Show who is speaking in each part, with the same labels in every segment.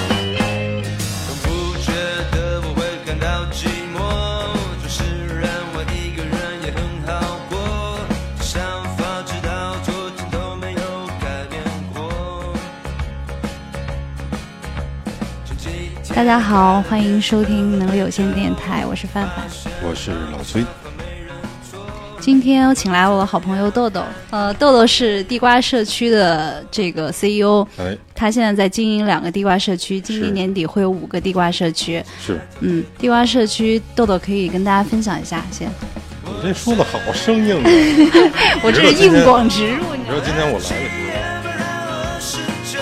Speaker 1: 总不觉得我会感到寂寞，就是让我一个人也很好过。这想法直到昨天都没有改变过。前几天
Speaker 2: 大家好，欢迎收听能力有限电台，我是范范。
Speaker 3: 我是老崔，
Speaker 2: 今天我请来我好朋友豆豆，呃，豆豆是地瓜社区的这个 CEO，
Speaker 3: 哎，
Speaker 2: 他现在在经营两个地瓜社区，今
Speaker 3: 是
Speaker 2: 年年底会有五个地瓜社区。
Speaker 3: 是
Speaker 2: 嗯，地瓜社区豆豆可以跟大家分享一下， 先。
Speaker 3: 你这说的好生硬啊！你
Speaker 2: 我这是硬广植入，你知
Speaker 3: 知道今天我来的时
Speaker 1: 别让我失焦，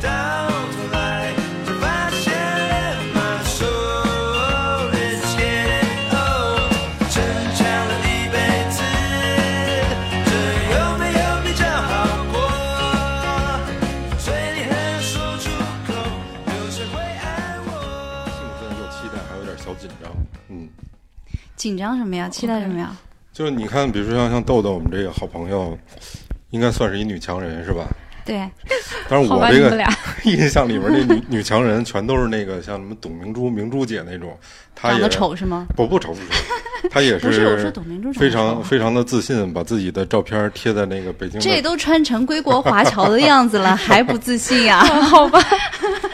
Speaker 1: 到头来才发现，my soul is getting old，逞强了一辈子，这有没有比较好过？嘴里很说出口，有谁会爱我？
Speaker 3: 候，兴奋又期待，还有点小紧张。嗯，
Speaker 2: 紧张什么呀？期待什么呀？
Speaker 3: 就是你看，比如说像像豆豆，我们这个好朋友，应该算是一女强人是吧？
Speaker 2: 对，
Speaker 3: 但是
Speaker 2: 好
Speaker 3: 我
Speaker 2: 吧，
Speaker 3: 这
Speaker 2: 你们
Speaker 3: 个
Speaker 2: 俩
Speaker 3: 印象里面那女女强人全都是那个像什么董明珠、明珠姐那种，她
Speaker 2: 长
Speaker 3: 也
Speaker 2: 得丑是吗？
Speaker 3: 不不丑不 丑，她也
Speaker 2: 不是，我说董明珠长
Speaker 3: 非
Speaker 2: 得丑
Speaker 3: 常
Speaker 2: 啊。
Speaker 3: 非常的自信，把自己的照片贴在那个北京
Speaker 2: 这
Speaker 3: 的
Speaker 2: 都穿成归国华侨的样子了，还不自信啊 呀、好吧，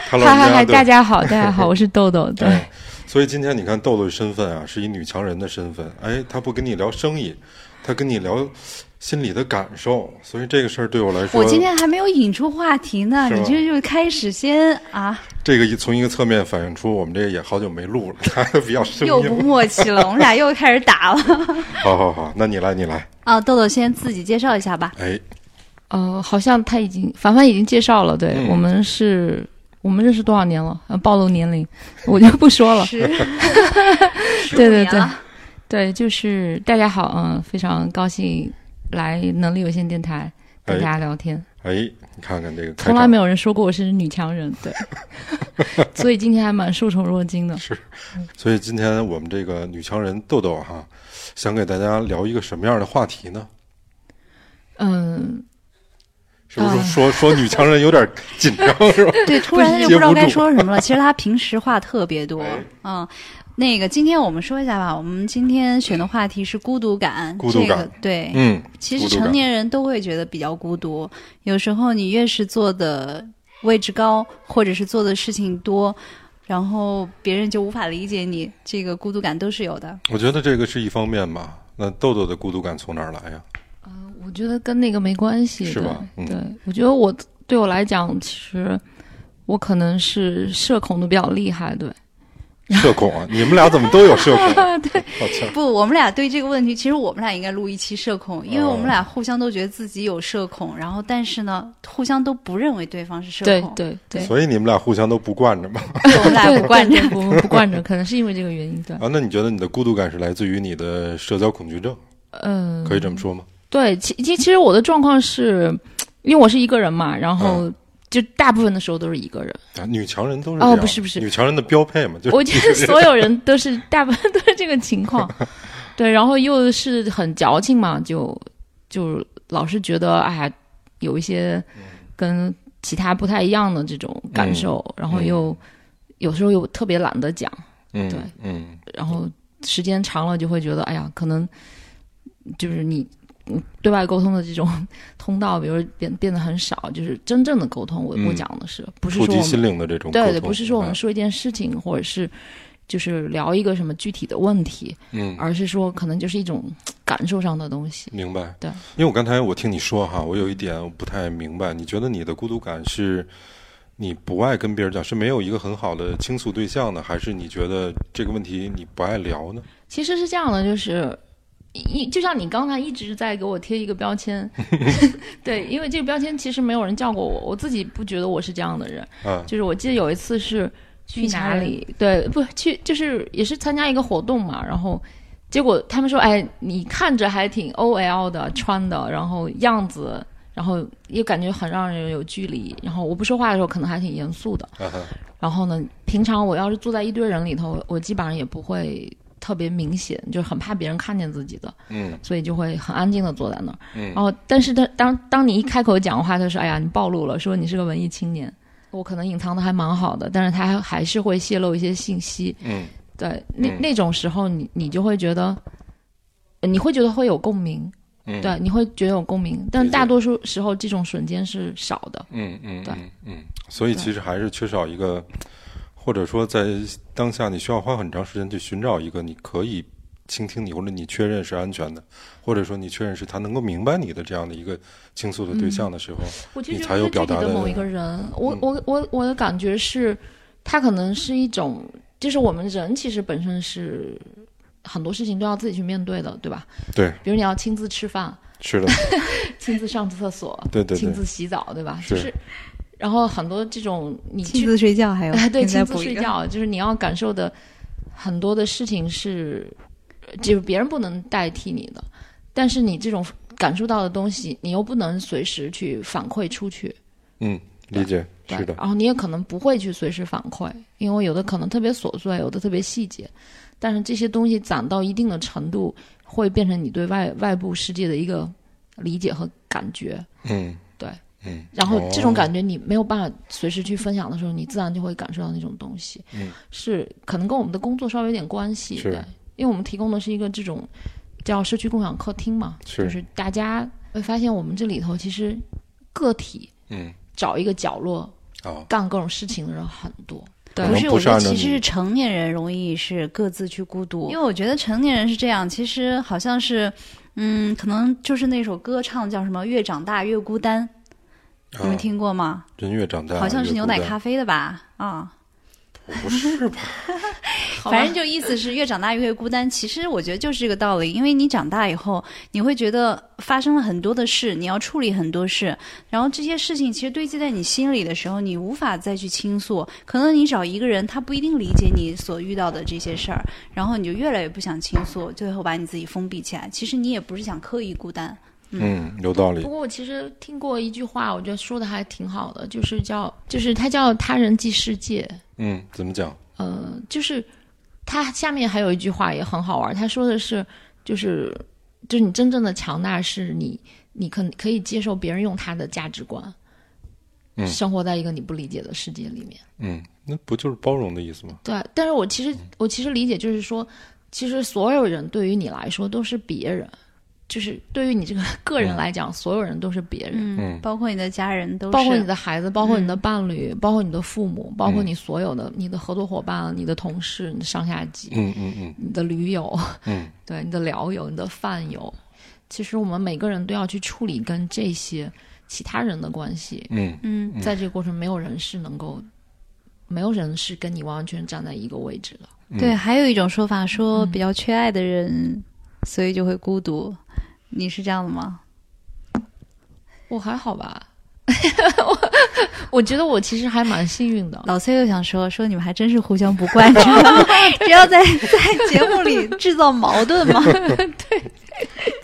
Speaker 3: 她老人
Speaker 4: 嗨嗨嗨，
Speaker 3: 的
Speaker 4: 大家好，大家好，我是 豆豆。对，
Speaker 3: 对，哎所以今天你看豆豆身份啊，是一女强人的身份。哎，她不跟你聊生意，她跟你聊心里的感受。所以这个事儿对我来说，
Speaker 2: 我今天还没有引出话题呢，
Speaker 3: 是吗
Speaker 2: 你这就开始先啊，
Speaker 3: 这个一从一个侧面反映出我们这个也好久没录了， 大家都比较生
Speaker 2: 又不
Speaker 3: 硬。
Speaker 2: 默契了，我们俩又开始打了。
Speaker 3: 好好好，那你来，你来。
Speaker 2: 啊，豆豆先自己介绍一下吧。
Speaker 3: 哎，
Speaker 4: 呃，好像他已经凡凡已经介绍了，对、
Speaker 3: 嗯
Speaker 4: 我们是，我们认识多少年了？呃，暴露年龄， 我就不说了。
Speaker 2: 十，十五
Speaker 4: 对对
Speaker 2: 年了
Speaker 4: 对，就是大家好，嗯，非常高兴来能力有限电台跟大家聊天。
Speaker 3: 哎，你看看这个开场，
Speaker 4: 从来没有人说过我是女强人，对，所以今天还蛮受宠若惊的。
Speaker 3: 所以今天我们这个女强人豆豆哈，想给大家聊一个什么样的话题呢？
Speaker 4: 嗯，
Speaker 3: 是不是
Speaker 4: 啊
Speaker 3: 说、说女强人有点紧张是吧？
Speaker 2: 对，突然就
Speaker 3: 接
Speaker 2: 不知道
Speaker 3: 不
Speaker 2: 该
Speaker 3: 住
Speaker 2: 说什么了。其实他平时话特别多
Speaker 3: 哎，
Speaker 2: 嗯，那个今天我们说一下吧，我们今天选的话题是孤独感，
Speaker 3: 孤独
Speaker 2: 这个
Speaker 3: 感
Speaker 2: 对，
Speaker 3: 嗯，
Speaker 2: 其
Speaker 3: 孤
Speaker 2: 实
Speaker 3: 独感
Speaker 2: 成年人都会觉得比较孤独，有时候你越是做的位置高，或者是做的事情多，然后别人就无法理解你，这个孤独感都是有的。
Speaker 3: 我觉得这个是一方面吧。那豆豆的孤独感从哪儿来呀？
Speaker 4: 我觉得跟那个没关系，
Speaker 3: 是吧
Speaker 4: 对
Speaker 3: 嗯
Speaker 4: 对，我觉得我对我来讲，其实我可能是社恐的比较厉害，对，
Speaker 3: 社恐 啊！你们俩怎么都有社恐？啊
Speaker 4: 对，
Speaker 3: 抱歉，
Speaker 2: 不，我们俩对这个问题，其实我们俩应该录一期社恐，因为我们俩互相都觉得自己有社恐，然后但是呢，互相都不认为对方是社
Speaker 4: 对
Speaker 2: 恐，
Speaker 4: 对对，
Speaker 3: 所以你们俩互相都不惯着嘛。
Speaker 2: 对，我们俩
Speaker 4: 对
Speaker 2: 不惯着。
Speaker 4: 对对我们不惯着，可能是因为这个原 因，对，
Speaker 3: 啊，那你觉得你的孤独感是来自于你的社交恐惧症？
Speaker 4: 嗯，
Speaker 3: 可以这么说吗？
Speaker 4: 对，其其其实我的状况是，因为我是一个人嘛，然
Speaker 3: 嗯
Speaker 4: 后就大部分的时候都是一个人，
Speaker 3: 啊，女强人都是
Speaker 4: 哦
Speaker 3: 这样
Speaker 4: 不是不是
Speaker 3: 女强人的标配嘛，就是
Speaker 4: 我觉得所有人都是大部分都是这个情 况，对，然后又是很矫情嘛，就就老是觉得哎呀，有一些跟其他不太一样的这种感受，
Speaker 3: 嗯
Speaker 4: 然后又、有时候又特别懒得讲，对
Speaker 3: 嗯嗯，
Speaker 4: 然后时间长了就会觉得哎呀，可能就是你。嗯对外沟通的这种通道，比如变变得很少，就是真正的沟通。我我
Speaker 3: 嗯
Speaker 4: 讲的是，不是
Speaker 3: 触及
Speaker 4: 说我们
Speaker 3: 心灵的这种
Speaker 4: 对
Speaker 3: 沟
Speaker 4: 对，
Speaker 3: 通
Speaker 4: 不是说我们
Speaker 3: 嗯
Speaker 4: 说一件事情，或者是就是聊一个什么具体的问题，
Speaker 3: 嗯
Speaker 4: 而是说可能就是一种感受上的东西。
Speaker 3: 明白，
Speaker 4: 对，
Speaker 3: 因为我刚才我听你说哈，我有一点我不太明白，你觉得你的孤独感是你不爱跟别人讲，是没有一个很好的倾诉对象呢，还是你觉得这个问题你不爱聊呢？
Speaker 4: 其实是这样的，就是一就像你刚才一直在给我贴一个 标签，对，因为这个标签其实没有人叫过我，我自己不觉得我是这样的人。
Speaker 3: 啊，
Speaker 4: 就是我记得有一次是去
Speaker 2: 去哪
Speaker 4: 哪里？对，不去就是也是参加一个活动嘛，然后结果他们说，哎，你看着还挺 OL 的穿的，然后样子，然后又感觉很让人有距离。然后我不说话的时候可能还挺严肃的，
Speaker 3: 啊哈
Speaker 4: 然后呢，平常我要是坐在一堆人里头，我基本上也不会特别明显，就是很怕别人看见自己的，
Speaker 3: 嗯
Speaker 4: 所以就会很安静的坐在那儿。
Speaker 3: 嗯
Speaker 4: 然后，但是他当当你一开口讲话，他说：“哎呀，你暴露了，说你是个文艺青年。”我可能隐藏的还蛮好的，但是他还还是会泄露一些信息。
Speaker 3: 嗯
Speaker 4: 对，那
Speaker 3: 嗯
Speaker 4: 那种时候你，你就会觉得，你会觉得会有共鸣，
Speaker 3: 嗯，
Speaker 4: 对，你会觉得有共鸣，但
Speaker 3: 理解
Speaker 4: 大多数时候这种瞬间是少的。
Speaker 3: 嗯嗯
Speaker 4: 对
Speaker 3: 嗯嗯，所以
Speaker 4: 对
Speaker 3: 其实还是缺少一个，或者说在当下你需要花很长时间去寻找一个你可以倾听你或者你确认是安全的，或者说你确认是他能够明白你的这样的一个倾诉的对象的时候，
Speaker 4: 我就
Speaker 3: 你
Speaker 4: 觉
Speaker 3: 才
Speaker 4: 得
Speaker 3: 有
Speaker 4: 他
Speaker 3: 表
Speaker 4: 具体
Speaker 3: 达
Speaker 4: 的
Speaker 3: 的嗯
Speaker 4: 某一个人，我我我我的感觉是，他可能是一种，就是我们人其实本身是很多事情都要自己去面对的，对吧？
Speaker 3: 对，
Speaker 4: 比如你要亲自吃饭，
Speaker 3: 是的，
Speaker 4: 亲自上厕所，
Speaker 3: 对对
Speaker 4: 亲
Speaker 3: 对，
Speaker 4: 自洗澡，对吧？
Speaker 3: 是
Speaker 4: 就是，然后很多这种你
Speaker 2: 亲
Speaker 4: 去
Speaker 2: 自睡觉还 有
Speaker 4: 哎， 对，
Speaker 2: 你再
Speaker 4: 亲自
Speaker 2: 补一
Speaker 4: 睡
Speaker 2: 个
Speaker 4: 觉，就是你要感受的很多的事情是，就是别人不能代替你的，但是你这种感受到的东西，你又不能随时去反馈出去，
Speaker 3: 嗯，理解，
Speaker 4: 对
Speaker 3: 是的，
Speaker 4: 然后你也可能不会去随时反馈，因为有的可能特别琐碎，有的特别细节，但是这些东西攒到一定的程度，会变成你对外外部世界的一个理解和感觉。
Speaker 3: 嗯，
Speaker 4: 对，
Speaker 3: 嗯，
Speaker 4: 然后这种
Speaker 3: 哦
Speaker 4: 感觉你没有办法随时去分享的时候，你自然就会感受到那种东西。
Speaker 3: 嗯，
Speaker 4: 是可能跟我们的工作稍微有点关系，
Speaker 3: 哦是
Speaker 4: 对，因为我们提供的是一个这种叫社区共享客厅嘛，
Speaker 3: 是
Speaker 4: 就是大家会发现我们这里头其实个体
Speaker 3: 嗯，
Speaker 4: 找一个角落
Speaker 3: 哦，
Speaker 4: 干各种事情的人很多，对
Speaker 3: 可
Speaker 2: 不
Speaker 3: 能
Speaker 2: 是，
Speaker 3: 不
Speaker 2: 我
Speaker 3: 是
Speaker 2: 觉得
Speaker 3: 按照
Speaker 2: 其实
Speaker 3: 你
Speaker 2: 是成年人容易是各自去孤独，因为我觉得成年人是这样，其实好像是，嗯，可能就是那首歌唱叫什么“越长大越孤单”，你
Speaker 3: 啊
Speaker 2: 们听过吗？
Speaker 3: 人啊越长大，
Speaker 2: 好像是牛奶
Speaker 3: 啡，
Speaker 2: 咖啡的吧？啊、
Speaker 3: 不是吧？
Speaker 2: 反正就意思是越长大越孤单。其实我觉得就是这个道理，因为你长大以后，你会觉得发生了很多的事，你要处理很多事，然后这些事情其实堆积在你心里的时候，你无法再去倾诉。可能你找一个人，他不一定理解你所遇到的这些事儿，然后你就越来越不想倾诉，最后把你自己封闭起来。其实你也不是想刻意孤单，
Speaker 3: 嗯，有道理
Speaker 4: 不，过我其实听过一句话，我觉得说的还挺好的，就是叫就是它叫他人即世界，
Speaker 3: 嗯，怎么讲？
Speaker 4: 呃，就是他下面还有一句话也很好玩，他说的是，就是就是你真正的强大是你你可可以接受别人用他的价值观，
Speaker 3: 嗯
Speaker 4: 生活在一个你不理解的世界里面。
Speaker 3: 嗯，那不就是包容的意思吗？
Speaker 4: 对，但是我其
Speaker 2: 嗯
Speaker 4: 实我其实理解就是说，其实所有人对于你来说都是别人，就是对于你 这个个人来讲，所有人都是别人。
Speaker 2: 嗯，包括你的家人都是，
Speaker 4: 包括你的孩子，包括你的伴侣，包括你的父母，包括
Speaker 3: 嗯
Speaker 4: 你所有的、你的合作伙伴、你的同事、你的上下级，
Speaker 3: 嗯嗯嗯
Speaker 4: 你的驴友，
Speaker 3: 嗯，
Speaker 4: 对，你的聊友，你的饭友，其实我们每个人都要去处理跟这些其他人的关系，
Speaker 3: 嗯
Speaker 2: 嗯，
Speaker 4: 在这个过程，没有人是能够，没有人是跟你完完全全站在一个位置的。
Speaker 2: 对，还有一种说法说比较缺爱的人，所以就会孤独。你是这样的吗？
Speaker 4: 我还好吧， 我我觉得我其实还蛮幸运的。
Speaker 2: 老崔又想说说你们还真是互相不 惯，只要只要在在节目里制造矛盾 嘛。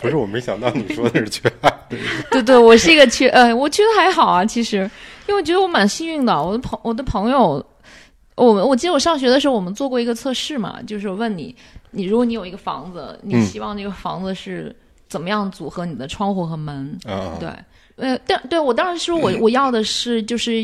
Speaker 3: 不是，我没想到你说的是缺爱。
Speaker 4: 对对，我是一个缺，呃，我觉得还好啊，其实，因为我觉得我蛮幸运的。我的朋我的朋友，我们我记得我上学的时候，我们做过一个测试嘛，就是问你，你如果你有一个房子，你
Speaker 3: 嗯
Speaker 4: 希望这个房子是怎么样组合你的窗户和门？
Speaker 3: 啊，
Speaker 4: 对，呃，但对我当时说
Speaker 3: 嗯
Speaker 4: 我我要的是就是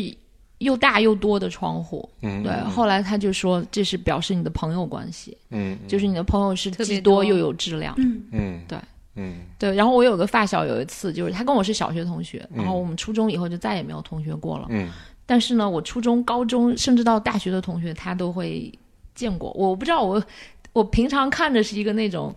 Speaker 4: 又大又多的窗户。
Speaker 3: 嗯，
Speaker 4: 对，啊
Speaker 3: 嗯
Speaker 4: 后来他就说这是表示你的朋友关系，
Speaker 3: 嗯，嗯
Speaker 4: 就是你的朋友是
Speaker 2: 特别
Speaker 4: 既多
Speaker 2: 多
Speaker 4: 又有质量。
Speaker 3: 嗯，
Speaker 4: 对，
Speaker 3: 嗯
Speaker 4: 对，然后我有个发小，有一次就是他跟我是小学同学，
Speaker 3: 嗯
Speaker 4: 然后我们初中以后就再也没有同学过了。
Speaker 3: 嗯
Speaker 4: 但是呢，我初中、高中甚至到大学的同学，他都会见过。我不知道我，我平常看着是一个那种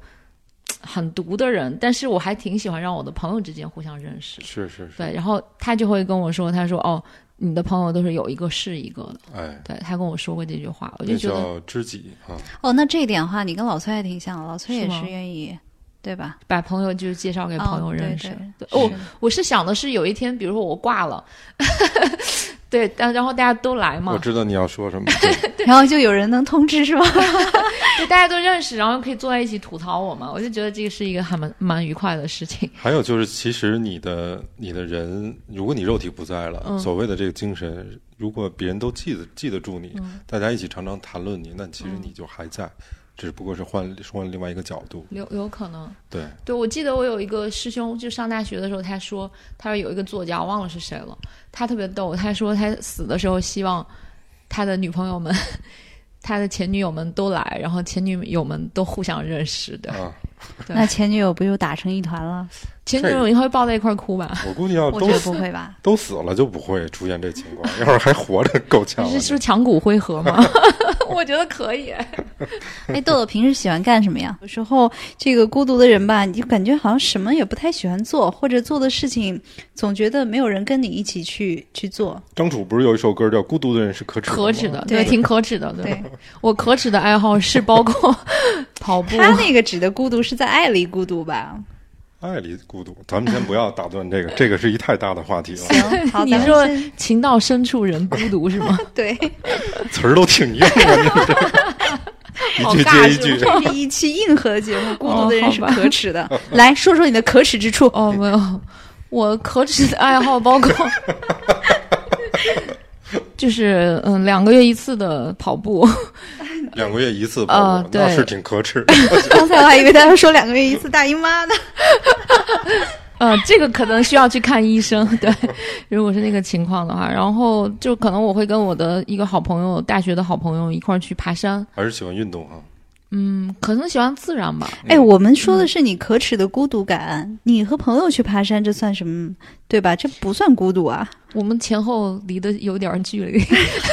Speaker 4: 嘖很毒的人，但是我还挺喜欢让我的朋友之间互相认识。
Speaker 3: 是是是，
Speaker 4: 对，然后他就会跟我说，他说哦，你的朋友都是有一个是一个的。
Speaker 3: 哎，
Speaker 4: 对他跟我说过这句话，我就
Speaker 3: 那
Speaker 4: 觉得
Speaker 3: 叫知己啊，
Speaker 2: 哦，那这一点的话，你跟老崔还挺像的，老崔
Speaker 4: 是
Speaker 2: 也
Speaker 4: 吗
Speaker 2: 是愿意，对吧？
Speaker 4: 把朋友就介绍给朋友
Speaker 2: 哦
Speaker 4: 认识。
Speaker 2: 对
Speaker 4: 对哦
Speaker 2: 是
Speaker 3: 嗯
Speaker 2: 的
Speaker 4: 我是想的是有一天，比如说我挂了， 对，但然后大家都来
Speaker 3: 我
Speaker 4: 嘛，
Speaker 3: 知道你要说什么。
Speaker 2: 然后就有人能通知是吧？
Speaker 4: 就大家都认识，然后可以坐在一起吐槽我嘛，我就觉得这个是一个还蛮蛮愉快的事情。
Speaker 3: 还有就是，其实你的你的人，如果你肉体不在了，
Speaker 4: 嗯
Speaker 3: 所谓的这个精神，
Speaker 4: 嗯
Speaker 3: 如果别人都记得记得住你，大家一起常常谈论你，那其实你就还在，只不过是换换另外一个角度。
Speaker 4: 有有可能。
Speaker 3: 对，
Speaker 4: 对，我记得我有一个师兄，就上大学的时候，他说，他说有一个作家，我忘了是谁了，他特别逗，他说他死的时候希望他的女朋友们、 他的前女友们都来，然后前女友们都互相认识的，
Speaker 3: 啊，
Speaker 4: 对
Speaker 2: 那前女友不就打成一团了？
Speaker 4: 前女友你会抱在一块儿哭吧？
Speaker 3: 我估计要
Speaker 2: 我
Speaker 3: 哦都
Speaker 2: 觉得不会 吧？
Speaker 3: 都死了就不会出现这情况，要是还活着够呛
Speaker 4: 你
Speaker 3: 了。
Speaker 4: 是是强骨灰盒吗？ 我觉得可以。
Speaker 2: 哎，豆豆平时喜欢干什么呀？有时候这个孤独的人吧，你就感觉好像什么也不太喜欢做，或者做的事情总觉得没有人跟你一起去去做。
Speaker 3: 张楚不是有一首歌叫《孤独的人是可耻》
Speaker 4: 可耻
Speaker 3: 耻
Speaker 4: 的，
Speaker 2: 对
Speaker 4: 对，挺可耻的，对。
Speaker 2: 对
Speaker 4: 我可耻的爱好是包 括跑步，
Speaker 2: 他那个指的孤独是在爱里孤独吧？
Speaker 3: 爱里哎孤独。咱们先不要打断 这个，这个是一太大的话题了，
Speaker 2: 行， 好，
Speaker 4: 你
Speaker 2: 咱们
Speaker 4: 说
Speaker 2: 先
Speaker 4: 情到深处人孤独是吗？
Speaker 2: 对，
Speaker 3: 词儿都挺硬的，你这一句接一句
Speaker 4: 好尬是。
Speaker 2: 这是一期硬核节目，孤独的人是
Speaker 4: 哦好吧
Speaker 2: 可耻 的。来说说你的可耻之处。
Speaker 4: 哦，没有，我可耻的爱好包括，就是嗯，两个月一次的跑步，
Speaker 3: 两个月一次跑步，
Speaker 4: 啊对
Speaker 3: 那是挺可 耻的。
Speaker 2: 刚才我还以为他要说两个月一次大姨妈呢。
Speaker 4: 呃，这个可能需要去看医生。对，如果是那个情况的话，然后就可能我会跟我的一个好朋友，大学的好朋友一块儿去爬山，
Speaker 3: 还是喜欢运动啊？
Speaker 4: 嗯，可能喜欢自然吧。
Speaker 3: 嗯
Speaker 2: 哎，我们说的是你可耻的孤独感，你和朋友去爬山，这算什么？对吧？这不算孤独啊，
Speaker 4: 我们前后离得有点儿距 离，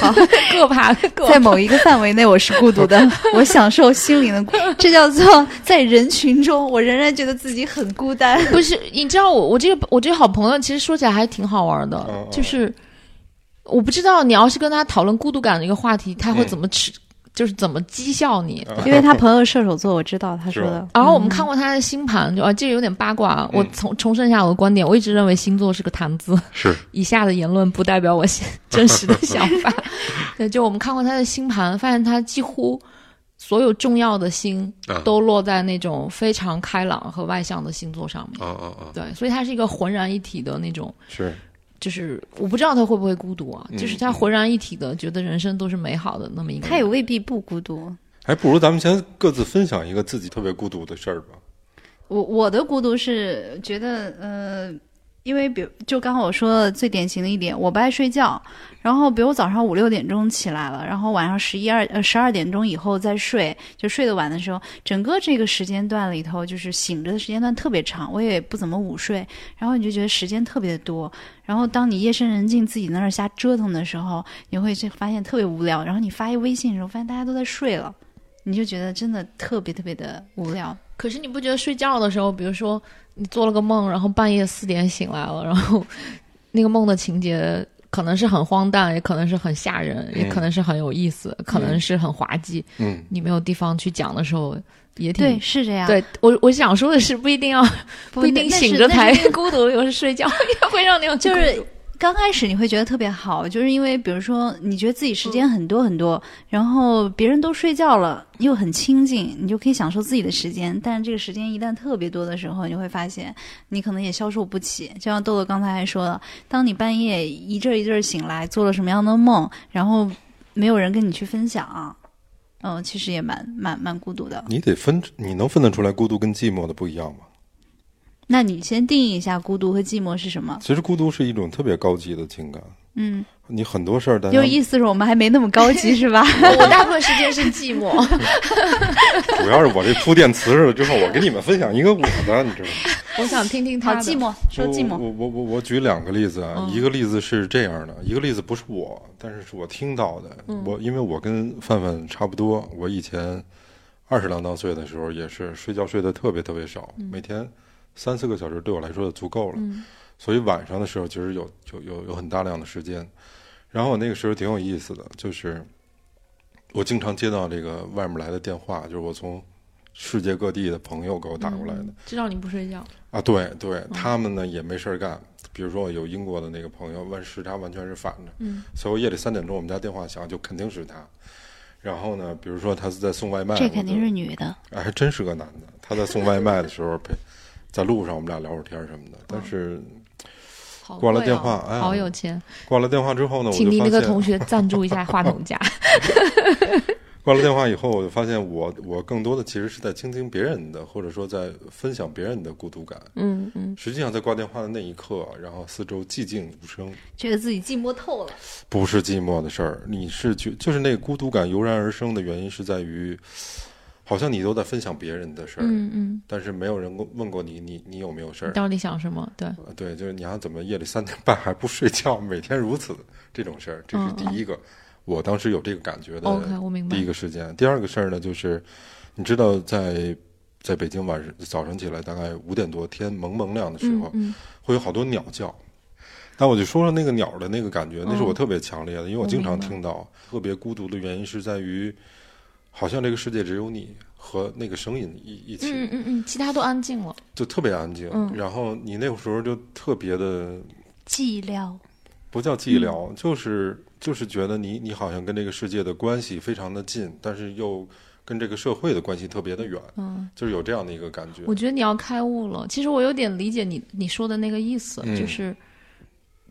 Speaker 4: 好，各爬各
Speaker 2: 在某一个范围内我是孤独 的，我享受心灵的孤，这叫做在人群中，我仍然觉得自己很孤单。
Speaker 4: 不是，你知道我我这个我这个好朋友，其实说起来还挺好玩的，
Speaker 3: 嗯嗯
Speaker 4: 就是我不知道你要是跟他讨论孤独感这个话题，他会
Speaker 3: 嗯
Speaker 4: 怎么吃，就是怎么讥笑你。
Speaker 2: 因为他朋友射手座，我知道他说
Speaker 3: 是哦
Speaker 2: 的
Speaker 3: 吧。
Speaker 4: 然后我们看过他的星盘，就啊，这个有点八卦啊。我
Speaker 3: 嗯
Speaker 4: 重重申一下我的观点，我一直认为星座是个谈 资。
Speaker 3: 是
Speaker 4: 以下的言论不代表我现真实的想 法。对，就我们看过他的星盘，发现他几乎所有重要的星
Speaker 3: 啊
Speaker 4: 都落在那种非常开朗和外向的星座上面。
Speaker 3: 啊啊啊，
Speaker 4: 对，所以他是一个浑然一体的那种，
Speaker 3: 是
Speaker 4: 就是我不知道他会不会孤独啊，
Speaker 3: 嗯
Speaker 4: 就是他浑然一体的觉得人生都是美好的那么一个人。
Speaker 2: 他也未必不孤独，
Speaker 3: 还哎不如咱们先各自分享一个自己特别孤独的事儿吧。
Speaker 2: 我我的孤独是觉得，呃，因为比如就刚刚我说的最典型的一点，我不爱睡觉，然后比如早上五六点钟起来了，然后晚上十一二呃十二点钟以后再睡，就睡得晚的时候，整个这个时间段里头，就是醒着的时间段特别长，我也不怎么午睡，然后你就觉得时间特别的多，然后当你夜深人静自己在那儿瞎折腾的时候，你会就发现特别无聊，然后你发一微信的时候，发现大家都在睡了。你就觉得真的特别特别的无聊，
Speaker 4: 可是你不觉得睡觉的时候，比如说你做了个梦，然后半夜四点醒来了，然后那个梦的情节可能是很荒诞，也可能是很吓人，
Speaker 3: 嗯
Speaker 4: 也可能是很有意思，可能是很滑稽，
Speaker 3: 嗯，
Speaker 4: 你没有地方去讲的时候，也挺
Speaker 2: 对，。是这样。
Speaker 4: 对我，我想说的是，不一定要
Speaker 2: 不
Speaker 4: 一定醒着才。孤独，有时睡觉也会让你有
Speaker 2: 就是刚开始你会觉得特别好，就是因为比如说你觉得自己时间很多很
Speaker 4: 嗯
Speaker 2: 多，然后别人都睡觉了，又很清静，你就可以享受自己的时间。但是这个时间一旦特别多的时候，你会发现你可能也消受不起。就像豆豆刚才还说了，当你半夜一阵儿一阵儿醒来，做了什么样的梦，然后没有人跟你去分享，嗯，其实也蛮蛮蛮孤独的。
Speaker 3: 你得分，你能分得出来孤独跟寂寞的不一样吗？
Speaker 2: 那你先定义一下孤独和寂寞是什么？
Speaker 3: 其实孤独是一种特别高级的情感，
Speaker 2: 嗯，
Speaker 3: 你很多事儿大家
Speaker 2: 就是意思是我们还没那么高级，是吧？
Speaker 4: 我大部分时间是寂寞。
Speaker 3: 主要是我这铺垫词儿了之后，我给你们分享一个我的，你知道吗？
Speaker 4: 我想听听
Speaker 2: 好
Speaker 4: 他的
Speaker 2: 寂寞，说寂寞。
Speaker 3: 我
Speaker 2: 嗯
Speaker 3: 我我我我举两个例子啊，一个例子是这样的，一个例子不是我，但是是我听到的。
Speaker 2: 嗯
Speaker 3: 我因为我跟范范差不多，我以前二十郎当岁的时候也是睡觉睡得特别特别少，
Speaker 2: 嗯
Speaker 3: 每天三四个小时对我来说就足够了。所以晚上的时候其实有有有有很大量的时间。然后我那个时候挺有意思的，就是我经常接到这个外面来的电话，就是我从世界各地的朋友给我打过来
Speaker 2: 嗯
Speaker 3: 的。
Speaker 4: 知道你不睡觉，
Speaker 3: 啊，对对，他们呢也没事儿干。比如说我有英国的那个朋友，完时差完全是反着，
Speaker 4: 嗯
Speaker 3: 所以我夜里三点钟我们家电话响，就肯定是他。然后呢，比如说他是在送外卖，
Speaker 2: 这
Speaker 3: 我
Speaker 2: 肯定
Speaker 3: 就是
Speaker 2: 女的，
Speaker 3: 哎，还真是个男的。他在送外卖的时候，陪在路上我们俩聊会儿天儿什么的。但是
Speaker 4: 好
Speaker 3: 挂了
Speaker 4: 贵
Speaker 3: 电
Speaker 4: 哦
Speaker 3: 话哎呀
Speaker 4: 好有钱，
Speaker 3: 挂了电话之后呢，我
Speaker 4: 请
Speaker 3: 就
Speaker 4: 离
Speaker 3: 发
Speaker 4: 那个
Speaker 3: 现
Speaker 4: 同学赞助一下话筒架。
Speaker 3: 挂了电话以后，我就发现我我更多的其实是在倾听别人的，或者说在分享别人的孤独感。
Speaker 4: 嗯嗯，
Speaker 3: 实际上，在挂电话的那一刻，然后四周寂静无声，
Speaker 2: 觉得自己寂寞透了。
Speaker 3: 不是寂寞的事儿，你是觉就是那个孤独感油然而生的原因是在于，好像你都在分享别人的事儿，
Speaker 4: 嗯嗯，
Speaker 3: 但是没有人问过你，你你有没有事
Speaker 4: 你
Speaker 3: 儿？
Speaker 4: 到底想什么？对，
Speaker 3: 呃对，就是你还怎么夜里三点半还不睡觉，每天如此这种事儿，这是
Speaker 4: 嗯
Speaker 3: 第
Speaker 4: 嗯
Speaker 3: 一个，我当时有这个感觉的
Speaker 4: OK，我明白
Speaker 3: 第一个事件。第二个事儿呢，就是你知道在在北京晚上早上起来大概五点多天蒙蒙亮的时候，
Speaker 4: 嗯
Speaker 3: 会有好多鸟叫。那我就说说那个鸟的那个感觉，
Speaker 4: 嗯
Speaker 3: 那是我特别强烈的，因为我经常听到。特别孤独的原因是在于，好像这个世界只有你和那个声音一一起。
Speaker 4: 嗯嗯嗯，其他都安静了。
Speaker 3: 就特别安静。
Speaker 4: 嗯
Speaker 3: 然后你那个时候就特别的
Speaker 2: 寂寥，
Speaker 3: 不叫寂寥，
Speaker 4: 嗯
Speaker 3: 就是就是觉得你你好像跟这个世界的关系非常的近，但是又跟这个社会的关系特别的远，
Speaker 4: 嗯，
Speaker 3: 就是有这样的一个感觉。
Speaker 4: 我觉得你要开悟了。其实我有点理解你你说的那个意思，
Speaker 3: 嗯
Speaker 4: 就是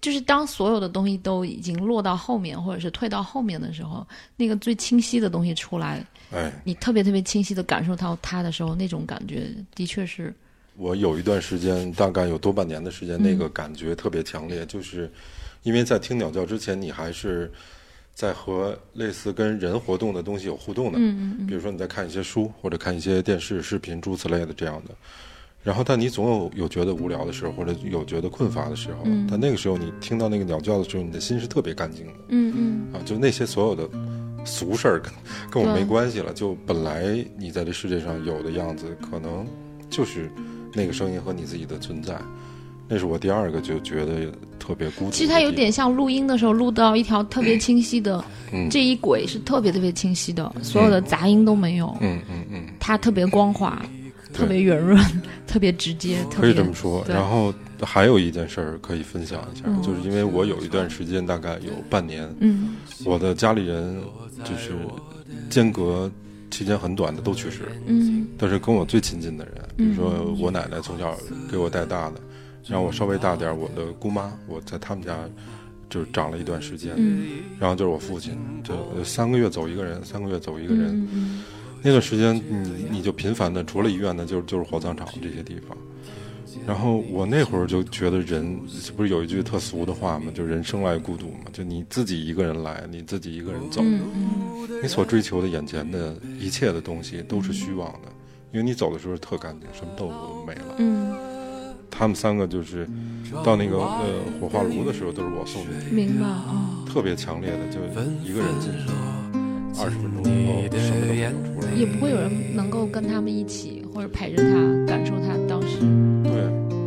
Speaker 4: 就是当所有的东西都已经落到后面，或者是退到后面的时候，那个最清晰的东西出来，
Speaker 3: 哎，
Speaker 4: 你特别特别清晰的感受到它的时候，那种感觉的确是，
Speaker 3: 我有一段时间，大概有多半年的时间，
Speaker 4: 嗯
Speaker 3: 那个感觉特别强烈，就是因为在听鸟叫之前，你还是在和类似跟人活动的东西有互动的，
Speaker 4: 嗯嗯
Speaker 3: 比如说你在看一些书或者看一些电视、视频诸此类的这样的，然后但你总有有觉得无聊的时候，或者有觉得困乏的时候，
Speaker 4: 嗯
Speaker 3: 但那个时候你听到那个鸟叫的时候，你的心是特别干净的
Speaker 4: 嗯嗯
Speaker 3: 啊，就那些所有的俗事儿跟跟我
Speaker 4: 对
Speaker 3: 没关系了，就本来你在这世界上有的样子，可能就是那个声音和你自己的存在，那是我第二个就觉得特别孤独的地方。
Speaker 4: 其实它有点像录音的时候录到一条特别清晰的，
Speaker 3: 嗯
Speaker 4: 这一轨是特别特别清晰的，所有的杂音都没有，
Speaker 3: 嗯嗯嗯，
Speaker 4: 它特别光滑，
Speaker 3: 对
Speaker 4: 特别圆润，特别直接，特
Speaker 3: 可
Speaker 4: 别
Speaker 3: 以这么说。
Speaker 4: 对
Speaker 3: 然后还有一件事儿可以分享一下，就是因为我有一段时间，大概有半年，
Speaker 4: 嗯
Speaker 3: 我的家里人就是间隔期间很短的都去世，
Speaker 4: 嗯
Speaker 3: 但是跟我最亲近的人，比如说我奶奶从小给我带大的，然后我稍微大点儿，我的姑妈，我在他们家就是长了一段时间，
Speaker 4: 嗯
Speaker 3: 然后就是我父亲，就呃三个月走一个人，三个月走一个人，
Speaker 4: 嗯
Speaker 3: 那段时间你你就频繁的，除了医院呢，就是就是火葬场这些地方。然后我那会儿就觉得人，不是有一句特俗的话吗？就人生来孤独嘛，就你自己一个人来，你自己一个人走，
Speaker 4: 嗯嗯，
Speaker 3: 你所追求的眼前的一切的东西都是虚妄的，因为你走的时候特干净，什么都没了。
Speaker 4: 嗯，
Speaker 3: 他们三个就是到那个呃火化炉的时候，都是我送的，
Speaker 4: 明白哦，
Speaker 3: 特别强烈的，就一个人进去，二十分钟以后
Speaker 1: 你
Speaker 3: 什么
Speaker 1: 的
Speaker 3: 都没有
Speaker 1: 眼
Speaker 3: 出来。
Speaker 4: 也不会有人能够跟他们一起或者陪着他，感受他当时，
Speaker 3: 对，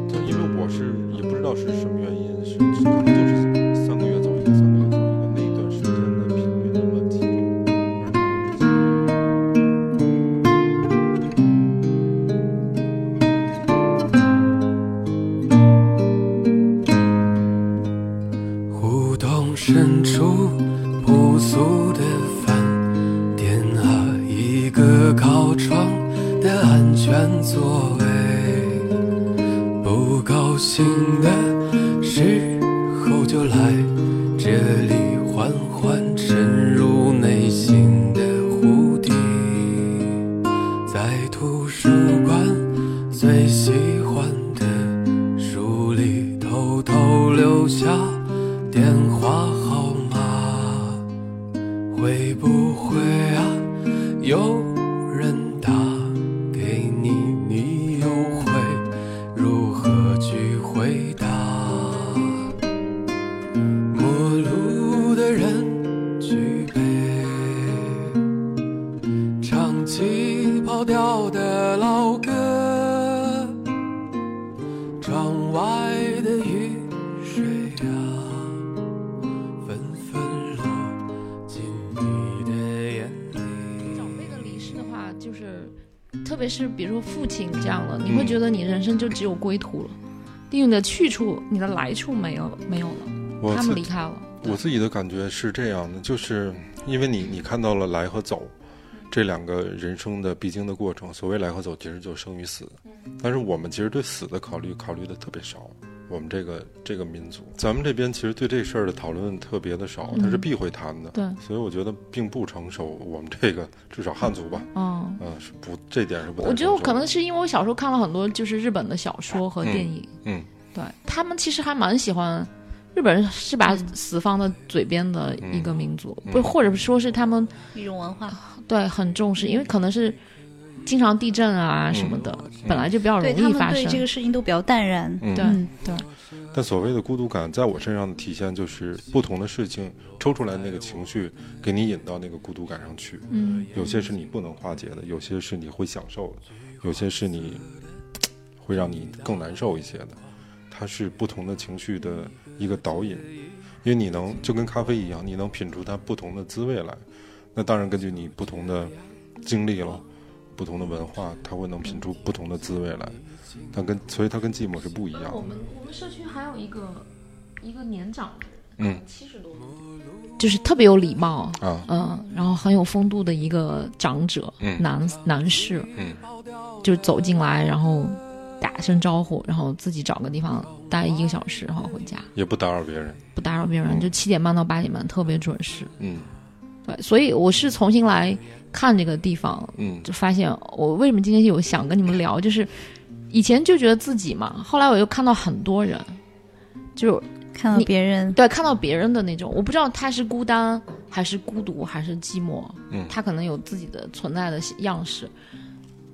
Speaker 3: 就因为我是也不知道是什么原因，是是可能就是三个月走一个，三个月走一个，那一段时间的频率那么集中。
Speaker 1: 胡同深处朴素的饭店和一个靠窗的安全座位。不高兴的时候就来这里，缓缓沉入内心的湖底。在图书馆最喜欢的书里，偷偷留下电话号码。会不会啊，有人打给你，你又会如何去回答？陌路的人举杯。唱起跑调的老歌，窗外的雨水啊，纷纷落进你的眼里。
Speaker 4: 长辈的离世的话，就是特别是比如说父亲这样的，你
Speaker 3: 嗯
Speaker 4: 会觉得你人生就只有归途了，因为你的去处、你的来处没有没有了，
Speaker 3: 我
Speaker 4: 他
Speaker 3: 自
Speaker 4: 们离开了，
Speaker 3: 我自己的感觉是这样的，就是因为你你看到了来和走
Speaker 4: 嗯
Speaker 3: 这两个人生的必经的
Speaker 4: 嗯
Speaker 3: 过程。所谓来和走，其实就是生与死。但是我们其实对死的考虑考虑的特别少，我们这个这个民族，咱们这边其实对这事儿的讨论特别的
Speaker 4: 嗯
Speaker 3: 少，它是避讳谈的，
Speaker 4: 对
Speaker 3: 所以我觉得并不成熟。我们这个至少汉族吧，
Speaker 4: 嗯。
Speaker 3: 嗯，是不这点是不太
Speaker 4: 我
Speaker 3: 成
Speaker 4: 觉
Speaker 3: 熟的。
Speaker 4: 得可能是因为我小时候看了很多就是日本的小说和电影，
Speaker 3: 嗯
Speaker 4: 对他们其实还蛮喜欢。日本人是把
Speaker 2: 嗯
Speaker 4: 死放在嘴边的一个民族，
Speaker 3: 嗯
Speaker 4: 不，或者说是他们
Speaker 2: 一种文化，
Speaker 4: 对很重
Speaker 3: 嗯
Speaker 4: 视，因为可能是经常地震啊什么的，本来就比较容
Speaker 2: 对他
Speaker 4: 易
Speaker 2: 们
Speaker 4: 发
Speaker 2: 对
Speaker 4: 生。
Speaker 2: 这个事情都比较淡然。
Speaker 3: 嗯
Speaker 4: 对、
Speaker 2: 嗯
Speaker 4: 对，
Speaker 3: 但所谓的孤独感，在我身上的体现就是不同的事情抽出来那个情绪，给你引到那个孤独感上去。
Speaker 4: 嗯，
Speaker 3: 有些是你不能化解的，有些是你会享受的，有些是你会让你更难受一些的。它是不同的情绪的一个导引，因为你能就跟咖啡一样，你能品出它不同的滋味来。那当然，根据你不同的经历了，不同的文化，它会能品出不同的滋味来。它跟所以它跟寂寞是不一样的。
Speaker 4: 们我们社区还有一个一个年长的
Speaker 3: 人嗯，
Speaker 4: 七十多岁，就是特别有礼貌，
Speaker 3: 啊，
Speaker 4: 嗯，然后很有风度的一个长者，
Speaker 3: 嗯
Speaker 4: 男男士，
Speaker 3: 嗯，
Speaker 4: 就走进来，然后打声招呼，然后自己找个地方待一个小时，然后回家，
Speaker 3: 也不打扰别人。
Speaker 4: 不打扰别人，
Speaker 3: 嗯
Speaker 4: 就七点半到八点半，特别准时。
Speaker 3: 嗯
Speaker 4: 对，所以我是重新来看这个地方，
Speaker 3: 嗯
Speaker 4: 就发现我为什么今天有想跟你们聊，就是以前就觉得自己嘛，后来我又看到很多人，就
Speaker 2: 看到
Speaker 4: 你
Speaker 2: 别人，
Speaker 4: 对看到别人的那种，我不知道他是孤单还是孤独还是寂寞，
Speaker 3: 嗯
Speaker 4: 他可能有自己的存在的样式，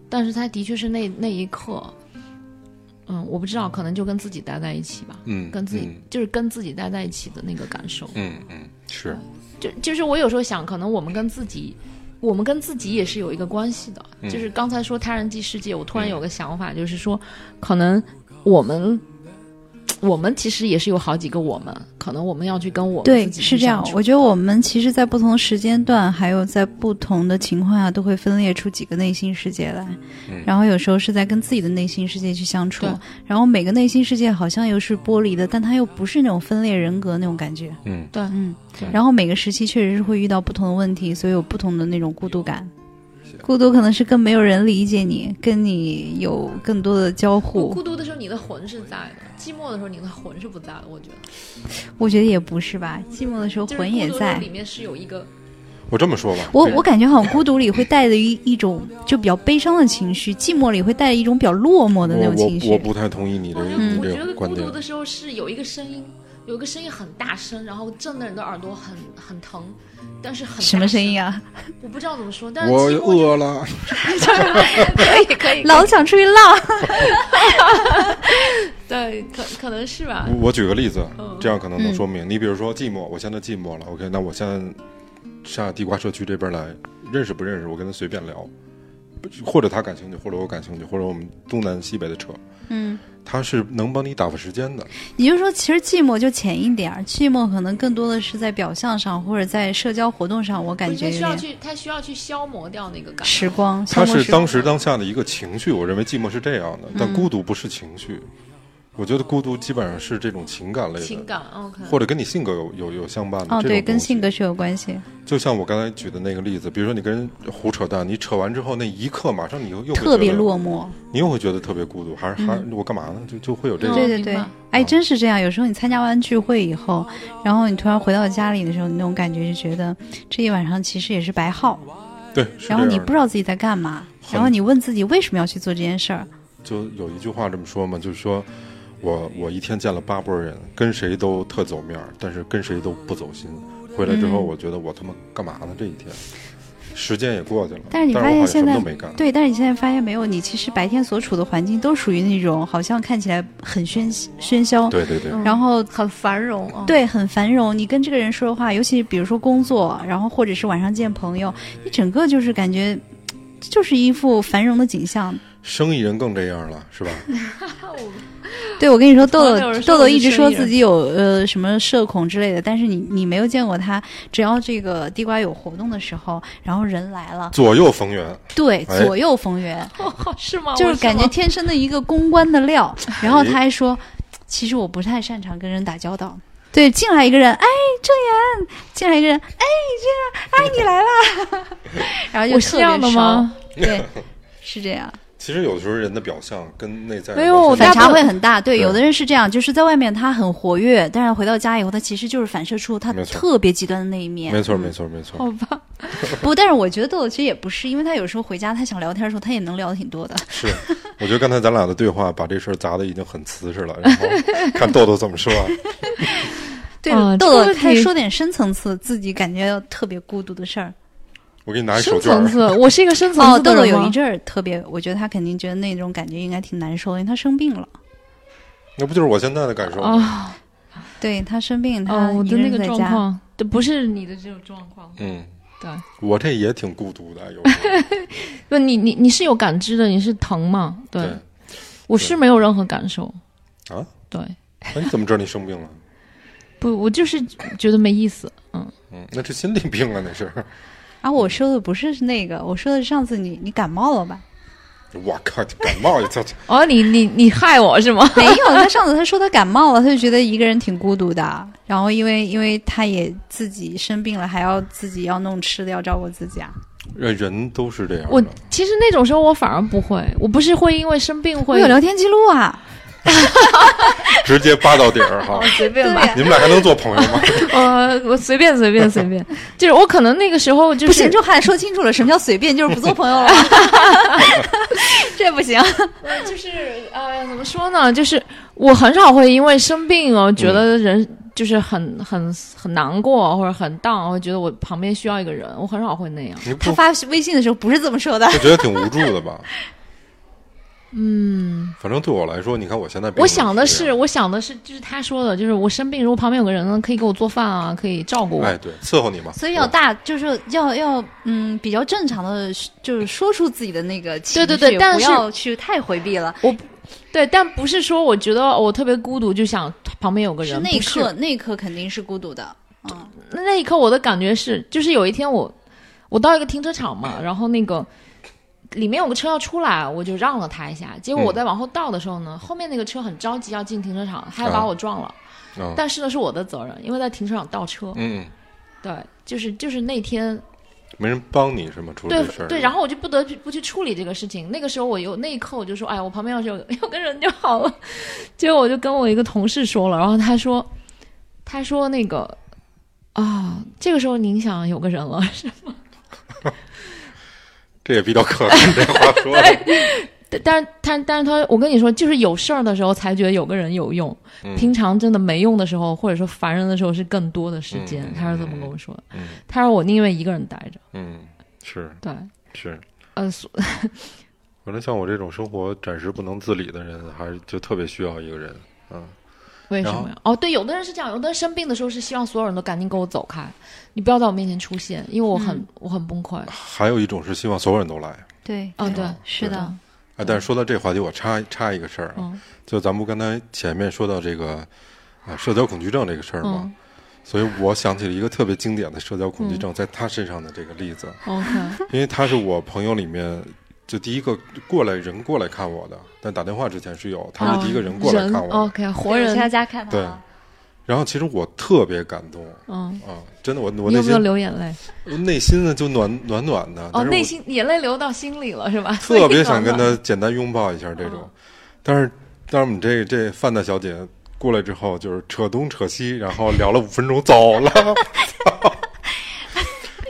Speaker 4: 但是他的确是那那一刻，嗯，我不知道，可能就跟自己待在一起吧，
Speaker 3: 嗯，
Speaker 4: 跟自己、
Speaker 3: 嗯
Speaker 4: 就是跟自己待在一起的那个感受，
Speaker 3: 嗯嗯是，
Speaker 4: 就就是我有时候想，可能我们跟自己，我们跟自己也是有一个关系的。
Speaker 3: 嗯
Speaker 4: 就是刚才说他人即世界，我突然
Speaker 3: 嗯
Speaker 4: 有个想法，就是说，可能我们，我们其实也是有好几个我们，可能我们要去跟我们
Speaker 2: 对
Speaker 4: 自，己
Speaker 2: 是
Speaker 4: 去
Speaker 2: 这样
Speaker 4: 相。处
Speaker 2: 我觉得我们其实，在不同时间段，还有在不同的情况下，都会分裂出几个内心世界来。
Speaker 3: 嗯
Speaker 2: 然后有时候是在跟自己的内心世界去相处
Speaker 4: 对，
Speaker 2: 然后每个内心世界好像又是剥离的，但它又不是那种分裂人格那种感觉。
Speaker 3: 嗯
Speaker 4: 对，
Speaker 2: 嗯
Speaker 3: 对，
Speaker 2: 然后每个时期确实是会遇到不同的问题，所以有不同的那种孤独感。孤独可能是更没有人理解你，跟你有更多的交互
Speaker 4: 孤。独的时候你的魂是在的，寂寞的时候你的魂是不在的。我觉得，
Speaker 2: 我觉得也不是吧，寂寞的时候
Speaker 4: 就是
Speaker 2: 魂
Speaker 4: 孤
Speaker 2: 也
Speaker 4: 独的时候
Speaker 2: 在
Speaker 4: 里。面是有一个，
Speaker 3: 我这么说吧，
Speaker 2: 我
Speaker 3: 这
Speaker 2: 我感觉好像孤独里会带着一一种就比较悲伤的情绪，寂寞里会带着一种比较落寞的那
Speaker 3: 我
Speaker 2: 种情
Speaker 3: 我我
Speaker 2: 绪。
Speaker 3: 不太同意你这
Speaker 4: 我
Speaker 3: 个
Speaker 4: 觉
Speaker 3: 你
Speaker 4: 嗯得，我
Speaker 3: 这
Speaker 4: 觉得
Speaker 3: 个
Speaker 4: 孤
Speaker 3: 观点
Speaker 4: 独。的时候是有一个声音，有一个声音很大声，然后震的人的耳朵很很疼，但是很
Speaker 2: 什么
Speaker 4: 大
Speaker 2: 声音 啊？
Speaker 4: 我不知道怎么说，但是
Speaker 3: 我
Speaker 4: 寂寞就
Speaker 3: 饿了，
Speaker 4: 可以可以，
Speaker 2: 老想出去浪。
Speaker 4: 对，可可能是吧
Speaker 3: 我。我举个例子
Speaker 4: 嗯，
Speaker 3: 这样可能能说明。你比如说寂寞，我现在寂寞了，OK，那我现在上地瓜社区这边来，认识不认识，我跟他随便聊，不或者他感兴趣，或者我感兴趣，或者我们东南西北的扯，
Speaker 2: 嗯，
Speaker 3: 他是能帮你打发时间的。
Speaker 2: 也就是说，其实寂寞就浅一点儿，寂寞可能更多的是在表象上或者在社交活动上，我感
Speaker 4: 他
Speaker 2: 觉
Speaker 4: 需
Speaker 2: 有
Speaker 4: 要
Speaker 2: 点
Speaker 4: 去，他需要去消磨掉那个感觉。
Speaker 2: 时光。消
Speaker 3: 他
Speaker 2: 磨
Speaker 3: 是
Speaker 2: 时光
Speaker 3: 当时当下的一个情绪，我认为寂寞是这样
Speaker 2: 嗯
Speaker 3: 的，但孤独不是情绪。我觉得孤独基本上是这种情感类
Speaker 4: 情
Speaker 3: 的，
Speaker 4: 感，OK，嗯
Speaker 3: 或者跟你性格有有有相伴的。
Speaker 2: 哦，
Speaker 3: 这种
Speaker 2: 对，跟
Speaker 3: 东西
Speaker 2: 性格是有关系，
Speaker 3: 就像我刚才举的那个例子，比如说你跟人胡扯淡，你扯完之后那一刻，马上你又又会
Speaker 2: 特别
Speaker 3: 觉得，嗯
Speaker 2: 落寞。
Speaker 3: 你又会觉得特别孤独，还是还是我干嘛呢？就就会有这
Speaker 4: 嗯
Speaker 3: 种
Speaker 2: 对对对
Speaker 4: 明白，
Speaker 2: 哎，真是这样。有时候你参加完聚会以后，然后你突然回到家里的时候，你那种感觉就觉得这一晚上其实也是白耗，
Speaker 3: 对，是
Speaker 2: 然后
Speaker 3: 这
Speaker 2: 你
Speaker 3: 样的
Speaker 2: 不知道自己在干嘛，
Speaker 3: 很
Speaker 2: 然后你问自己为什么要去做这件事儿。
Speaker 3: 就有一句话这么说嘛，就是说我我一天见了八波人，跟谁都特走面儿，但是跟谁都不走心。回来之后，
Speaker 2: 嗯
Speaker 3: 我觉得我他妈干嘛呢？这一天，时间也过去了，
Speaker 2: 但是你
Speaker 3: 我
Speaker 2: 发现
Speaker 3: 好像什
Speaker 2: 现
Speaker 3: 么
Speaker 2: 在
Speaker 3: 都没干。
Speaker 2: 对，但是你现在发现没有，你其实白天所处的环境都属于那种好像看起来很喧喧嚣，
Speaker 3: 对对对，
Speaker 4: 嗯
Speaker 2: 然后
Speaker 4: 很繁荣啊。
Speaker 2: 对，很繁荣。你跟这个人说的话，尤其比如说工作，然后或者是晚上见朋友，你整个就是感觉，就是一副繁荣的景象。
Speaker 3: 生意人更这样了，是吧？
Speaker 4: 哦
Speaker 2: 对，我跟你说，豆
Speaker 4: 从来没有
Speaker 2: 豆豆
Speaker 4: 人说
Speaker 2: 豆
Speaker 4: 我
Speaker 2: 一
Speaker 4: 是
Speaker 2: 直
Speaker 4: 生
Speaker 2: 说
Speaker 4: 意人
Speaker 2: 自己有呃什么社恐之类的，但是你你没有见过他，只要这个地瓜有活动的时候，然后人来了，
Speaker 3: 左右逢源，
Speaker 2: 对，
Speaker 3: 哎
Speaker 2: 左右逢源，
Speaker 4: 哦，是吗？
Speaker 2: 就
Speaker 4: 我
Speaker 2: 是感觉
Speaker 4: 吗
Speaker 2: 天生的一个公关的 料。然后
Speaker 3: 哎
Speaker 2: 他还说，其实我不太擅长跟人打交道。对，进来一个人，哎，郑源，进来一个人，哎， 这样，哎，你来啦，然后就
Speaker 4: 我是
Speaker 2: 特
Speaker 4: 这样
Speaker 2: 别
Speaker 4: 的
Speaker 2: 熟
Speaker 4: 吗？？
Speaker 2: 对，是这样。
Speaker 3: 其实有的时候人的表象跟内在
Speaker 4: 没有
Speaker 3: 完全
Speaker 2: 反
Speaker 4: 大
Speaker 2: 差
Speaker 4: 部
Speaker 2: 会很大。对，
Speaker 3: 对
Speaker 2: 有的人是这样，就是在外面他很活跃，但是回到家以后，他其实就是反射出他
Speaker 3: 没错
Speaker 2: 特别极端的那一面。
Speaker 3: 没错没错没错，
Speaker 4: 好吧，
Speaker 2: 不，但是我觉得豆豆其实也不是，因为他有时候回家他想聊天的时候，他也能聊的挺多的。
Speaker 3: 是。我觉得刚才咱俩的对话把这事儿砸的已经很瓷实了，然后看豆豆怎么说啊。
Speaker 2: 对，
Speaker 4: 啊这
Speaker 2: 豆豆
Speaker 4: 个问
Speaker 2: 他
Speaker 4: 题
Speaker 2: 说点深层次，自己感觉到特别孤独的事儿。
Speaker 3: 我给你拿一手
Speaker 4: 深
Speaker 3: 绢儿
Speaker 4: 层，次，我是一个深层
Speaker 2: 哦，
Speaker 4: 次的
Speaker 2: 豆豆
Speaker 4: 人
Speaker 2: 有
Speaker 4: 吗
Speaker 2: 一阵儿特别，我觉得他肯定觉得那种感觉应该挺难受，因为他生病了。
Speaker 3: 那不就是我现在的感受吗？
Speaker 4: 啊，
Speaker 2: 对他生病，他
Speaker 4: 哦，我
Speaker 2: 一
Speaker 4: 的
Speaker 2: 个
Speaker 4: 那
Speaker 2: 人
Speaker 4: 个
Speaker 2: 在
Speaker 4: 状
Speaker 2: 家。
Speaker 4: 况，这不是你的这种状况，
Speaker 3: 嗯，
Speaker 4: 对。
Speaker 3: 我这也挺孤独的，有时候
Speaker 4: 不，你你你是有感知的，你是疼嘛？对，
Speaker 3: 对。
Speaker 4: 我是没有任何感受。
Speaker 3: 啊？
Speaker 4: 对，
Speaker 3: 那你怎么知道你生病了？
Speaker 4: 不，我就是觉得没意思。嗯，
Speaker 3: 嗯，那是心理病啊，那是。
Speaker 2: 啊，我说的不是那个，我说的是上次你你感冒 了吧？
Speaker 3: 我靠，感冒也操！
Speaker 4: 哦，你你你害我是吗？
Speaker 2: 没有，他上次他说他感冒了，他就觉得一个人挺孤独的。然后因为因为他也自己生病了，还要自己要弄吃的，要照顾自己啊。
Speaker 3: 人人都是这样
Speaker 4: 我
Speaker 3: 的。
Speaker 4: 其实那种时候我反而不会，我不是会因为生病
Speaker 2: 我
Speaker 4: 会
Speaker 2: 有聊天记录啊，
Speaker 3: 直接扒到底儿
Speaker 2: 哦
Speaker 3: 哈。
Speaker 4: 随 便吧，
Speaker 3: 你们俩还能做朋友吗？
Speaker 4: 呃，我随便随便随便，就是我可能那个时候就
Speaker 2: 不行，
Speaker 4: 是
Speaker 2: 这还得说清楚了，什么叫随便，就是不做朋友了， 这不行。
Speaker 4: 就是呃，怎么说呢？就是我很少会因为生病哦，觉得人就是很很很难过或者很 down，会觉得我旁边需要一个人，我很少会那样。
Speaker 3: 你 不
Speaker 2: 他发微信的时候不是这么说的，
Speaker 3: 我觉得挺无助的吧？嗯，反正对我来说，你看我现在病
Speaker 4: 我
Speaker 3: 了
Speaker 4: 想的
Speaker 3: 这
Speaker 4: 是，
Speaker 3: 样，
Speaker 4: 我想的是，就是他说的，就是我生病，如果旁边有个人呢，可以给我做饭啊，可以照顾我。
Speaker 3: 哎，对，伺候你嘛。
Speaker 2: 所以要
Speaker 3: 对吧
Speaker 2: 大，就是要要嗯，比较正常的，就是说出自己的那个情绪，
Speaker 4: 对对对但
Speaker 2: 不
Speaker 4: 是
Speaker 2: 要去太回避了。
Speaker 4: 对，但不是说我觉得我特别孤独，就想旁边有个
Speaker 2: 是
Speaker 4: 人。
Speaker 2: 那一
Speaker 4: 不是
Speaker 2: 刻，那一刻肯定是孤独的。嗯
Speaker 4: 那那一刻我的感觉是，就是有一天我我到一个停车场嘛，
Speaker 3: 嗯
Speaker 4: 然后那个里面有个车要出来，我就让了他一下。结果我
Speaker 3: 嗯
Speaker 4: 在往后倒的时候呢，后面那个车很着急要进停车场，他还
Speaker 3: 啊
Speaker 4: 把我撞了。
Speaker 3: 嗯
Speaker 4: 但是呢，是我的责任，因为在停车场倒车。
Speaker 3: 嗯，嗯
Speaker 4: 对，就是就是那天
Speaker 3: 没人帮你是吗？出了
Speaker 4: 对
Speaker 3: 这事儿，
Speaker 4: 对，然后我就不得不去处理这个事情。那个时候我有那一刻我就说，哎，我旁边要是有 有个人就好了。结果我就跟我一个同事说了，然后他说，他说那个啊，这个时候您想有个人了，
Speaker 3: 这也比较可 恨，这话说的。
Speaker 4: 但但是但但是他，我跟你说，就是有事儿的时候才觉得有个人有用，
Speaker 3: 嗯
Speaker 4: 平常真的没用的时候，或者说烦人的时候是更多的时间。
Speaker 3: 嗯
Speaker 4: 他是这么跟我说的，
Speaker 3: 嗯
Speaker 4: 他说我宁愿一个人待着。
Speaker 3: 嗯，是
Speaker 4: 对，
Speaker 3: 是。
Speaker 4: 呃，所
Speaker 3: 反正像我这种生活暂时不能自理的人，还是就特别需要一个人。嗯，
Speaker 4: 为什
Speaker 3: 然后
Speaker 4: 么呀？哦，对，有的人是这样，有的人生病的时候是希望所有人都赶紧跟我走开，你不要在我面前出现，因为我
Speaker 3: 嗯
Speaker 4: 很、我很崩溃。
Speaker 3: 还有一种是希望所有人都来。
Speaker 2: 对，
Speaker 4: 哦，对，
Speaker 2: 是的。
Speaker 3: 哎，但是说到这话题，我插插一个事儿啊，
Speaker 4: 嗯
Speaker 3: 就咱们刚才前面说到这个啊社交恐惧症这个事儿嘛，
Speaker 4: 嗯
Speaker 3: 所以我想起了一个特别经典的社交恐惧症在他身上的这个例子，
Speaker 4: ，OK，
Speaker 3: 因为他是我朋友里面就第一个过来人过来看我的，但打电话之前是有，
Speaker 4: 哦
Speaker 3: 他是第一个人过来看我的，
Speaker 4: o k 活
Speaker 2: 我去他
Speaker 4: 人，
Speaker 2: 家看他啊
Speaker 3: 对
Speaker 2: 了。
Speaker 3: 然后其实我特别感动
Speaker 4: 嗯，
Speaker 3: 啊，真的我我内
Speaker 4: 你有没有
Speaker 3: 心
Speaker 4: 流眼泪？
Speaker 3: 我内心呢就暖暖暖的，
Speaker 4: 哦，
Speaker 3: 但是我
Speaker 4: 内心眼泪流到心里了是吧？
Speaker 3: 特别
Speaker 4: 所以
Speaker 3: 想跟
Speaker 4: 暖暖
Speaker 3: 他简单拥抱一下这种
Speaker 4: 嗯，
Speaker 3: 但是但是我们这这范大小姐过来之后，就是扯东扯西，然后聊了五分钟走 了。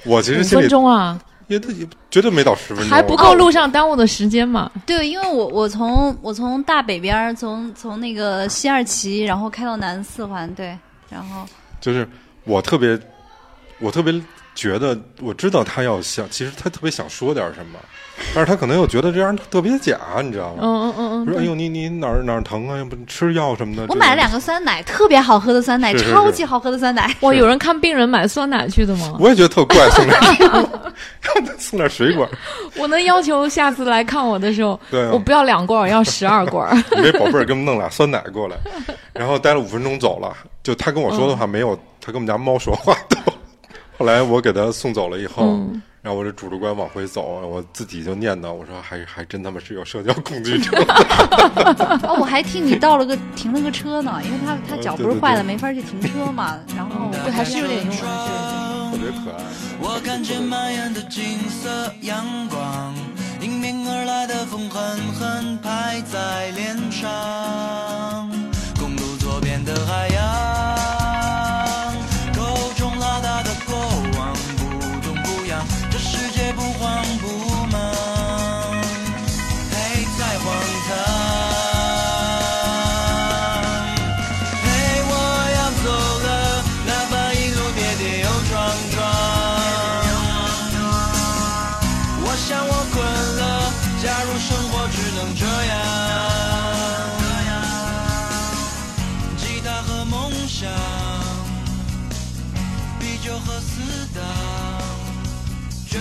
Speaker 3: 我其实
Speaker 4: 五
Speaker 3: 心里
Speaker 4: 分钟啊，
Speaker 3: 也也绝对没到十分钟，
Speaker 4: 还不够路上耽误的时间嘛？
Speaker 2: 对，因为我我从我从大北边儿，从从那个西二旗，然后开到南四环，对，然后
Speaker 3: 就是我特别，我特别觉得我知道他要想，其实他特别想说点什么，但是他可能又觉得这样特别假，你知道
Speaker 4: 嗯
Speaker 3: 吗？
Speaker 4: 嗯嗯
Speaker 3: 我说哎
Speaker 4: 嗯，
Speaker 3: 呦，你你哪儿哪儿疼啊？要不吃药什么的？
Speaker 2: 我买了两
Speaker 3: 个，
Speaker 2: 个酸奶，特别好喝的酸奶，
Speaker 3: 是是是
Speaker 2: 超级好喝的酸 奶。
Speaker 4: 哇，有人看病人买酸奶去的吗？
Speaker 3: 我也觉得特怪，送点水果， 送点水果。
Speaker 4: 我能要求下次来看我的时候，
Speaker 3: 对啊
Speaker 4: 我不要两罐儿，要十二罐儿。
Speaker 3: 你这宝贝儿给我们弄俩酸奶过来，然后待了五分钟走了。就他跟我说的
Speaker 2: 嗯
Speaker 3: 话没有，他跟我们家猫说话都。后来我给他送走了以后，
Speaker 2: 嗯
Speaker 3: 然后我就拄着拐往回走，我自己就念叨我说还还真他妈是有社交恐惧症。
Speaker 2: 哦，我还替你倒了个停了个车呢，因为他他
Speaker 3: 嗯
Speaker 2: 脚
Speaker 3: 对
Speaker 2: 不是
Speaker 3: 对
Speaker 2: 坏
Speaker 3: 对
Speaker 2: 了，没法去停车嘛。然后
Speaker 4: 对，还是有点用。啊
Speaker 3: 特别可爱。
Speaker 1: 我看见蔓延的金色阳光，迎面而来的风狠狠拍在脸上，公路左边的海洋，口中老大的过往不痛不痒，这世界不慌不忙，嘿，在荒唐。嘿，我要走了，哪怕一路跌跌又撞撞。我想我困了，假如生活只能这样，吉他和梦想，啤酒和死党，绝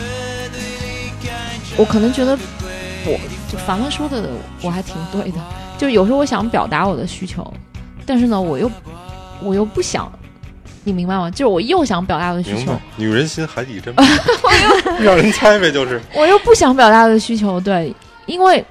Speaker 1: 对离开这
Speaker 4: 我可能觉得
Speaker 1: 个鬼
Speaker 4: 我就凡凡说的我还挺对的，就是有时候我想表达我的需求，但是呢，我又我又不想，你明白吗？就是我又想表达我的需
Speaker 3: 明
Speaker 4: 求
Speaker 3: 白，，女人心海底 针，让人猜呗，就是。
Speaker 4: 我又不想表达我的需求，对，因为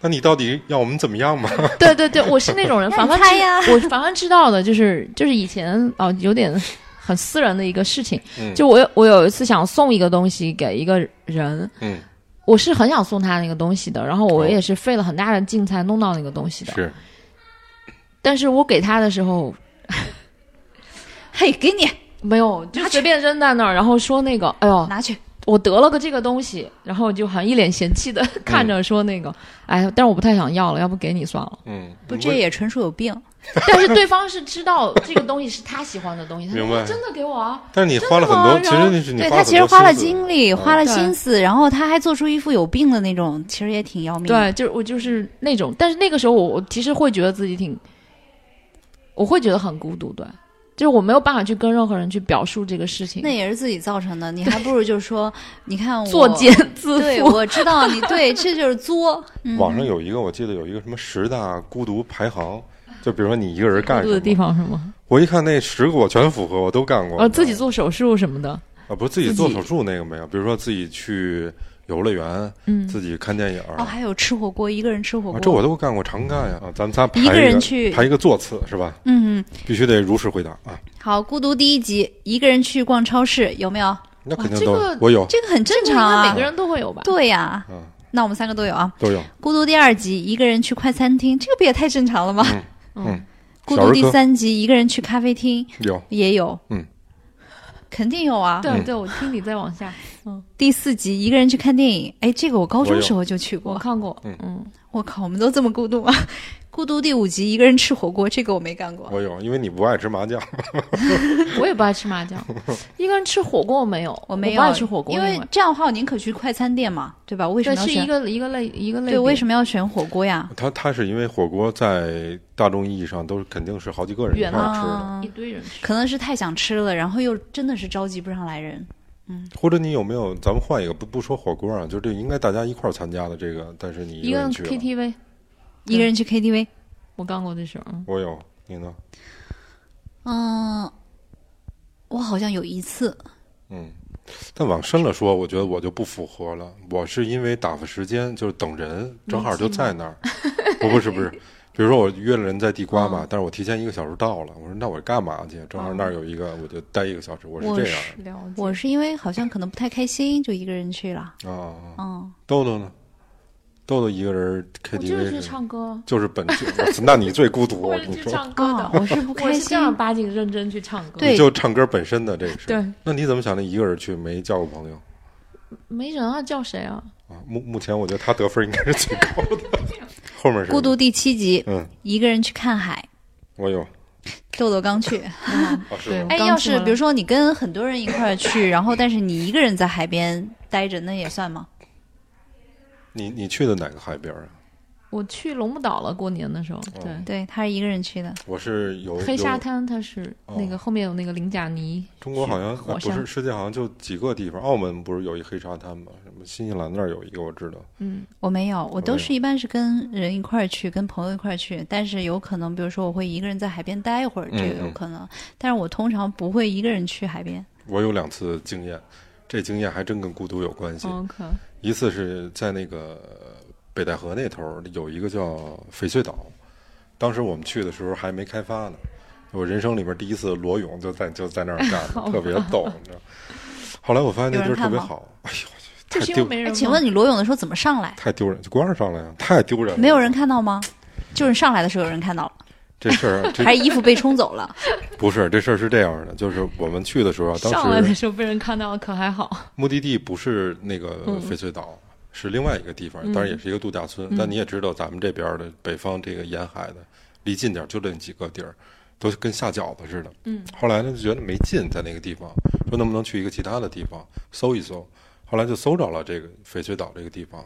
Speaker 3: 那你到底要我们怎么样 嘛？
Speaker 4: 对对对，我是 那种人，
Speaker 2: 那
Speaker 4: 凡
Speaker 2: 你
Speaker 4: 凡
Speaker 2: 猜
Speaker 4: 知
Speaker 2: 呀
Speaker 4: 我凡凡知道的就是就是以前啊、哦有点很私人的一个事情，
Speaker 3: 嗯
Speaker 4: 就我有我有一次想送一个东西给一个人，
Speaker 3: 嗯，
Speaker 4: 我是很想送他那个东西的，然后我
Speaker 3: 哦
Speaker 4: 也是费了很大的劲才弄到那个东西的，
Speaker 3: 是。
Speaker 4: 但是我给他的时候
Speaker 2: 嘿，给你
Speaker 4: 没有，就随便扔在那儿，然后说那个，哎呦，
Speaker 2: 拿去，
Speaker 4: 我得了个这个东西，然后就很一脸嫌弃的 看着说那个，哎，但是我不太想要了，要不给你算了
Speaker 3: 嗯，
Speaker 2: 不，这也纯属有病。
Speaker 4: 但是对方是知道这个东西是他喜欢的东西，他说
Speaker 3: 明白
Speaker 4: 真的给我啊，
Speaker 3: 但是你花了很多，其
Speaker 4: 真的吗
Speaker 3: 实那是你
Speaker 2: 对
Speaker 3: 花
Speaker 2: 他
Speaker 3: 了嗯很
Speaker 2: 其实
Speaker 3: 多
Speaker 2: 花了
Speaker 3: 心思
Speaker 2: 精力，花了心思，然后他还做出一副有病的那种，其实也挺要命的。
Speaker 4: 对，就是我就是那种，但是那个时候我我其实会觉得自己挺，我会觉得很孤独，对，就是我没有办法去跟任何人去表述这个事情
Speaker 2: 那，也是自己造成的，你还不如就是说，你看我
Speaker 4: 作茧自
Speaker 2: 对，
Speaker 4: 缚，
Speaker 2: 我知道你对，这就是作。
Speaker 3: 网上有一个，我记得有一个什么十大孤独排行，就比如说你一个人
Speaker 4: 孤
Speaker 3: 干
Speaker 4: 独的
Speaker 3: 什
Speaker 4: 地
Speaker 3: 么，
Speaker 4: 方是吗？
Speaker 3: 我一看那十个我全符合，我都干过。
Speaker 4: 呃，自己
Speaker 3: 哦做
Speaker 4: 做手术什么的，
Speaker 3: 啊，不是自己
Speaker 4: 自
Speaker 3: 做
Speaker 4: 己
Speaker 3: 手术那个没有，比如说自己去游乐园，
Speaker 4: 嗯，
Speaker 3: 自己看电影儿。
Speaker 2: 哦，还有吃火锅，一个人吃火
Speaker 3: 啊
Speaker 2: 锅，
Speaker 3: 这我都干过，常干呀！啊，咱们仨排
Speaker 2: 一个人
Speaker 3: 个
Speaker 2: 去
Speaker 3: 排一个座次是吧？
Speaker 2: 嗯，嗯
Speaker 3: 必须得如实回答啊！
Speaker 2: 好，孤独第一集，一个人去逛超市，有没有？
Speaker 3: 那
Speaker 4: 哇
Speaker 3: 肯定
Speaker 4: 这
Speaker 3: 都
Speaker 4: 个
Speaker 3: 我有
Speaker 2: 这个很正
Speaker 4: 这
Speaker 2: 常
Speaker 4: 个应该
Speaker 2: 啊
Speaker 4: 每个。人都会有吧？
Speaker 2: 对呀、
Speaker 3: 嗯
Speaker 2: 那我们三个都有啊。
Speaker 3: 都有。
Speaker 2: 孤独第二集，一个人去快餐厅，这个不也太正常了吗？
Speaker 3: 嗯，
Speaker 2: 孤
Speaker 3: 小
Speaker 2: 独
Speaker 3: 儿
Speaker 2: 第
Speaker 3: 科
Speaker 2: 三集，一个人去咖啡厅
Speaker 3: 有
Speaker 2: 也有，
Speaker 3: 嗯，
Speaker 2: 肯定有啊。
Speaker 4: 对
Speaker 3: 嗯
Speaker 4: 对，我听你再往下，
Speaker 2: 第四集，一个人去看电影，哎，这个我高
Speaker 3: 我
Speaker 2: 中
Speaker 3: 有
Speaker 2: 时候就去过
Speaker 4: 我。看过，
Speaker 3: 嗯
Speaker 4: 嗯，
Speaker 2: 我靠，我们都这么孤独吗？孤独第五集，一个人吃火锅，这个我没干过。
Speaker 3: 我有，因为你不爱吃麻 酱，
Speaker 4: 我也不爱吃麻酱，一个人吃火锅我没有，我
Speaker 2: 没
Speaker 4: 不
Speaker 2: 有
Speaker 4: 爱吃火锅，
Speaker 2: 因为这样的话，我宁可去快餐店嘛，对吧？我为什
Speaker 4: 对
Speaker 2: 么要
Speaker 4: 是一
Speaker 2: 选？
Speaker 4: 个一个类一个类别，
Speaker 2: 对，为什么要选火锅呀？
Speaker 3: 他他是因为火锅在大众意义上都是肯定是好几个人一
Speaker 4: 远
Speaker 3: 块儿吃的，
Speaker 2: 啊
Speaker 4: 一堆人吃？
Speaker 2: 可能是太想吃了，然后又真的是召集不上来人。
Speaker 3: 或者你有没有？咱们换一个，不不说火锅啊，就这应该大家一块儿参加的这个，但是你
Speaker 4: 一
Speaker 3: 个
Speaker 4: 个
Speaker 3: 人
Speaker 4: 人
Speaker 3: 去了。
Speaker 4: KTV，
Speaker 2: 一个人去 KTV，
Speaker 4: 我干过这事儿，嗯
Speaker 3: 我有，你呢？
Speaker 2: 嗯，我好像有一次，
Speaker 3: 嗯，但往深了说，我觉得我就不符合了。我是因为打发时间，就是等人，正好就
Speaker 4: 嗯
Speaker 3: 在那儿。不不是 不是，比如说我约了人在地瓜
Speaker 4: 嗯
Speaker 3: 嘛，但是我提前一个小时到了，我说那我干嘛去？
Speaker 4: 哦
Speaker 3: 正好那儿有一个，我就待一个小时。我是
Speaker 2: 我
Speaker 3: 这样
Speaker 2: 是
Speaker 4: 了解
Speaker 2: 我是因为好像可能不太开心，就一个人去了。
Speaker 3: 的啊。啊
Speaker 2: 嗯，
Speaker 3: 豆豆呢？豆豆一个人
Speaker 4: 我就是去
Speaker 3: KTV 是
Speaker 4: 唱歌，
Speaker 3: 就是本就，我操那你最孤独，
Speaker 4: 我
Speaker 3: 我
Speaker 4: 是
Speaker 3: 跟你
Speaker 4: 去
Speaker 3: 说。
Speaker 4: 唱歌
Speaker 2: 啊，
Speaker 4: 的，
Speaker 2: 我是不
Speaker 4: 我
Speaker 2: 开
Speaker 4: 是
Speaker 2: 心
Speaker 4: 正。儿八经认真去唱歌，
Speaker 2: 对
Speaker 3: 你就唱歌本身的这个事儿。
Speaker 4: 对，
Speaker 3: 那你怎么想的？一个人去没交过朋友
Speaker 4: 没人啊，叫谁 啊？
Speaker 3: 啊？目目前我觉得他得分应该是最高的， 后面是
Speaker 2: 孤独。第七集，
Speaker 3: 嗯，
Speaker 2: 一个人去看海，
Speaker 3: 我有。
Speaker 2: 豆豆刚 去。
Speaker 3: 啊，是
Speaker 4: 对
Speaker 3: 吗
Speaker 2: 哎，
Speaker 4: 刚
Speaker 2: 要
Speaker 4: 出
Speaker 2: 是
Speaker 4: 来
Speaker 2: 比如说你跟很多人一块儿去，然后但是你一个人在海边待着，那也算吗？
Speaker 3: 你你去的哪个海边啊？
Speaker 4: 我去龙目岛了，过年的时候，对，
Speaker 2: 对，他是一个人去的。
Speaker 3: 哦我是有
Speaker 4: 黑沙
Speaker 3: 有
Speaker 4: 滩它是
Speaker 3: 哦
Speaker 4: 那个后面有那个菱甲泥，
Speaker 3: 中国好像、
Speaker 4: 火
Speaker 3: 啊不
Speaker 4: 山
Speaker 3: 是世界好像就几个地方，澳门不是有一黑沙滩吗？什么新西兰那儿有一个我知道，
Speaker 4: 嗯，
Speaker 2: 我没有，我
Speaker 3: 没
Speaker 2: 都
Speaker 3: 有
Speaker 2: 是一般是跟人一块儿去，跟朋友一块儿去，但是有可能，比如说我会一个人在海边待一会儿，这个
Speaker 3: 嗯
Speaker 2: 有
Speaker 3: 嗯
Speaker 2: 可能，但是我通常不会一个人去海边。
Speaker 3: 我有两次经验，这经验还真跟孤独有关系。
Speaker 4: 哦可
Speaker 3: 一次是在那个北戴河那头儿有一个叫翡翠岛，当时我们去的时候还没开发呢，我人生里面第一次裸 泳就在就在那儿干，特别逗，你知道。后来我发现那地儿特别好，哎呦我去，
Speaker 4: 就是因
Speaker 3: 丢
Speaker 4: 为没人啊
Speaker 2: 哎，
Speaker 4: 吗。
Speaker 2: 请问你裸泳的时候怎么上来？
Speaker 3: 太丢人，就光让上来啊，太丢人了。
Speaker 2: 没有人看到吗？就是上来的时候有人看到了，
Speaker 3: 这事儿，这
Speaker 2: 还是衣服被冲走 了？
Speaker 3: 不是这事儿是这样的，就是我们去的时候啊，
Speaker 4: 上
Speaker 3: 当
Speaker 4: 来的
Speaker 3: 时
Speaker 4: 时候被人看到了，可还好？
Speaker 3: 目的地不是那个
Speaker 4: 嗯
Speaker 3: 翡翠岛，是另外一个地方，
Speaker 4: 嗯
Speaker 3: 当然也是一个度假村。但你也知道，咱们这边的北方这个沿海的，离近点儿就这几个地儿，都跟下饺子似的。
Speaker 4: 嗯，
Speaker 3: 后来呢就觉得没劲，在那个地方，说能不能去一个其他的地方搜一搜。后来就搜着了这个翡翠岛这个地方，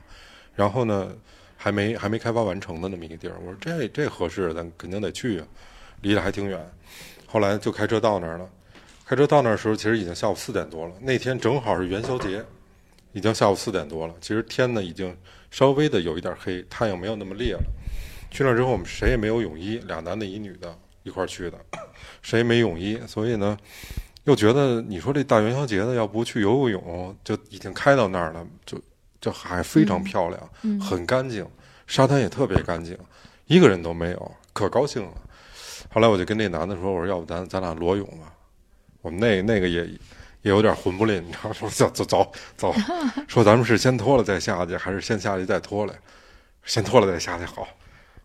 Speaker 3: 然后呢还没还没开发完成的那么一个地儿，我说这这合适，咱肯定得去啊，离得还挺远。后来就开车到那儿了，开车到那儿的时候其实已经下午四点多了，那天正好是元宵节，已经下午四点多了，其实天呢已经稍微的有一点黑，太阳没有那么烈了。去那儿之后我们谁也没有泳衣，俩男的一女的一块儿去的， 谁没泳衣，所以呢，又觉得你说这大元宵节的，要不去游游泳，就已经开到那儿了，就这海非常漂亮，很干净，沙滩也特别干净，一个人都没有，可高兴了。后来我就跟那男的说，我说要不咱咱俩裸泳吧，我们那那个也也有点混不吝，你知道吗？说走走走走，说咱们是先脱了再下去，还是先下去再脱了？先脱了再下去好。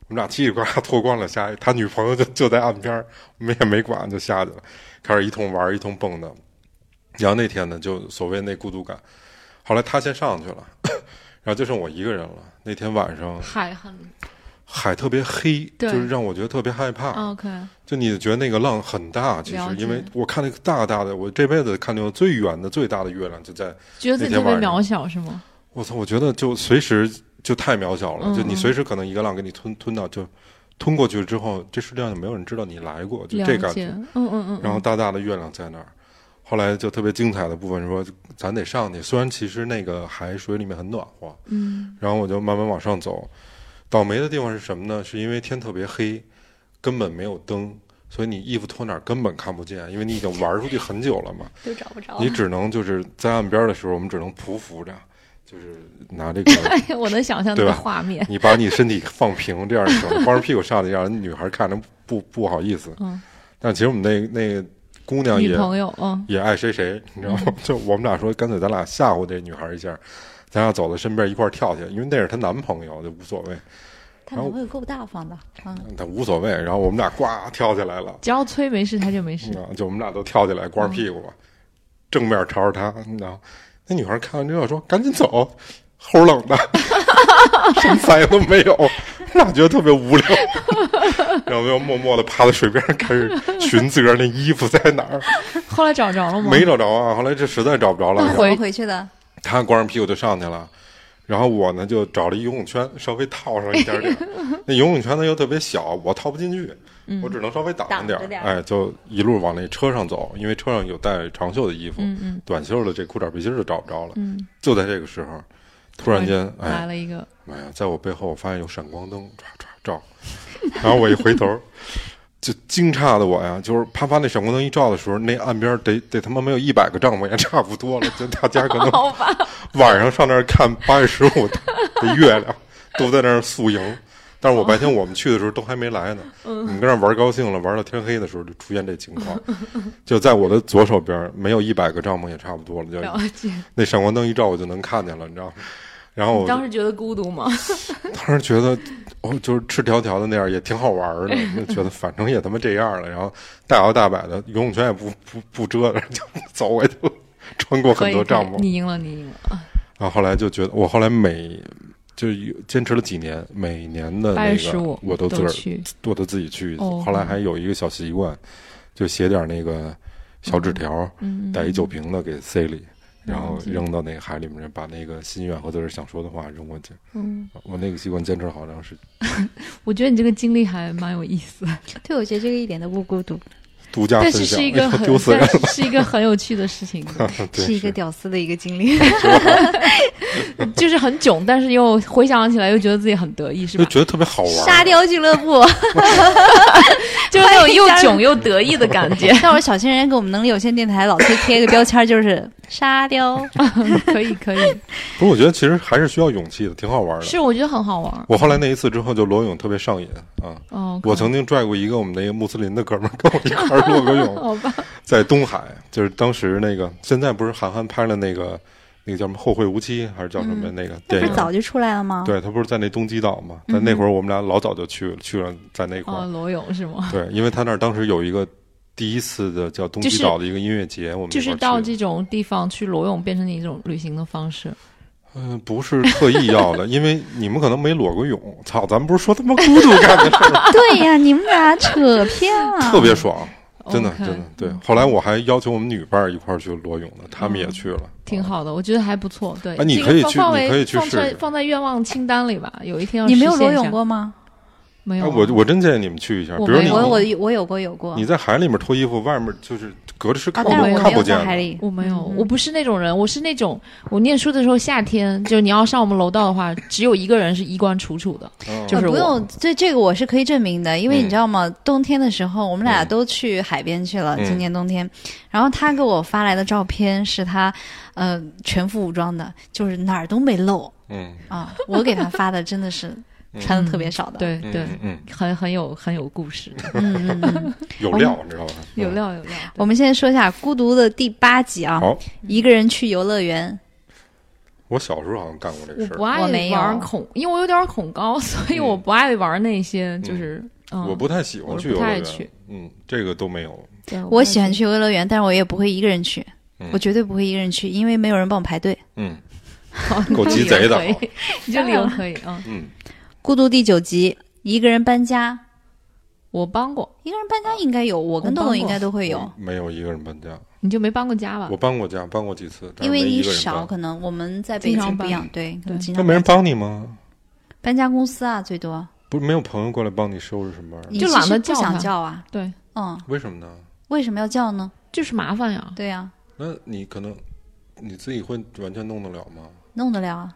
Speaker 3: 我们俩叽里呱啦脱光了下去，他女朋友就就在岸边儿，我们也没管就下去了，开始一通玩儿一通蹦的。然后那天呢，就所谓那孤独感，后来他先上去了， 然后就剩我一个人了。那天晚上
Speaker 4: 海很
Speaker 3: 海特别黑，就
Speaker 4: 对
Speaker 3: 是让我觉得特别害怕。
Speaker 4: OK，
Speaker 3: 就你觉得那个浪很大，其实
Speaker 4: 了解
Speaker 3: 因为我看那个大大的，我这辈子看见最远的最大的月亮就在，
Speaker 4: 觉得自己特别渺小是吗？
Speaker 3: 我操，我觉得就随时就太渺小了，
Speaker 4: 嗯
Speaker 3: 就你随时可能一个浪给你吞吞到就吞过去之后，这世界上就没有人知道你来过，就
Speaker 4: 了
Speaker 3: 这感
Speaker 4: 解
Speaker 3: 觉。，
Speaker 4: 嗯嗯嗯。
Speaker 3: 然后大大的月亮在那儿，后来就特别精彩的部分说，咱得上去，虽然其实那个海水里面很暖和，
Speaker 4: 嗯，
Speaker 3: 然后我就慢慢往上走。倒霉的地方是什么呢？是因为天特别黑，根本没有灯，所以你衣服脱哪儿根本看不见，因为你已经玩出去很久了嘛。
Speaker 4: 都找不着
Speaker 3: 你只能就是在岸边的时候，我们只能匍匐着，就是拿 这个，
Speaker 4: 我能想象那
Speaker 3: 对
Speaker 4: 个
Speaker 3: 吧
Speaker 4: 画面。
Speaker 3: 你把你身体放平，这样行，光着屁股上去让人女孩看着不不好意思。
Speaker 4: 嗯，
Speaker 3: 但其实我们那那姑娘
Speaker 4: 女
Speaker 3: 也
Speaker 4: 朋友，嗯，
Speaker 3: 也爱谁谁，你知道吗？ 就我们俩说，干脆咱俩吓唬这女孩一下，咱俩走到身边一块儿跳去，因为那是她男朋友，就无所谓。
Speaker 2: 他
Speaker 3: 然
Speaker 2: 男
Speaker 3: 后
Speaker 2: 朋友够大方的，嗯，
Speaker 3: 他无所谓，然后我们俩呱跳起来了，
Speaker 4: 只要催没事，他就没事。
Speaker 3: 啊，就我们俩都跳起来，
Speaker 2: 嗯
Speaker 3: 光着屁股，正面朝着他，你知道，那女孩看完之后说：“赶紧走，齁 冷的，什么反应都没有。”我俩觉得特别无聊， 然后就默默的趴在水边上开始寻自个儿那衣服在哪 儿，
Speaker 4: 后来找着了吗？
Speaker 3: 没找着啊。后来这实在找不着了，
Speaker 2: 那
Speaker 3: 然
Speaker 2: 怎
Speaker 3: 后
Speaker 2: 么回去的？
Speaker 3: 他光着屁股就上去了，然后我呢就找了一游泳圈，稍微套上一点点。那游泳圈呢又特别小，我套不进去，我只能稍微挡着点
Speaker 2: 挡
Speaker 3: 儿
Speaker 2: 着点儿
Speaker 3: 哎，就一路往那车上走，因为车上有带长袖的衣服，
Speaker 4: 嗯嗯
Speaker 3: 短袖的这裤衩背心儿就找不着了。
Speaker 4: 嗯，
Speaker 3: 就在这个时候，突然间，
Speaker 4: 来
Speaker 3: 哎，
Speaker 4: 了一个，
Speaker 3: 妈呀，在我背后我发现有闪光灯，唰唰照，然后我一回头。就惊诧的我呀，就是啪啪那闪光灯一照的时候，那岸边得得他妈没有一百个丈夫也差不多了，就大家可能
Speaker 4: 好吧，
Speaker 3: 晚上上那儿看八月十五 的月亮，都在那儿宿营。但
Speaker 4: 哦
Speaker 3: 是我白天我们去的时候都还没来呢，
Speaker 4: 嗯
Speaker 3: 你们跟那儿玩高兴了，玩到天黑的时候就出现这情况，就在我的左手边，没有一百个帐篷也差不多了，就
Speaker 4: 了解。
Speaker 3: 那闪光灯一照我就能看见了，你知道吗？然后我
Speaker 4: 当时觉得孤独吗？
Speaker 3: 当时觉得，哦，就是赤条条的那样也挺好玩儿的， 就觉得反正也他妈这样了，然后大摇大摆的游泳圈也不不不遮着，就走也就穿过
Speaker 4: 可
Speaker 3: 很
Speaker 4: 以
Speaker 3: 多
Speaker 4: 可以
Speaker 3: 帐篷。
Speaker 4: 你赢了，你赢了。啊
Speaker 3: 然后后来就觉得，我后来每就有坚持了几年，每年的
Speaker 4: 八
Speaker 3: 呃那
Speaker 4: 月十
Speaker 3: 个
Speaker 4: 五
Speaker 3: 我都自
Speaker 4: 都
Speaker 3: 个儿
Speaker 4: 去，
Speaker 3: 我都自己去一次。
Speaker 4: 哦
Speaker 3: 后来还有一个小习惯，就写点那个小纸条，
Speaker 4: 嗯，
Speaker 3: 带一酒瓶子给塞里，然后
Speaker 4: 了解
Speaker 3: 扔到那个海里面，把那个心愿和自个儿想说的话扔过去。
Speaker 4: 嗯，
Speaker 3: 我那个习惯坚持了好长时间，
Speaker 4: 我觉得你这个经历还蛮有意思，
Speaker 2: 对，我觉得这个一点都不孤独，
Speaker 3: 独家
Speaker 4: 但
Speaker 3: 分
Speaker 4: 是
Speaker 3: 享，
Speaker 4: 是 一个
Speaker 3: 哎呦
Speaker 4: 很
Speaker 3: 丢死人
Speaker 4: 但是是一个很有趣的事情，
Speaker 3: 了， 对
Speaker 2: 是一个屌丝的一个经历。
Speaker 4: 就是很囧，但是又回想起来又觉得自己很得意，是
Speaker 3: 就
Speaker 4: 吧？
Speaker 3: 觉得特别好玩儿。
Speaker 2: 沙雕俱乐 部，。
Speaker 4: 就是那种又囧又得意的感 觉
Speaker 2: 到时候小新人给我们能力有限电台老贴贴一个标签， 就是沙雕。
Speaker 4: 可以可 以，
Speaker 3: 不是，我觉得其实还是需要勇气的，挺好玩儿的。
Speaker 4: 是我觉得很好玩儿。
Speaker 3: 我后来那一次之后，就裸泳特别上瘾啊。
Speaker 4: 哦，
Speaker 3: 我曾经拽过一个我们那个穆斯林的哥们儿跟我一 块儿裸个泳，
Speaker 4: 好吧，
Speaker 3: 在东海，就是当时那个，现在不是韩寒拍了那个那个叫什么《后会无期》还是叫什么
Speaker 2: 嗯
Speaker 3: 那个
Speaker 2: 那
Speaker 3: 电
Speaker 2: 不
Speaker 3: 影
Speaker 2: 是？早就出来了吗？
Speaker 3: 对他不是在那东极岛嘛？但
Speaker 2: 嗯哼
Speaker 3: 那会儿我们俩老早就去去了，在那块
Speaker 4: 哦，
Speaker 3: 儿。
Speaker 4: 裸泳是吗？
Speaker 3: 对，因为他那儿当时有一个第一次的叫东
Speaker 4: 就
Speaker 3: 极
Speaker 4: 是
Speaker 3: 岛的一个音乐节，我们
Speaker 4: 就是
Speaker 3: 那块
Speaker 4: 到
Speaker 3: 儿去
Speaker 4: 这种地方去裸泳，变成一种旅行的方式。
Speaker 3: 嗯、不是特意 要的，因为你们可能没裸过泳。操，咱们不是说他妈孤独干的事 儿吗，
Speaker 2: 对呀，你们俩扯偏啊了。
Speaker 3: 特别爽，真的
Speaker 4: OK
Speaker 3: 真的。对，
Speaker 2: 嗯
Speaker 3: 后来我还邀请我们女伴儿一块儿去裸泳呢，他们也去了，
Speaker 4: 挺好的，我觉得还不错。对，
Speaker 3: 啊你
Speaker 4: 这
Speaker 3: 可以
Speaker 4: 个放
Speaker 3: 去
Speaker 4: 范
Speaker 3: 你
Speaker 4: 围
Speaker 3: 可以去
Speaker 4: 放
Speaker 3: 试
Speaker 4: 在
Speaker 3: 试
Speaker 4: 放在愿望清单里吧，有一天要
Speaker 2: 你没有
Speaker 4: 实现
Speaker 2: 裸
Speaker 4: 一
Speaker 2: 泳
Speaker 4: 下？
Speaker 2: 过吗？
Speaker 4: 没
Speaker 3: 哎
Speaker 4: 有啊，
Speaker 3: 我我真建议你们去一下，比
Speaker 4: 我
Speaker 3: 如
Speaker 4: 没
Speaker 3: 你
Speaker 4: 有
Speaker 2: 我我我有过有过
Speaker 3: 你，在海里面脱衣服，外面就是隔着是
Speaker 2: 啊
Speaker 3: 看不、
Speaker 2: 但是我
Speaker 3: 看
Speaker 2: 没
Speaker 3: 不
Speaker 2: 有
Speaker 3: 见
Speaker 2: 在海
Speaker 3: 的。
Speaker 2: 里，
Speaker 4: 我没有，
Speaker 2: 嗯
Speaker 4: 我不是那种人，我是那种我念书的时候夏天，就是你要上我们楼道的话，只有一个人是衣冠楚楚的，
Speaker 3: 嗯
Speaker 4: 就
Speaker 2: 呃
Speaker 4: 是
Speaker 2: 不
Speaker 4: 我
Speaker 2: 用，这这个我是可以证明的，因为
Speaker 3: 嗯
Speaker 2: 你知道吗？冬天的时候，我们俩
Speaker 3: 嗯
Speaker 2: 都去海边去了，
Speaker 3: 嗯
Speaker 2: 今年冬天。然后他给我发来的照片是他，呃，全副武装的，就是哪儿都没露
Speaker 3: 嗯
Speaker 2: 啊。我给他发的真的是穿的特别少的，
Speaker 4: 对
Speaker 3: 嗯
Speaker 4: 对，
Speaker 3: 嗯嗯，
Speaker 4: 很很有很有故 事，
Speaker 2: 嗯嗯嗯。
Speaker 3: 有料，你知道吧？
Speaker 4: 有
Speaker 3: 嗯。
Speaker 4: 料有料。
Speaker 2: 我们现在说一下《孤独》的第八集啊，
Speaker 3: 好，
Speaker 2: 一个人去游乐园，
Speaker 3: 我小时候好像干过这
Speaker 4: 我
Speaker 3: 事
Speaker 4: 不
Speaker 3: 儿，
Speaker 4: 爱
Speaker 2: 我没有
Speaker 4: 玩恐，因为我有点恐高， 所以
Speaker 3: 嗯
Speaker 4: 我不爱玩那些，就是嗯，
Speaker 3: 我不太喜欢
Speaker 4: 我
Speaker 3: 去
Speaker 4: 不
Speaker 3: 游乐
Speaker 4: 太
Speaker 3: 园
Speaker 4: 去。
Speaker 3: 嗯，这个都没有。
Speaker 4: 对
Speaker 2: 我喜欢去游乐园，但是我也不会一个人去
Speaker 3: 嗯，
Speaker 2: 我绝对不会一个人去，因为没有人帮我排队。
Speaker 3: 嗯
Speaker 4: 不太去，
Speaker 3: 够鸡贼的
Speaker 4: 你这个理由可以， 你这理由可以啊，
Speaker 3: 嗯，
Speaker 2: 孤独第九集，一个人搬家，
Speaker 4: 我帮过，
Speaker 2: 一个人搬家应该有，我跟豆豆应该都会有啊
Speaker 3: 我，没有一个人搬家？
Speaker 4: 你就没帮过家吧
Speaker 3: 我？搬过家，搬过几次，但
Speaker 2: 因
Speaker 3: 是没
Speaker 2: 为
Speaker 3: 一
Speaker 2: 你
Speaker 3: 个人
Speaker 2: 少，
Speaker 3: 搬。
Speaker 2: 可能我们在北
Speaker 4: 经常
Speaker 2: 京不
Speaker 4: 搬
Speaker 2: 一样，对，可能
Speaker 4: 对
Speaker 2: 经
Speaker 3: 那
Speaker 2: 常
Speaker 3: 没人
Speaker 2: 搬
Speaker 3: 帮你吗？
Speaker 2: 搬家公司啊，最多
Speaker 3: 不是没有朋友过来帮你收拾什么玩意儿？
Speaker 2: 你
Speaker 4: 就
Speaker 2: 其
Speaker 4: 懒
Speaker 2: 实
Speaker 4: 得
Speaker 2: 不
Speaker 4: 叫
Speaker 2: 想
Speaker 4: 他
Speaker 2: 叫啊，
Speaker 4: 对，
Speaker 2: 嗯，
Speaker 3: 为什么呢？
Speaker 2: 为什么要叫呢？
Speaker 4: 就是麻烦呀。
Speaker 2: 对啊，
Speaker 3: 那你可能你自己会完全弄得了吗？
Speaker 2: 弄得了啊。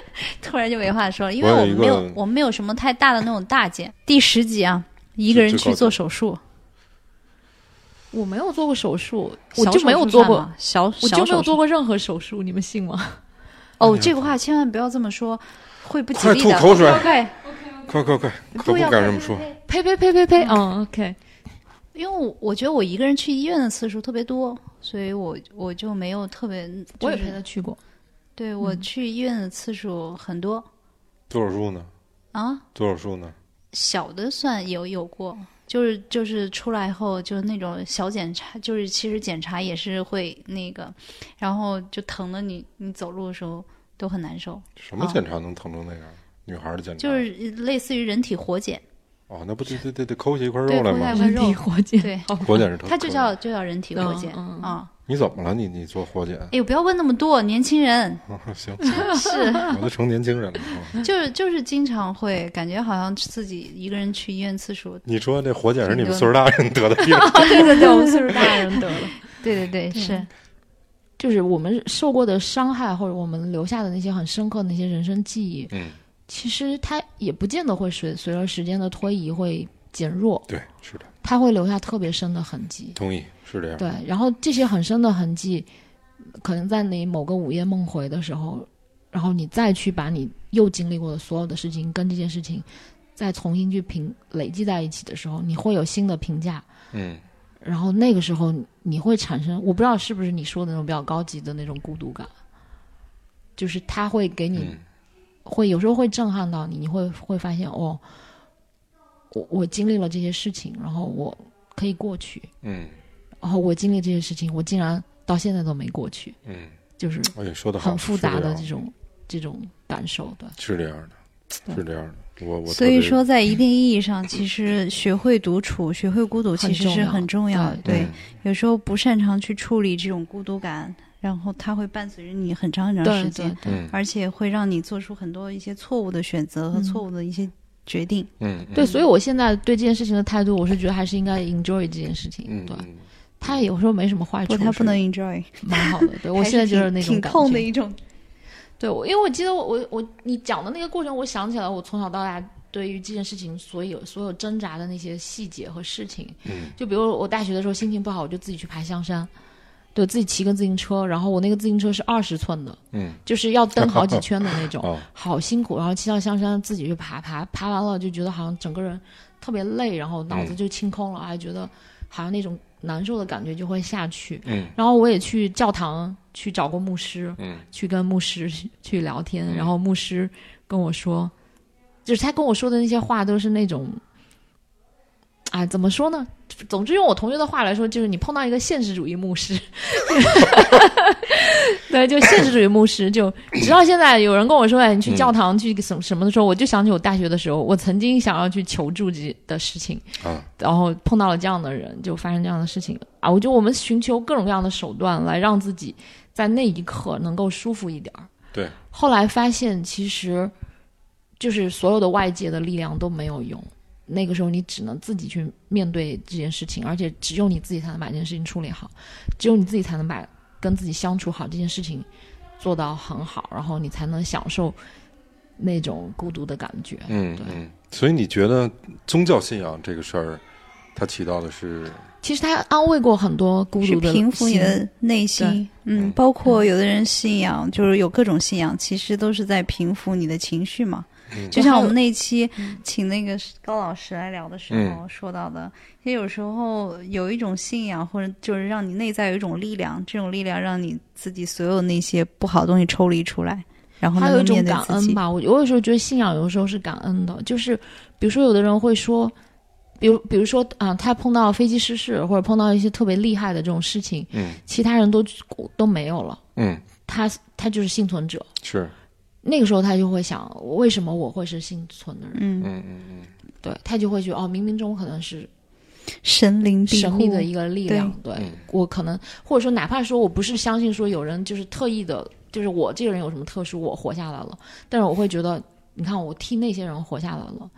Speaker 2: 突然就没话说了，因
Speaker 3: 我
Speaker 2: 为
Speaker 3: 有
Speaker 2: 我
Speaker 3: 一
Speaker 2: 们没有
Speaker 3: 个
Speaker 2: 我们没有什么太大的那种大件。第十集啊，一个人
Speaker 3: 最
Speaker 2: 去
Speaker 3: 高
Speaker 2: 做
Speaker 3: 的
Speaker 2: 手术，
Speaker 4: 我没有做过手术，
Speaker 2: 小
Speaker 4: 我就
Speaker 2: 手
Speaker 4: 没有
Speaker 2: 术
Speaker 4: 做
Speaker 2: 算
Speaker 4: 过
Speaker 2: 吗，小，
Speaker 4: 我
Speaker 2: 小
Speaker 4: 就没
Speaker 2: 手
Speaker 4: 有
Speaker 2: 术
Speaker 4: 做过任何手术，你们信吗？
Speaker 2: 哦，这个话千万不要这么说，会不吉
Speaker 3: 哎快
Speaker 2: 利
Speaker 3: 吐
Speaker 2: 的。
Speaker 3: 口水
Speaker 2: 快，
Speaker 3: 快快快，可不敢这么说。
Speaker 4: 呸呸呸呸呸！嗯，OK，
Speaker 2: 因为我我觉得我一个人去医院的次数特别多，所以我我就没有特别，
Speaker 4: 嗯我也嗯
Speaker 2: 觉
Speaker 4: 陪
Speaker 2: 得，
Speaker 4: 他去过。
Speaker 2: 对我去医院的次数很多
Speaker 3: 做手术呢？
Speaker 2: 啊，
Speaker 3: 做手术呢？
Speaker 2: 小的算有有过，就是就是出来后就是那种小检查，就是其实检查也是会那个，然后就疼的你你走路的时候都很难受，
Speaker 4: 嗯
Speaker 3: 什么
Speaker 2: 哦
Speaker 3: 检查能疼成那样？女孩儿的检查
Speaker 2: 就是类似于人体活检，
Speaker 3: 哦，那不得得得得抠下一块
Speaker 2: 对
Speaker 3: 肉来
Speaker 2: 抠下
Speaker 3: 吗
Speaker 2: 一？块
Speaker 4: 人体
Speaker 2: 肉
Speaker 4: 活检，
Speaker 2: 对
Speaker 4: 好吧
Speaker 3: 活检是 疼，
Speaker 2: 它就叫就叫人体活检
Speaker 4: 嗯嗯嗯嗯
Speaker 2: 啊。
Speaker 3: 你怎么了？你你做活检？
Speaker 2: 哎呦，不要问那么多，年轻 人
Speaker 3: 行，
Speaker 2: 是。
Speaker 3: 我都成年轻人了。 啊
Speaker 2: 就是就是经常会感觉好像自己一个人去医院次数，
Speaker 3: 你说这活检是你们岁数大人得的病？
Speaker 2: 哦
Speaker 4: 对对对，我们岁数大人得 了。
Speaker 2: 对对对，
Speaker 4: 对
Speaker 2: 是
Speaker 4: 就是我们受过的伤害，或者我们留下的那些很深刻的那些人生记忆，
Speaker 3: 嗯，
Speaker 4: 其实它也不见得会随随着时间的推移会减弱，
Speaker 3: 对，是的，
Speaker 4: 它会留下特别深的痕迹。
Speaker 3: 同意，是这样。
Speaker 4: 对，然后这些很深的痕迹，可能在你某个午夜梦回的时候，然后你再去把你又经历过的所有的事情跟这件事情再重新去评累积在一起的时候，你会有新的评价，
Speaker 3: 嗯，
Speaker 4: 然后那个时候你会产生，我不知道是不是你说的那种比较高级的那种孤独感，就是它会给你、
Speaker 3: 嗯
Speaker 4: 会有时候会震撼到你，你会会发现哦，我我经历了这些事情，然后我可以过去，
Speaker 3: 嗯
Speaker 4: 然哦后我经历这些事情，我竟然到现在都没过去，
Speaker 3: 嗯，
Speaker 4: 就是
Speaker 3: 哎，说的
Speaker 4: 很复杂的这种这种感受的。
Speaker 3: 是这样的，是这样的。我嗯我
Speaker 2: 所以说，在一定意义上，其实学会独处、学会孤独，
Speaker 4: 很
Speaker 2: 其实是
Speaker 4: 重要
Speaker 2: 很重要的。
Speaker 4: 对
Speaker 2: 对，有时候不擅长去处理这种孤独感，然后它会伴随着你很长很长时
Speaker 4: 对对
Speaker 2: 间，
Speaker 4: 对
Speaker 3: 嗯
Speaker 2: 而且会让你做出很多一些错误的选择和
Speaker 4: 嗯
Speaker 2: 错误的一些决定。
Speaker 3: 嗯
Speaker 4: 对，所以我现在对这件事情的态度，我是觉得还是应该 enjoy 这件事情。
Speaker 3: 嗯
Speaker 4: 对，它有时候没什么坏
Speaker 2: 不
Speaker 4: 处，
Speaker 2: 过它
Speaker 4: 是
Speaker 2: 不能 enjoy，
Speaker 4: 蛮好的。 对我
Speaker 2: 还是
Speaker 4: 现在就是
Speaker 2: 挺
Speaker 4: 那种
Speaker 2: 挺
Speaker 4: 感
Speaker 2: 痛的
Speaker 4: 觉。
Speaker 2: 一种。
Speaker 4: 对，我因为我记得我我我你讲的那个过程，我想起来我从小到大对于这件事情所有所有挣扎的那些细节和事情，
Speaker 3: 嗯
Speaker 4: 就比如我大学的时候心情不好，我就自己去爬香山，对自己骑个自行车，然后我那个自行车是二十寸的，
Speaker 3: 嗯
Speaker 4: 就是要蹬好几圈的那 种，
Speaker 3: 啊
Speaker 4: 好辛苦。然后骑到香山自己去爬，爬爬哎完了就觉得好像整个人特别累，然后脑子就清空了，还觉得好像那种难受的感觉就会下去。
Speaker 3: 嗯
Speaker 4: 然后我也去教堂去找过牧师，
Speaker 3: 嗯
Speaker 4: 去跟牧师去去聊天，
Speaker 3: 嗯
Speaker 4: 然后牧师跟我说，就是他跟我说的那些话都是那种，哎，怎么说呢？总之，用我同学的话来说，就是你碰到一个现实主义牧师， 对，就现实主义牧师，就直到现在有人跟我说，哎，你去教堂去什么什么的时候，我就想起我大学的时候，我曾经想要去求助这的事情，
Speaker 3: 啊，
Speaker 4: 然后碰到了这样的人，就发生这样的事情啊！我觉得我们寻求各种各样的手段来让自己在那一刻能够舒服一点儿。
Speaker 3: 对，
Speaker 4: 后来发现其实就是所有的外界的力量都没有用，那个时候你只能自己去面对这件事情，而且只有你自己才能把这件事情处理好，只有你自己才能把跟自己相处好这件事情做到很好，然后你才能享受那种孤独的感觉。
Speaker 3: 嗯
Speaker 4: 对
Speaker 3: 嗯，所以你觉得宗教信仰这个事儿，它起到的是
Speaker 4: 其实他安慰过很多孤
Speaker 2: 是
Speaker 4: 独的
Speaker 2: 平复你
Speaker 4: 心
Speaker 2: 的内心
Speaker 4: 对。
Speaker 2: 嗯，包括有的人信仰，就是有各种信仰，其实都是在平复你的情绪嘛。
Speaker 3: 嗯
Speaker 2: 就像我们那一期
Speaker 4: 嗯
Speaker 2: 请那个高老师来聊的时候
Speaker 3: 嗯
Speaker 2: 说到的，也有时候有一种信仰，或者就是让你内在有一种力量，这种力量让你自己所有那些不好的东西抽离出来，然后
Speaker 4: 还
Speaker 2: 能
Speaker 4: 有
Speaker 2: 够
Speaker 4: 一种
Speaker 2: 面对
Speaker 4: 感
Speaker 2: 自
Speaker 4: 恩
Speaker 2: 己。
Speaker 4: 吧。我我有时候觉得信仰有时候是感恩的，就是比如说有的人会说，比如比如说啊、他碰到飞机失事或者碰到一些特别厉害的这种事情，
Speaker 3: 嗯
Speaker 4: 其他人都都没有了，
Speaker 3: 嗯
Speaker 4: 他他就是幸存者。
Speaker 3: 是
Speaker 4: 那个时候他就会想，为什么我会是幸存的人？
Speaker 2: 嗯，
Speaker 3: 嗯嗯
Speaker 4: 对他就会觉得哦，冥冥中可能是
Speaker 2: 神灵庇
Speaker 4: 神
Speaker 2: 护
Speaker 4: 秘的一个力量。对
Speaker 3: 嗯
Speaker 4: 我可能，或者说哪怕说我不是相信说有人就是特意的，就是我这个人有什么特殊，我活下来了，但是我会觉得，你看我替那些人活下来了，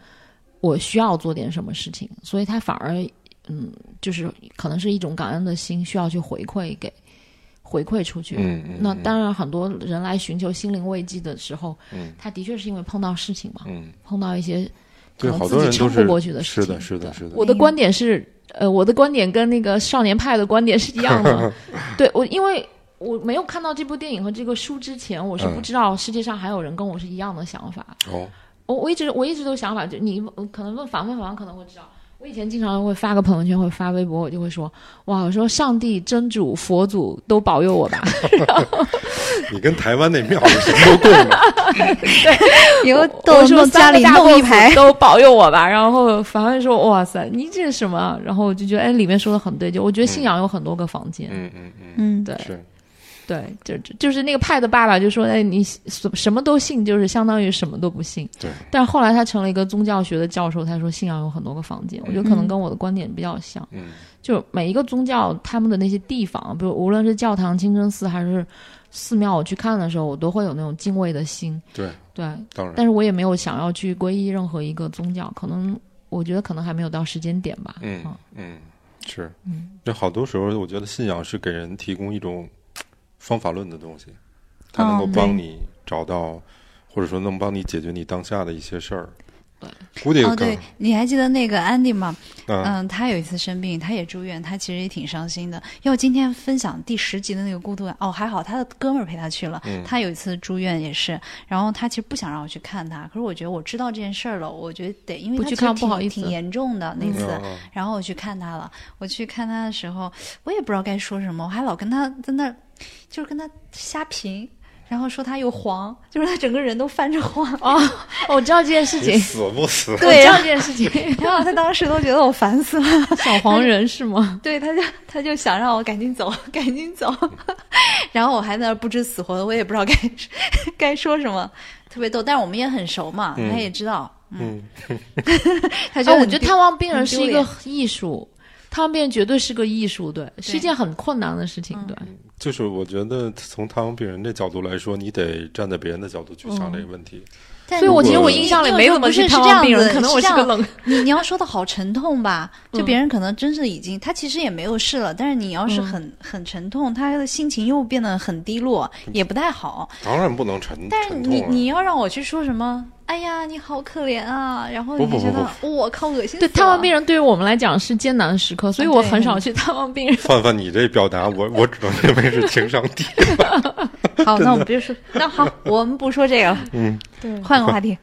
Speaker 4: 我需要做点什么事情，所以他反而，嗯，就是可能是一种感恩的心，需要去回馈给回馈出去。
Speaker 3: 嗯嗯，
Speaker 4: 那当然，很多人来寻求心灵慰藉的时候，
Speaker 3: 嗯
Speaker 4: 他的确是因为碰到事情嘛，
Speaker 3: 嗯，
Speaker 4: 碰到一些可
Speaker 3: 对，
Speaker 4: 能
Speaker 3: 好
Speaker 4: 自
Speaker 3: 多人都
Speaker 4: 己撑
Speaker 3: 是
Speaker 4: 不过去的事
Speaker 3: 是
Speaker 4: 情。
Speaker 3: 的，是的，
Speaker 4: 对
Speaker 3: 是的，
Speaker 4: 我的观点是，呃，我的观点跟那个少年派的观点是一样 的。对我，因为我没有看到这部电影和这个书之前，我是不
Speaker 3: 嗯
Speaker 4: 知道世界上还有人跟我是一样的想法。
Speaker 3: 哦，
Speaker 4: 我我一直我一直都想法，就你呃可能问反问反问可能会知道。我以前经常会发个朋友圈，会发微博，我就会说：“哇，我说上帝、真主、佛祖都保佑我吧。
Speaker 3: 你跟台湾那庙有什么都共了，
Speaker 2: 以后
Speaker 4: 我
Speaker 2: 都
Speaker 4: 说
Speaker 2: 弄家
Speaker 4: 三个
Speaker 2: 里
Speaker 4: 大
Speaker 2: 弄一
Speaker 4: 豆腐
Speaker 2: 排，
Speaker 4: 都保佑我吧。然后凡凡说：“哇塞，你这是什么啊？”然后我就觉得，哎，里面说的很对，就我觉得信仰有很多个房间。
Speaker 3: 嗯嗯嗯，
Speaker 2: 嗯，
Speaker 4: 对
Speaker 3: 是，
Speaker 4: 对，就就就是那个派的爸爸就说：“哎，你什什么都信，就是相当于什么都不信。”
Speaker 3: 对。
Speaker 4: 但是后来他成了一个宗教学的教授，他说信仰有很多个房间，我觉得可
Speaker 2: 嗯
Speaker 4: 能跟我的观点比较像。
Speaker 3: 嗯
Speaker 4: 就每一个宗教他们的那些地方，比如无论是教堂、清真寺还是寺庙，我去看的时候，我都会有那种敬畏的心。
Speaker 3: 对，
Speaker 4: 对，
Speaker 3: 当然，
Speaker 4: 但是我也没有想要去皈依任何一个宗教，可能我觉得可能还没有到时间点吧。
Speaker 3: 嗯嗯是，
Speaker 4: 嗯
Speaker 3: 这好多时候我觉得信仰是给人提供一种方法论的东西，它能够
Speaker 2: 哦
Speaker 3: 帮
Speaker 2: 对
Speaker 3: 你找到，或者说能帮你解决你当下的一些事儿
Speaker 4: 对。呃
Speaker 3: 估计
Speaker 2: 哦，
Speaker 3: 更
Speaker 2: 对，你还记得那个安迪吗？
Speaker 3: 嗯
Speaker 2: 嗯，他有一次生病，他也住院，他其实也挺伤心的。要今天分享第十集的那个孤独感，哦，还好他的哥们儿陪他去了。
Speaker 3: 嗯
Speaker 2: 他有一次住院也是，然后他其实不想让我去看他，可是我觉得我知道这件事儿了，我觉得得，因为
Speaker 4: 不
Speaker 2: 他
Speaker 4: 去
Speaker 2: 其实
Speaker 4: 看不
Speaker 2: 挺
Speaker 4: 好意思
Speaker 2: 挺严重的那
Speaker 4: 嗯
Speaker 2: 次。
Speaker 3: 嗯嗯
Speaker 2: 然后我去看他了，我去看他的时候，我也不知道该说什么，我还老跟他在那儿，就是跟他瞎贫。然后说他又黄，就是他整个人都泛着黄，
Speaker 4: 哦我知道这件事
Speaker 3: 你
Speaker 4: 情，
Speaker 3: 死不死？
Speaker 4: 我
Speaker 2: 对啊呀
Speaker 4: 知道这件事情，
Speaker 2: 然后他当时都觉得我烦死了。
Speaker 4: 小黄人是吗？
Speaker 2: 对，他就他就想让我赶紧走，赶紧走， 然后我还在那儿不知死活的，我也不知道该该说 什么，特别逗。但是我们也很熟嘛，
Speaker 3: 嗯
Speaker 2: 他也知道，
Speaker 3: 嗯，
Speaker 2: 他就、
Speaker 4: 啊，我觉得探望病人
Speaker 2: 很
Speaker 4: 是
Speaker 2: 丢
Speaker 4: 一个
Speaker 2: 脸
Speaker 4: 艺术，探望病人绝对是个艺术，对，是一件很困难的事
Speaker 2: 嗯
Speaker 4: 情，对，
Speaker 3: 就是我觉得从他们病人的角度来说，你得站在别人的角度去想
Speaker 2: 嗯
Speaker 3: 这个问题。
Speaker 2: 但
Speaker 4: 所以我其实
Speaker 3: 如
Speaker 4: 我
Speaker 3: 果
Speaker 4: 印象里
Speaker 2: 因为
Speaker 4: 没有
Speaker 2: 我
Speaker 4: 怎么
Speaker 2: 不是
Speaker 4: 去
Speaker 2: 是
Speaker 4: 探
Speaker 2: 这
Speaker 4: 望
Speaker 2: 样
Speaker 4: 病人，
Speaker 2: 子
Speaker 4: 可能我
Speaker 2: 是
Speaker 4: 是
Speaker 2: 这样
Speaker 4: 个冷，
Speaker 2: 你你要说的好沉痛吧，就
Speaker 4: 嗯
Speaker 2: 别人可能真是已经他其实也没有事了，但是你要是
Speaker 4: 嗯
Speaker 2: 很、很沉痛，他的心情又变得很低落，也不太好。
Speaker 3: 当然不能沉
Speaker 2: 但是
Speaker 3: 沉
Speaker 2: 你
Speaker 3: 痛啊
Speaker 2: 你
Speaker 3: 了。
Speaker 2: 要让我去说什么？哎呀，你好可怜啊！然后
Speaker 3: 不
Speaker 2: 你就
Speaker 3: 不
Speaker 2: 觉
Speaker 3: 不
Speaker 2: 得我靠，恶心
Speaker 4: 对，
Speaker 2: 死
Speaker 4: 探望
Speaker 2: 了
Speaker 4: 病人对于我们来讲是艰难时刻，所以
Speaker 2: 啊
Speaker 4: 我
Speaker 2: 对
Speaker 4: 很少去探望病人。
Speaker 3: 范范，你这表达，我我只能认为是情商低。
Speaker 2: 好，那我们别说，那好，我们不说这个了，
Speaker 3: 嗯，
Speaker 4: 对
Speaker 2: 换个话题。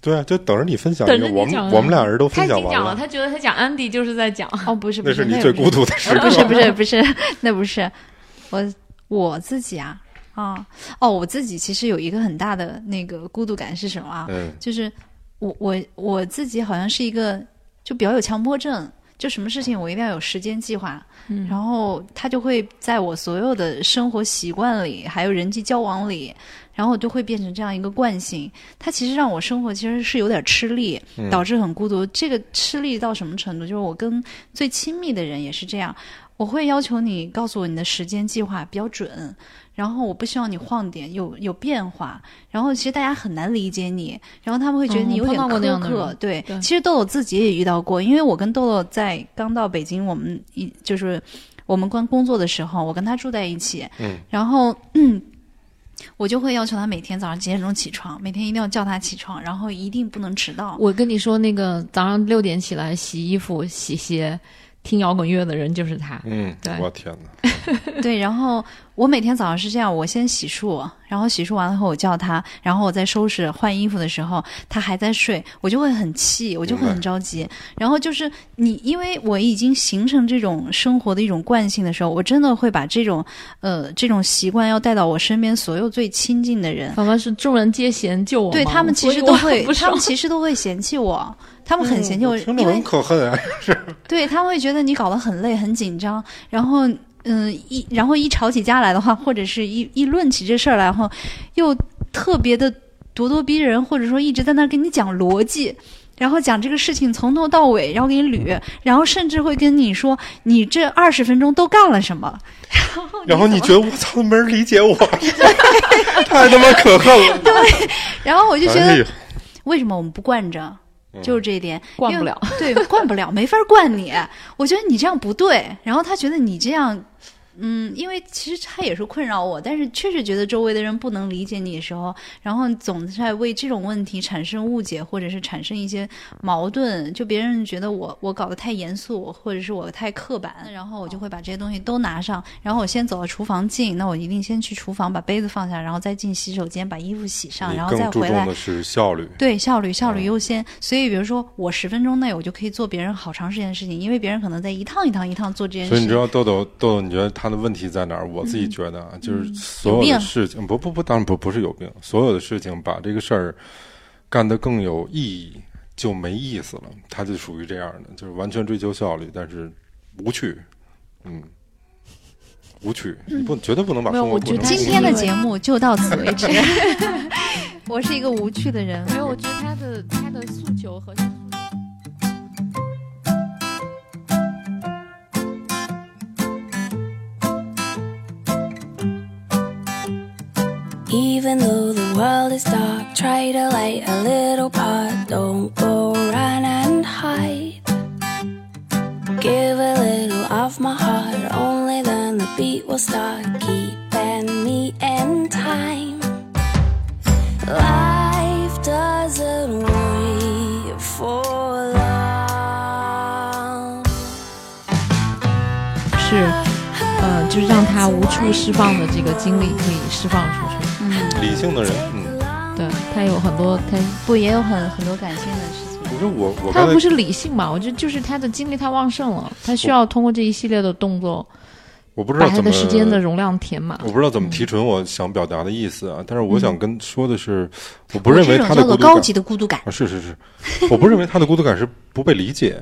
Speaker 3: 对啊，就等着你分享一
Speaker 4: 等
Speaker 3: 个，
Speaker 4: 着你
Speaker 3: 我们
Speaker 4: 讲啊
Speaker 3: 我们俩人都
Speaker 4: 他
Speaker 3: 分
Speaker 4: 已
Speaker 3: 享
Speaker 4: 经
Speaker 3: 完
Speaker 4: 讲了，他觉得他讲安迪就是在讲，
Speaker 2: 哦，不是不
Speaker 3: 那
Speaker 2: 是，
Speaker 3: 是你
Speaker 2: 也
Speaker 3: 最
Speaker 2: 不
Speaker 3: 孤独的时
Speaker 2: 呃
Speaker 3: 刻。
Speaker 2: 不是不是不是，那不是我我自己啊啊哦，我自己其实有一个很大的那个孤独感是什么啊？
Speaker 3: 嗯，
Speaker 2: 就是我我我自己好像是一个就比较有强迫症，就什么事情我一定要有时间计划，
Speaker 4: 嗯
Speaker 2: 然后它就会在我所有的生活习惯里，还有人际交往里，然后我就会变成这样一个惯性。它其实让我生活其实是有点吃力，导致很孤独。这个吃力到什么程度？就是我跟最亲密的人也是这样。我会要求你告诉我你的时间计划比较准，然后我不希望你晃点，有有变化。然后其实大家很难理解你，然后他们会觉得
Speaker 4: 嗯
Speaker 2: 你有
Speaker 4: 我碰
Speaker 2: 点
Speaker 4: 到过那
Speaker 2: 苛
Speaker 4: 样的
Speaker 2: 刻。
Speaker 4: 人
Speaker 2: 对，
Speaker 4: 对
Speaker 2: 其实豆豆自己也遇到过，因为我跟豆豆在刚到北京，我们一就是我们刚工作的时候，我跟他住在一起，
Speaker 3: 嗯，
Speaker 2: 然后 嗯。我就会要求他每天早上几点钟起床，每天一定要叫他起床，然后一定不能迟到。
Speaker 4: 我跟你说，那个早上六点起来洗衣服、洗鞋、听摇滚乐的人就是他。
Speaker 3: 嗯
Speaker 4: 对，
Speaker 3: 我天哪，
Speaker 2: 对，然后我每天早上是这样，我先洗漱，然后洗漱完了后我叫他，然后我在收拾换衣服的时候，他还在睡，我就会很气，我就会
Speaker 3: 明白
Speaker 2: 很着急。然后就是你，因为我已经形成这种生活的一种惯性的时候，我真的会把这种呃这种习惯要带到我身边所有最亲近的人。
Speaker 4: 反正是众人皆嫌救我
Speaker 2: 对
Speaker 4: 忙
Speaker 2: 他们其
Speaker 4: 所以
Speaker 2: 实
Speaker 4: 我
Speaker 2: 都
Speaker 4: 很
Speaker 2: 会
Speaker 4: 不，
Speaker 2: 他
Speaker 4: 爽嗯
Speaker 2: 们其实都会嫌弃 我，他们很嫌弃我，
Speaker 3: 嗯听着
Speaker 2: 因为
Speaker 3: 很可恨啊！
Speaker 2: 对他会觉得你搞得很累、很紧张，然后嗯一然后一吵起架来的话，或者是一一论起这事儿来后，又特别的咄咄逼人，或者说一直在那儿跟你讲逻辑。然后讲这个事情从头到尾，然后给你捋，然后甚至会跟你说你这二十分钟都干了什么，哦
Speaker 3: 然后你觉得我操，没人理解我， 太他妈可恨了！
Speaker 2: 然后我 就觉
Speaker 3: 哎
Speaker 2: 得
Speaker 3: 呦
Speaker 2: 为什么我们不惯着，就是这一点，
Speaker 4: 惯
Speaker 2: 因
Speaker 4: 不
Speaker 2: 为
Speaker 4: 了。
Speaker 2: 对，惯不了，没 法惯你。我觉得你这样不对，然后他觉得你这样，嗯，因为其实他也是困扰我，但是确实觉得周围的人不能理解你的时候，然后总在为这种问题产生误解，或者是产生一些矛盾，就别人觉得我我搞得太严肃，或者是我太刻板，然后我就会把这些东西都拿上，然后我先走到厨房进，那我一定先去厨房把杯子放下，然后再进洗手间把衣服洗上，
Speaker 3: 你
Speaker 2: 然后再
Speaker 3: 更注
Speaker 2: 回来
Speaker 3: 重的是效率，
Speaker 2: 对，效率
Speaker 3: 嗯
Speaker 2: 效率优先。所以，比如说我十分钟内我就可以做别人好长时间的事情，因为别人可能在一趟一趟一趟做这件事
Speaker 3: 所以你
Speaker 2: 情。
Speaker 3: 知道豆豆豆豆，你觉得他的问题在哪儿？我自己觉得啊，就是所有
Speaker 2: 有
Speaker 3: 的
Speaker 2: 病
Speaker 3: 事情，不不不，当然不不是有病，所有的事情把这个事儿干得更有意义就没意思了，他就属于这样的，就是完全追求效率，但是无趣，嗯，无趣，你不绝对不能把
Speaker 4: 没有
Speaker 3: 生活
Speaker 4: 我
Speaker 3: 过
Speaker 4: 觉
Speaker 3: 成
Speaker 4: 得
Speaker 2: 今
Speaker 3: 无趣
Speaker 2: 天的
Speaker 4: 是
Speaker 2: 节目就到此 为止。我是一个无趣的人。
Speaker 4: 没有，我觉得他的他的诉求和。
Speaker 5: Even though the world is dark, try to light a little part. Don't go run and hide. Give a little of my heart, only then the beat will start keeping me in time. Life doesn't wait for long.
Speaker 4: 是，呃，就是让他无处释放的这个精力可以释放出去。
Speaker 3: 理性的人，嗯。
Speaker 4: 对他有很多，他
Speaker 2: 不也有很很多感性的事情？
Speaker 3: 我说我我
Speaker 4: 他
Speaker 3: 刚
Speaker 4: 不
Speaker 3: 才
Speaker 4: 是理性嘛？我觉得就是他的精力太旺盛了，他需要通过这一系列的动作
Speaker 3: 我不知
Speaker 4: 把
Speaker 3: 道
Speaker 4: 他
Speaker 3: 怎
Speaker 4: 的
Speaker 3: 么
Speaker 4: 时间的容量填满。
Speaker 3: 我不知道怎么提纯我想表达的意思啊，但是我想跟说的是，我不认为
Speaker 2: 这种
Speaker 3: 他
Speaker 2: 叫
Speaker 3: 的孤
Speaker 2: 做
Speaker 3: 独感
Speaker 2: 高级的孤独感，
Speaker 3: 啊，是是是，我不认为他的孤独感是不被理 解，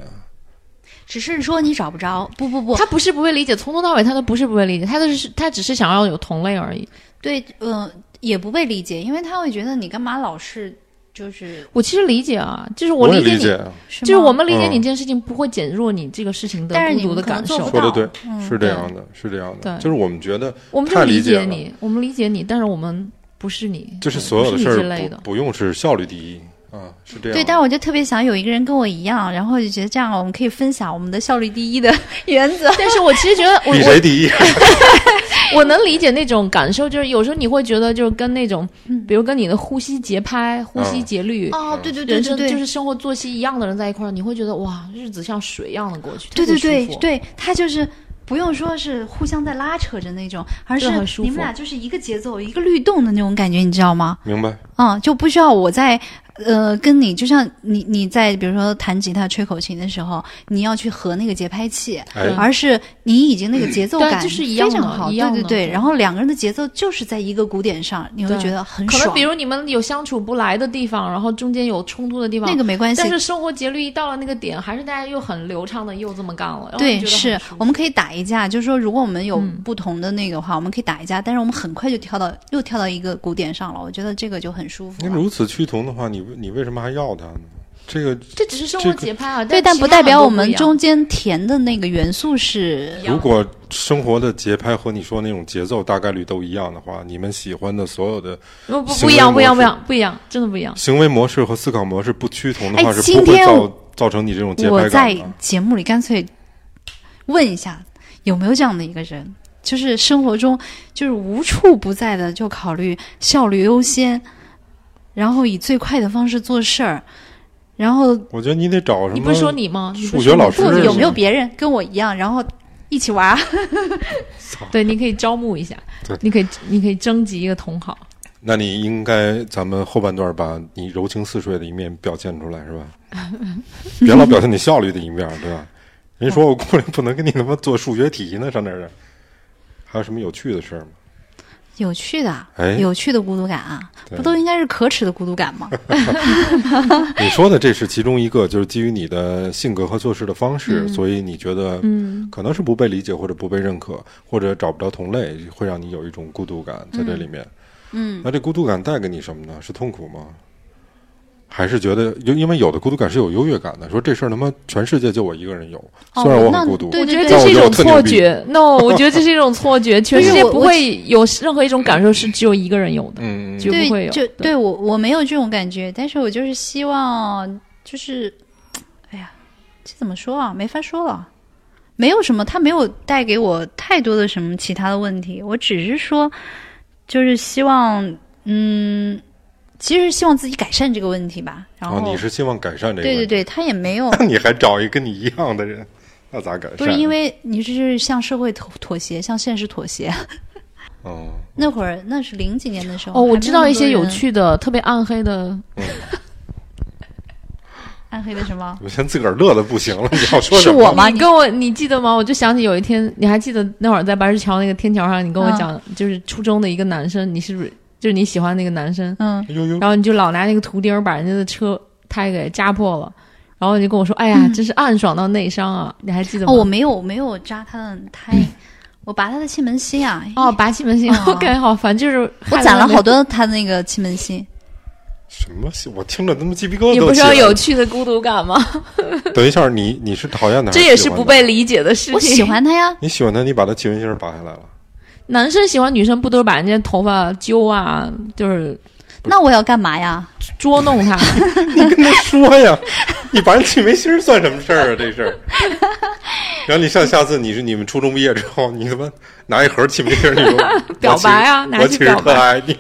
Speaker 2: 只是说你找不着。不不不，
Speaker 4: 他不是不会理解，从头到尾他都不是不会理解，他的是他只是想要有同类而已。
Speaker 2: 对，呃，也不被理解，因为他会觉得你干嘛老是就是
Speaker 4: 我其实理解啊，就是
Speaker 3: 我也
Speaker 4: 理解
Speaker 3: 理
Speaker 4: 你，
Speaker 3: 解啊，
Speaker 2: 是
Speaker 4: 就是
Speaker 2: 吗
Speaker 4: 我们理解
Speaker 3: 嗯
Speaker 4: 你这件事情不会减弱你这个事情的
Speaker 2: 但是
Speaker 4: 孤
Speaker 2: 你
Speaker 4: 独
Speaker 2: 们
Speaker 4: 的
Speaker 2: 可能
Speaker 4: 感
Speaker 2: 做
Speaker 4: 受
Speaker 2: 不。
Speaker 3: 说的
Speaker 2: 到
Speaker 3: 对，是这
Speaker 4: 嗯对
Speaker 3: 样的，是这样的，
Speaker 4: 对
Speaker 3: 就是我们觉得
Speaker 4: 我们就
Speaker 3: 太
Speaker 4: 理
Speaker 3: 理解
Speaker 4: 解
Speaker 3: 了
Speaker 4: 你，我们理解你，但是我们不是你，
Speaker 3: 就是
Speaker 4: 对
Speaker 3: 所有
Speaker 4: 不
Speaker 3: 的
Speaker 4: 嗯是
Speaker 3: 事
Speaker 4: 你之类
Speaker 3: 儿
Speaker 4: 的
Speaker 3: 不。不用是效率第一啊，是这样的。
Speaker 2: 对，但我就特别想有一个人跟我一样，然后我就觉得这样我们可以分享我们的效率第一的 原则。
Speaker 4: 但是我其实觉得我，
Speaker 3: 比谁 第一？
Speaker 4: 我我能理解那种感受，就是有时候你会觉得，就是跟那种，比如跟你的呼吸节拍、呼吸节律、
Speaker 2: 嗯哦，对对对
Speaker 4: 人
Speaker 2: 对
Speaker 4: 生
Speaker 2: 对，
Speaker 4: 就是生活作息一样的人在一块儿，你会觉得哇，日子像水一样的过去，
Speaker 2: 对
Speaker 4: 特
Speaker 2: 对
Speaker 4: 别
Speaker 2: 对
Speaker 4: 舒服，
Speaker 2: 对，他就是不用说是互相在拉扯着那种，而是
Speaker 4: 对很舒
Speaker 2: 你们
Speaker 4: 服
Speaker 2: 俩就是一个节奏、一个律动的那种感觉，你知道吗？
Speaker 3: 明白？
Speaker 2: 嗯，就不需要我在呃，跟你就像你你在比如说弹吉他、吹口琴的时候，你要去合那个节拍器，
Speaker 3: 哎，
Speaker 2: 而是你已经那个节奏
Speaker 4: 对啊
Speaker 2: 感
Speaker 4: 就是一样
Speaker 2: 非常
Speaker 4: 的
Speaker 2: 好，
Speaker 4: 一样
Speaker 2: 对
Speaker 4: 的
Speaker 2: 对对。
Speaker 4: 对
Speaker 2: 然后两个人的节奏就是在一个鼓点上，你会
Speaker 4: 对
Speaker 2: 觉得很
Speaker 4: 可
Speaker 2: 爽。
Speaker 4: 能比如你们有相处不来的地方，然后中间有冲突的地方，
Speaker 2: 那个没关系
Speaker 4: 但，是生活节律一到了那个点，还是大家又很流畅的又这么干了，然后
Speaker 2: 对，
Speaker 4: 就觉得很
Speaker 2: 是
Speaker 4: 舒服
Speaker 2: 我们可以打一架，就是说如果我们有
Speaker 4: 嗯
Speaker 2: 不同的那个话，我们可以打一架，但是我们很快就跳到又跳到一个鼓点上了，我觉得这个就很舒服
Speaker 3: 那
Speaker 2: 了。
Speaker 3: 如此趋同的话，你你为什么还要它呢？这个
Speaker 4: 这只是生
Speaker 3: 这
Speaker 4: 活
Speaker 3: 个
Speaker 4: 节拍啊，
Speaker 2: 对，但
Speaker 4: 其
Speaker 2: 不
Speaker 4: 他
Speaker 2: 代表
Speaker 4: 很多
Speaker 2: 我们
Speaker 4: 不一样
Speaker 2: 中间填的那个元素是
Speaker 4: 一样
Speaker 3: 如果生活的节拍和你说那种节奏大概率都一样的话，你们喜欢的所有的
Speaker 4: 不不
Speaker 3: 行
Speaker 4: 不
Speaker 3: 为
Speaker 4: 一样，不一样，
Speaker 3: 模
Speaker 4: 不
Speaker 3: 式
Speaker 4: 一样，不一样，真的不一样。
Speaker 3: 行为模式和思考模式不趋同的话，
Speaker 2: 哎
Speaker 3: 是
Speaker 2: 今
Speaker 3: 不会
Speaker 2: 天
Speaker 3: 造
Speaker 2: 我
Speaker 3: 造成你这种节
Speaker 2: 我
Speaker 3: 拍
Speaker 2: 在
Speaker 3: 感的。
Speaker 2: 节目里干脆问一下，有没有这样的一个人，就是生活中就是无处不在的就考虑效率优先，然后以最快的方式做事儿，然后
Speaker 3: 我觉得你得找什么？
Speaker 4: 你不是说你吗？你不
Speaker 3: 数
Speaker 4: 是
Speaker 3: 学
Speaker 4: 说你
Speaker 3: 老师
Speaker 4: 不
Speaker 3: 是
Speaker 2: 有
Speaker 3: 吗
Speaker 2: 没有别人跟我一样，然后一起玩儿？
Speaker 4: 对，你可以招募一下
Speaker 3: 对，
Speaker 4: 你可以你可以征集一个同好。
Speaker 3: 那你应该咱们后半段把你柔情似水的一面表现出来，是吧？ 别老表现你效率的一面，对吧？人说我过来不能给你他妈做数学题呢，上这儿。还有什么有趣的事儿吗？
Speaker 2: 有趣的啊，
Speaker 3: 哎
Speaker 2: 有趣的孤独感啊，
Speaker 3: 对
Speaker 2: 不都应该是可耻的孤独感 吗？
Speaker 3: 你说的这是其中一个，就是基于你的性格和做事的方
Speaker 2: 嗯
Speaker 3: 式，所以你觉得可能是不被理解或者不被认可，或者找不着同类，会让你有一种孤独感在这里面。嗯，那这孤独感带给你什么呢？是痛苦吗？还是觉得，因因为有的孤独感是有优越感的，说这事儿他妈全世界就我一个人有，
Speaker 2: 哦
Speaker 3: 虽然我
Speaker 2: 那
Speaker 3: 很孤独，
Speaker 2: 对
Speaker 4: 我觉
Speaker 2: 对对
Speaker 4: 得这
Speaker 3: 但
Speaker 4: 是一
Speaker 3: 我
Speaker 4: 种
Speaker 3: 就特牛
Speaker 4: 错
Speaker 3: 逼
Speaker 4: 觉。No，我觉得这是一种 错觉，全世
Speaker 2: 不是
Speaker 4: 界
Speaker 2: 我
Speaker 4: 不
Speaker 2: 我
Speaker 4: 会有任何一种感受是只有一个人有的，
Speaker 3: 嗯，
Speaker 4: 绝不会有。
Speaker 2: 就对我我没有这种感觉，但是我就是希望，就是，哎呀，这怎么说啊？没法说了，没有什么，他没有带给我太多的什么其他的问题，我只是说，就是希望，嗯，其实是希望自己改善这个问题吧。然后，
Speaker 3: 哦，你是希望改善这个，
Speaker 2: 对对，对，他也没 有，
Speaker 3: 那你还找一个跟你一样的人，那咋改善？
Speaker 2: 不是因，为你是向社会妥妥协，向现实妥协。
Speaker 3: 嗯，
Speaker 2: 那会儿那是零几年的时候，
Speaker 4: 哦，
Speaker 2: 还没
Speaker 4: 我
Speaker 2: 那
Speaker 4: 知道
Speaker 2: 么
Speaker 4: 一
Speaker 2: 多
Speaker 4: 些有
Speaker 2: 人
Speaker 4: 趣的、特别暗黑的
Speaker 2: 暗黑的什么。
Speaker 3: 我现在自个儿乐的不行了，你要说
Speaker 2: 是
Speaker 3: 什么？
Speaker 2: 我吗？
Speaker 4: 你
Speaker 2: 你
Speaker 4: 跟我，你记得吗？我就想起有一天，你还记得那会儿在白石桥那个天桥上，你跟我讲，就是初中的一个男生，你是不是就是你喜欢那个男生？
Speaker 2: 嗯，
Speaker 3: 哎呦呦，
Speaker 4: 然后你就老拿那个图钉儿把人家的车胎给扎破了，然后你就跟我说：“哎呀，真是暗爽到内伤啊！”你还记得
Speaker 2: 嗯
Speaker 4: 吗？
Speaker 2: 哦，我没有我没有扎他的 胎，我拔他的气门芯啊！
Speaker 4: 哦，拔气门芯
Speaker 2: 哦
Speaker 4: ，OK，好烦，就是
Speaker 2: 我
Speaker 4: 害
Speaker 2: 攒
Speaker 4: 得
Speaker 2: 了
Speaker 4: 没
Speaker 2: 好，多他那个气门 芯。
Speaker 3: 什么戏？我听着他妈鸡皮疙瘩都起
Speaker 4: 你
Speaker 3: 来了。
Speaker 4: 不是要有趣的孤独感吗？
Speaker 3: 等一下，你你是讨厌的，
Speaker 4: 这也是不。被理解的事情。
Speaker 2: 我喜欢他呀，
Speaker 3: 你喜欢他，你把他气门芯儿拔下来了，
Speaker 4: 男生喜欢女生，不都是把人家头发揪啊，就是
Speaker 2: 那我要干嘛呀？
Speaker 4: 捉 弄他？
Speaker 3: 你跟他说呀，你拔人气门芯儿算什么事儿啊？这事 儿。然后你上下次你是你们初中毕业之后，你他妈拿一盒气门芯儿，你 说
Speaker 4: 表白啊
Speaker 3: 我
Speaker 4: 拿去
Speaker 3: 其实
Speaker 4: 表
Speaker 3: 特
Speaker 4: 白
Speaker 3: 爱 你。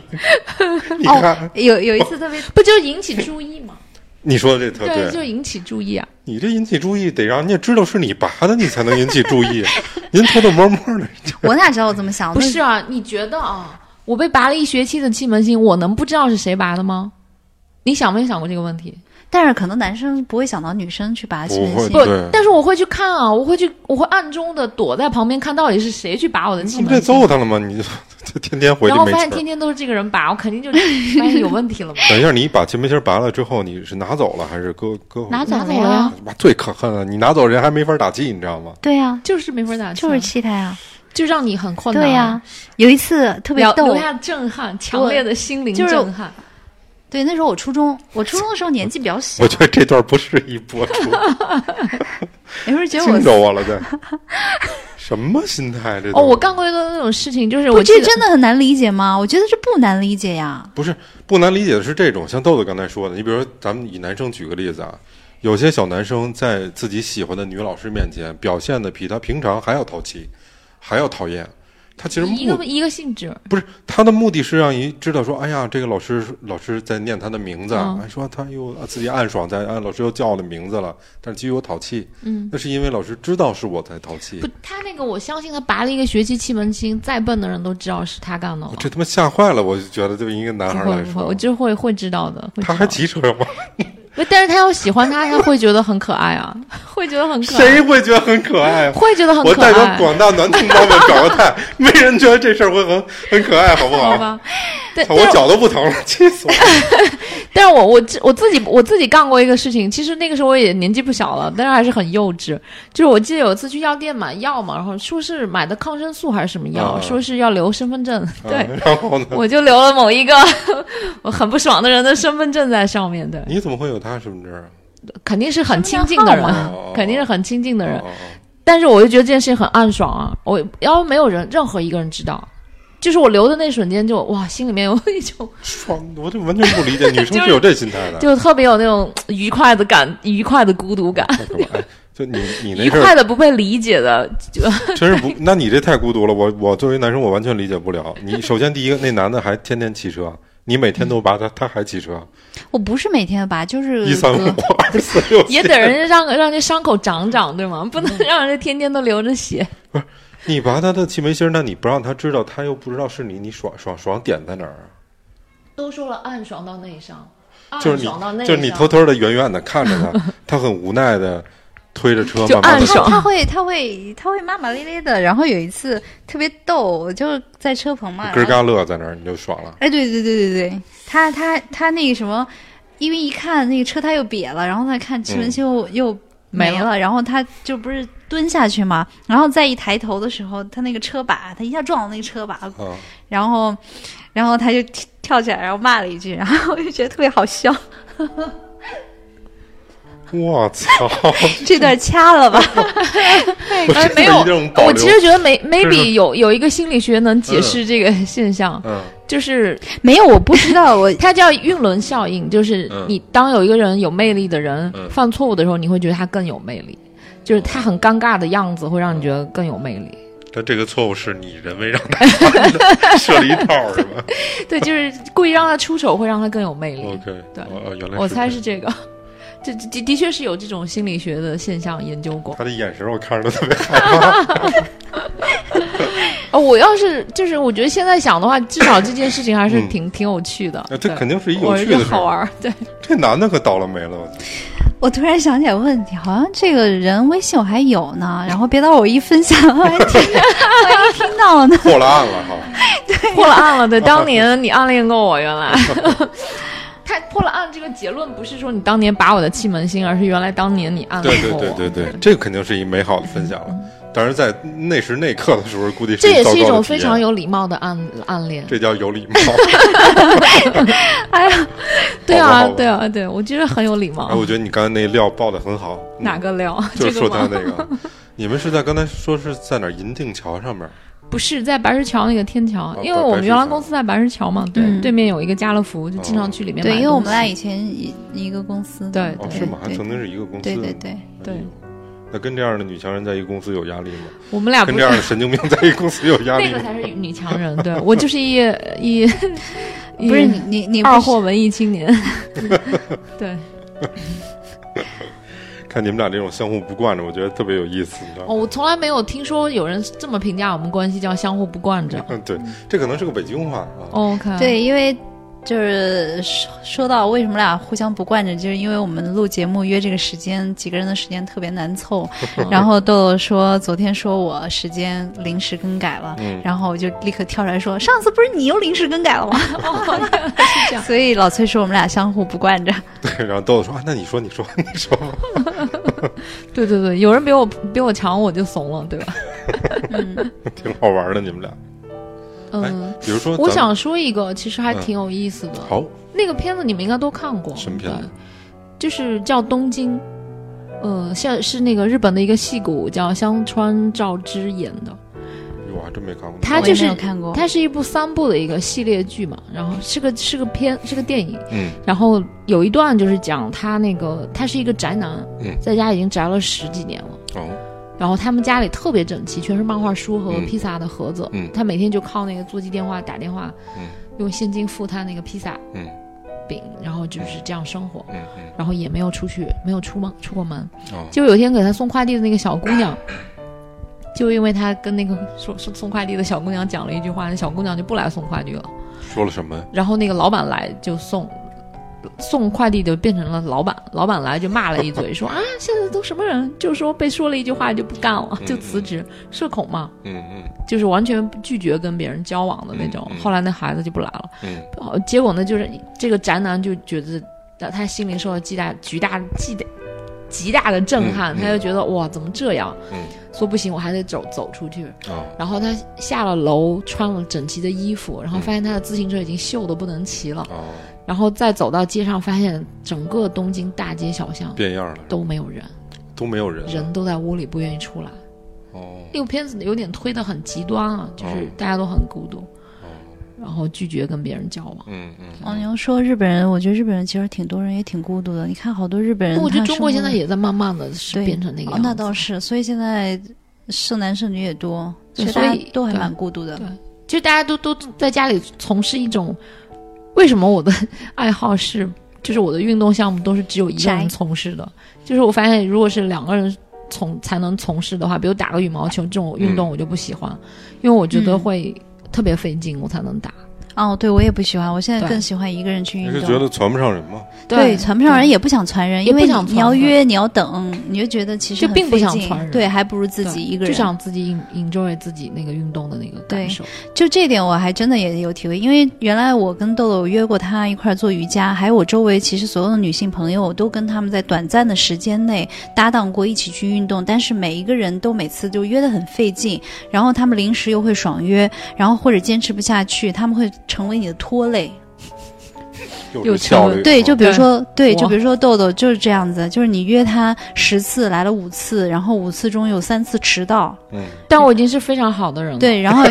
Speaker 3: 你看
Speaker 2: 哦，，有有一次特别，
Speaker 4: 不就引起注意吗？
Speaker 3: 你说的这特
Speaker 4: 对，就
Speaker 3: 对，
Speaker 4: 引起注意啊！
Speaker 3: 你这引起注意得让人家知道是你拔的，你才能引起注 意。您偷偷摸摸的，
Speaker 2: 我哪知道我这么想？
Speaker 4: 不
Speaker 2: 那
Speaker 4: 是啊，你觉得啊，我被拔了一学期的气门芯，我能不知道是谁拔的吗？你想没想过这个问题？
Speaker 2: 但是可能男生不会想到女生去拔气门
Speaker 3: 不会
Speaker 2: 芯
Speaker 4: 不。
Speaker 3: 对，
Speaker 4: 但是我会去看啊，我会去，我会暗中的躲在旁边看到底是谁去拔我的气
Speaker 3: 你不得
Speaker 4: 门芯
Speaker 3: 揍，他了吗？你就 就天天回去
Speaker 4: 然后
Speaker 3: 没
Speaker 4: 发
Speaker 3: 气
Speaker 4: 现
Speaker 3: 儿
Speaker 4: 天。天都是这个人拔，我肯定就发现有问题 了嘛。
Speaker 3: 等一下，你把秦梅芯拔了之后，你是拿走了还是搁搁回去？
Speaker 2: 拿走了
Speaker 4: 拿走了
Speaker 2: 呀
Speaker 4: 呀？
Speaker 3: 妈最可恨了，啊你拿走人还没法打气，你知道吗？
Speaker 2: 对呀，
Speaker 4: 就是没法打气啊，
Speaker 2: 就是气他呀。
Speaker 4: 就让你很困难，
Speaker 2: 对呀，有一次特别
Speaker 4: 留
Speaker 2: 逗
Speaker 4: 留，下震撼，强烈的心灵
Speaker 2: 就是
Speaker 4: 震撼。
Speaker 2: 对，那时候我初中，我初中的时候年纪比较小
Speaker 3: 我，觉得这段不适宜播 出，
Speaker 2: 有时候觉得
Speaker 3: 惊着
Speaker 2: 我。
Speaker 3: 我了，这什么心态？啊这都
Speaker 4: 哦，我干过一个那种事情，就是
Speaker 2: 不，
Speaker 4: 我记
Speaker 2: 这
Speaker 4: 得
Speaker 2: 真的很难理解吗？我觉得这不难理解呀。
Speaker 3: 不是不难理解的是这种，像豆豆刚才说的，你比如说咱们以男生举个例子啊，有些小男生在自己喜欢的女老师面前表现的比他平常还要淘气，还要讨厌，他其实
Speaker 4: 一个
Speaker 3: 目
Speaker 4: 一个性质，
Speaker 3: 不是他的目的是让一知道说，哎呀，这个老师老师在念他的名字，
Speaker 4: 嗯
Speaker 3: 还说他又啊自己暗爽在，啊老师又叫我的名字了，但是基于我淘气，
Speaker 4: 嗯，
Speaker 3: 那是因为老师知道是我在淘气
Speaker 4: 不，，他那个我相信他拔了一个学期气门芯，再笨的人都知道是他干的了
Speaker 3: 我。哦这他妈吓坏了，我就觉得对一个男
Speaker 4: 不
Speaker 3: 孩
Speaker 4: 会
Speaker 3: 来
Speaker 4: 不会，
Speaker 3: 说
Speaker 4: 我，就会会知道的。会
Speaker 3: 他
Speaker 4: 知
Speaker 3: 还
Speaker 4: 道
Speaker 3: 骑车吗？
Speaker 4: 不但是他要喜欢他，他会觉得很可爱啊， 会觉得很可爱，
Speaker 3: 谁会觉得很可爱？
Speaker 4: 会觉得很
Speaker 3: 我
Speaker 4: 可
Speaker 3: 代表
Speaker 4: 爱，
Speaker 3: 广大男同胞们表个态，没人觉得这事儿会很很可爱，好不
Speaker 4: 好
Speaker 3: 好？
Speaker 4: 吧？对，
Speaker 3: 操
Speaker 4: 但
Speaker 3: 我
Speaker 4: 是
Speaker 3: 脚都不疼了，气死我！了！
Speaker 4: 但是我我自我自己我自己干过一个事情，其实那个时候我也年纪不小了，但是还是很幼稚。就是我记得有一次去药店买药嘛，然后说是买的抗生素还是什么药，
Speaker 3: 啊
Speaker 4: 说是要留身份证，对。
Speaker 3: 嗯然后呢？
Speaker 4: 我就留了某一个 我很不爽的人的身份证在上面，对，
Speaker 3: 你怎么会有他身份证啊？
Speaker 4: 肯定是很亲近的
Speaker 2: 身
Speaker 4: 人
Speaker 2: 份
Speaker 3: 证号码，
Speaker 4: 肯定是很亲近的人
Speaker 3: 哦。哦哦
Speaker 4: 但是我就觉得这件事情很暗爽啊，我要没有人任何一个人知道，就是我留的那瞬间就哇，心里面有一种
Speaker 3: 爽，我这完全不理解，女生
Speaker 4: 就是
Speaker 3: 是有这心态的。
Speaker 4: 就特别有那种愉快的 感，愉快的孤独感，
Speaker 3: 太可怕了就你你那
Speaker 4: 愉
Speaker 3: 事
Speaker 4: 快
Speaker 3: 儿
Speaker 4: 的不被理解的，就
Speaker 3: 真是不，那你这太孤独了。我我作为男生，我完全理解不了。你首先第一个，那男的还天天骑车，你每天都拔他，他还骑车，
Speaker 2: 我不是每天拔，就是呃
Speaker 3: 一三五
Speaker 2: 隔
Speaker 3: 二四六七
Speaker 4: 嗯也得人家让让这伤口长长，对
Speaker 3: 嗯
Speaker 4: 吗？不能让人家天天都流着血。
Speaker 3: 你拔他的气门芯儿，那你不让他知道，他又不知道是你，你爽爽爽点在哪儿啊？
Speaker 4: 都说了暗爽到内伤，暗
Speaker 3: 就是
Speaker 4: 爽到内
Speaker 3: 你，就
Speaker 4: 伤，
Speaker 3: 是你偷偷的、远远的看着他，他很无奈的推着车，
Speaker 4: 就
Speaker 3: 慢慢
Speaker 4: 暗
Speaker 3: 的
Speaker 4: 爽
Speaker 3: 走。
Speaker 2: 他会，他会，他会骂骂咧咧的。然后有一次特别逗，我就在车棚嘛，
Speaker 3: 咯
Speaker 2: 然后
Speaker 3: 嘎乐在那儿，你就爽了。
Speaker 2: 哎，对对对对对，他他他那个什么，因为一看那个车胎又瘪了，然后他看气
Speaker 3: 嗯
Speaker 2: 门芯又、又没
Speaker 4: 没
Speaker 2: 了，然后他就不是蹲下去嘛，然后再一抬头的时候，他那个车把，他一下撞到那个车把，
Speaker 3: 啊，
Speaker 2: 然后然后他就跳跳起来，然后骂了一句，然后我就觉得特别好笑，
Speaker 3: 我 操！
Speaker 2: 这段掐了吧。
Speaker 3: 我
Speaker 4: 哎
Speaker 3: 真，的
Speaker 4: 没有
Speaker 3: 一种，保
Speaker 4: 我
Speaker 3: 留
Speaker 4: 其实觉得没 maybe
Speaker 3: 是
Speaker 4: 有有一个心理学能解释这个现象，
Speaker 3: 嗯，
Speaker 4: 就是
Speaker 2: 没有，我不知道，我
Speaker 4: 它叫晕轮效应，就是
Speaker 3: 嗯
Speaker 4: 你当有一个人有魅力的人
Speaker 3: 嗯
Speaker 4: 犯错误的时候，你会觉得他更有魅力，就是他很尴尬的样子会让
Speaker 3: 嗯
Speaker 4: 你觉得更有魅力。
Speaker 3: 但这个错误是你人为让他犯 的，设了一套是吧
Speaker 4: 对，就是故意让他出丑，会让他更有魅力。
Speaker 3: ？OK，
Speaker 4: 嗯对
Speaker 3: 哦哦，原来
Speaker 4: 我猜是
Speaker 3: 这
Speaker 4: 这个，这这的的确是有这种心理学的现象研究过
Speaker 3: 样。。他的眼神我看着都特别好。
Speaker 4: 哦，我要是就是我觉得现在想的话，至少这件事情还是挺、挺有趣的
Speaker 3: 啊。嗯这
Speaker 4: 对
Speaker 3: 肯定是一有
Speaker 4: 我
Speaker 3: 趣
Speaker 4: 觉得
Speaker 3: 的事
Speaker 4: 好
Speaker 3: 儿
Speaker 4: 玩儿。对，
Speaker 3: 这男的可倒了霉了，我操
Speaker 2: 我突然想起来问题，好像这个人微信我还有呢，然后别到我一分享，我还听， 我还没听到呢。
Speaker 3: 破了案了哈。
Speaker 4: 破了案了。 对，当年你暗恋过我，原来。他破了案这个结论不是说你当年拔我的气门芯，而是原来当年你暗
Speaker 3: 对
Speaker 4: 恋
Speaker 3: 对
Speaker 4: 过我。
Speaker 3: 对对
Speaker 4: 嗯
Speaker 3: 对，这个肯定是一美好的分享了。但是在那时那刻的时候，估计
Speaker 4: 这也
Speaker 3: 糟
Speaker 4: 是一
Speaker 3: 糕的
Speaker 4: 种
Speaker 3: 体
Speaker 4: 非
Speaker 3: 验
Speaker 4: 常，有礼貌的暗暗恋。
Speaker 3: 这叫有 礼貌。
Speaker 2: 哎呀，
Speaker 4: 对
Speaker 3: 好吧
Speaker 4: 啊
Speaker 3: 好吧，
Speaker 4: 对啊，对，我觉得很有礼貌。
Speaker 3: 哎，我觉得你刚才那料爆的很好。嗯
Speaker 4: 哪？个料？
Speaker 3: 就
Speaker 4: 这
Speaker 3: 是说
Speaker 4: 个
Speaker 3: 他
Speaker 4: 吗？
Speaker 3: 那个，你们是在刚才说是在哪儿银锭桥上面？
Speaker 4: 不是在白石桥那个天桥，因为我
Speaker 3: 哦白
Speaker 4: 们
Speaker 3: 石
Speaker 4: 原来
Speaker 3: 桥
Speaker 4: 公司在白石桥嘛，对，
Speaker 2: 嗯
Speaker 4: 对面有一个家乐福，就经常
Speaker 3: 哦
Speaker 4: 去里面买
Speaker 2: 对，
Speaker 4: 东西。
Speaker 2: 因为我们俩以前一一个公司的，
Speaker 4: 对
Speaker 3: 哦，
Speaker 4: 对
Speaker 3: 是吗？还
Speaker 2: 对
Speaker 3: 曾经是一个公司。
Speaker 2: 对对对，
Speaker 4: 对
Speaker 3: 哎呦。那跟这样的女强人在一个公司有压力吗？
Speaker 4: 我们俩啊不
Speaker 3: 跟
Speaker 4: 是
Speaker 3: 这样的神经病在一个公司有压力
Speaker 4: 那个
Speaker 3: 吗？
Speaker 4: 才是女强人，对我就是一一 一
Speaker 2: 不是你你你不
Speaker 4: 二
Speaker 2: 是
Speaker 4: 货文艺青 年，对，
Speaker 3: 看你们俩这种相互不惯着，我觉得特别有意思，你知道
Speaker 4: 哦，
Speaker 3: 吗？
Speaker 4: 我从来没有听说有人这么评价我们关系，叫相互不惯着。
Speaker 3: 嗯，对，这可能是个北京话啊。
Speaker 4: OK，，
Speaker 2: 对，因为就是说说到为什么俩互相不惯着，就是因为我们录节目约这个时间，几个人的时间特别难 凑。然后豆豆说昨天说我时间临时更改了，
Speaker 3: 嗯
Speaker 2: 然后我就立刻跳出来说上次不是你又临时更改了 吗？所以老崔说我们俩相互不惯着。
Speaker 3: 对，然后豆豆说啊，那你说，你说， 你说，
Speaker 4: 对对对，有人比我比我强，我就怂了，对吧？
Speaker 2: 嗯
Speaker 3: 挺好玩的，你们俩。
Speaker 4: 嗯，
Speaker 3: 比哎如说，咱们嗯
Speaker 4: 我
Speaker 3: 哦
Speaker 4: 想说一个，其实还挺有意思的。
Speaker 3: 好，
Speaker 4: 那个片子你们应该都看过，
Speaker 3: 什么片子
Speaker 4: 对？就是叫《东京》，呃，像是那个日本的一个戏骨叫香川照之演的。
Speaker 3: 我还真没看过。哦
Speaker 4: 他
Speaker 2: 我
Speaker 4: 就
Speaker 2: 也
Speaker 4: 是
Speaker 2: 没有看过
Speaker 4: 它是一部三部的一个系列剧嘛，然后是个是个片是个电影，
Speaker 3: 嗯，
Speaker 4: 然后有一段就是讲他那个他是一个宅男，
Speaker 3: 嗯
Speaker 4: 在家已经宅了十几年了，
Speaker 3: 哦，
Speaker 4: 然后他们家里特别整齐，全是漫画书和
Speaker 3: 嗯
Speaker 4: 披萨的盒子。
Speaker 3: 嗯
Speaker 4: 他每天就靠那个座机电话打电话，
Speaker 3: 嗯
Speaker 4: 用现金付他那个披萨
Speaker 3: 嗯
Speaker 4: 饼，然后就是这样生活。
Speaker 3: 嗯嗯，
Speaker 4: 然后也没有出去，没有出门出过门。
Speaker 3: 哦，
Speaker 4: 就有一天给他送快递的那个小姑娘，就因为他跟那个说说送快递的小姑娘讲了一句话，那小姑娘就不来送快递了。
Speaker 3: 说了什么？
Speaker 4: 然后那个老板来就送。送快递的变成了老板，老板来就骂了一嘴，说啊，现在都什么人？就说被说了一句话就不干了，就辞职，社恐嘛，
Speaker 3: 嗯嗯
Speaker 4: 就是完全拒绝跟别人交往的那种。
Speaker 3: 嗯嗯
Speaker 4: 后来那孩子就不来了，
Speaker 3: 嗯
Speaker 4: 哦结果呢，就是这个宅男就觉得啊他他心里受了极大巨大极大极大的震撼，
Speaker 3: 嗯嗯
Speaker 4: 他就觉得哇，怎么这样？
Speaker 3: 嗯
Speaker 4: 说不行，我还得走走出去。
Speaker 3: 哦
Speaker 4: 然后他下了楼，穿了整齐的衣服，
Speaker 3: 嗯
Speaker 4: 然后发现他的自行车已经锈的不能骑了。
Speaker 3: 哦，
Speaker 4: 然后再走到街上，发现整个东京大街小巷
Speaker 3: 变样了，
Speaker 4: 都没有人，
Speaker 3: 都没有人了
Speaker 4: 人都在屋里不愿意出来。
Speaker 3: 哦
Speaker 4: 这个片子有点推的很极端啊，就是
Speaker 3: 哦
Speaker 4: 大家都很孤独，
Speaker 3: 哦，
Speaker 4: 然后拒绝跟别人交往。
Speaker 3: 嗯嗯
Speaker 2: 哦，你要说日本人，我觉得日本人其实挺多人也挺孤独的。你看好多日本人，
Speaker 4: 不我觉得
Speaker 2: 他
Speaker 4: 中国
Speaker 2: 生
Speaker 4: 现在
Speaker 2: 活
Speaker 4: 也在慢慢的是
Speaker 2: 对
Speaker 4: 变成那个
Speaker 2: 哦
Speaker 4: 样，子。
Speaker 2: 那倒是，所以现在剩男剩女也多，
Speaker 4: 对
Speaker 2: 所以大家
Speaker 4: 所以
Speaker 2: 都还
Speaker 4: 对
Speaker 2: 蛮孤独的
Speaker 4: 对。就大家都都在家里从事一种，为什么我的 爱好是，就是我的运动项目都是只有一个
Speaker 2: 宅
Speaker 4: 人从事的，就是我发现如果是两个人从才能从事的话，比如打个羽毛球这种运动我就不喜欢，因为我觉得
Speaker 2: 嗯
Speaker 4: 会特别费劲，我才能打。
Speaker 2: 哦，对我也不喜欢，我现在
Speaker 4: 对
Speaker 2: 更喜欢一个人去
Speaker 3: 你
Speaker 2: 运
Speaker 3: 是
Speaker 2: 动。
Speaker 3: 觉得传不上人吗？
Speaker 2: 对，传不上人
Speaker 4: 对
Speaker 2: 也不想传人，
Speaker 4: 也
Speaker 2: 因
Speaker 4: 不
Speaker 2: 为
Speaker 4: 想
Speaker 2: 你你要
Speaker 4: 传人
Speaker 2: 约，你要等，你就觉得其实
Speaker 4: 就
Speaker 2: 很
Speaker 4: 并不
Speaker 2: 费
Speaker 4: 想
Speaker 2: 劲
Speaker 4: 传人
Speaker 2: 对，还不如自
Speaker 4: 对
Speaker 2: 己一个
Speaker 4: 就
Speaker 2: 人。
Speaker 4: 想自己 en- enjoy 自己那个运动的那个
Speaker 2: 对
Speaker 4: 感受。
Speaker 2: 就这点我还真的也有体会，因为原来我跟豆豆约过她一块儿做瑜伽，还有我周围其实所有的女性朋友，我都跟她们在短暂的时间内搭档过一起去运动，但是每一个人都每次就约得很费劲，然后她们临时又会爽约，然后或者坚持不下去，她们会成为你的拖累。
Speaker 3: 有这效率，
Speaker 2: 对，就比如
Speaker 4: 对
Speaker 2: 说，对，
Speaker 4: 我
Speaker 2: 就比如说豆豆就是这样子，就是你约他十次来了五次，然后五次中有三次迟到，
Speaker 3: 嗯
Speaker 4: 但我已经是非常好的人了。。
Speaker 2: 对，然后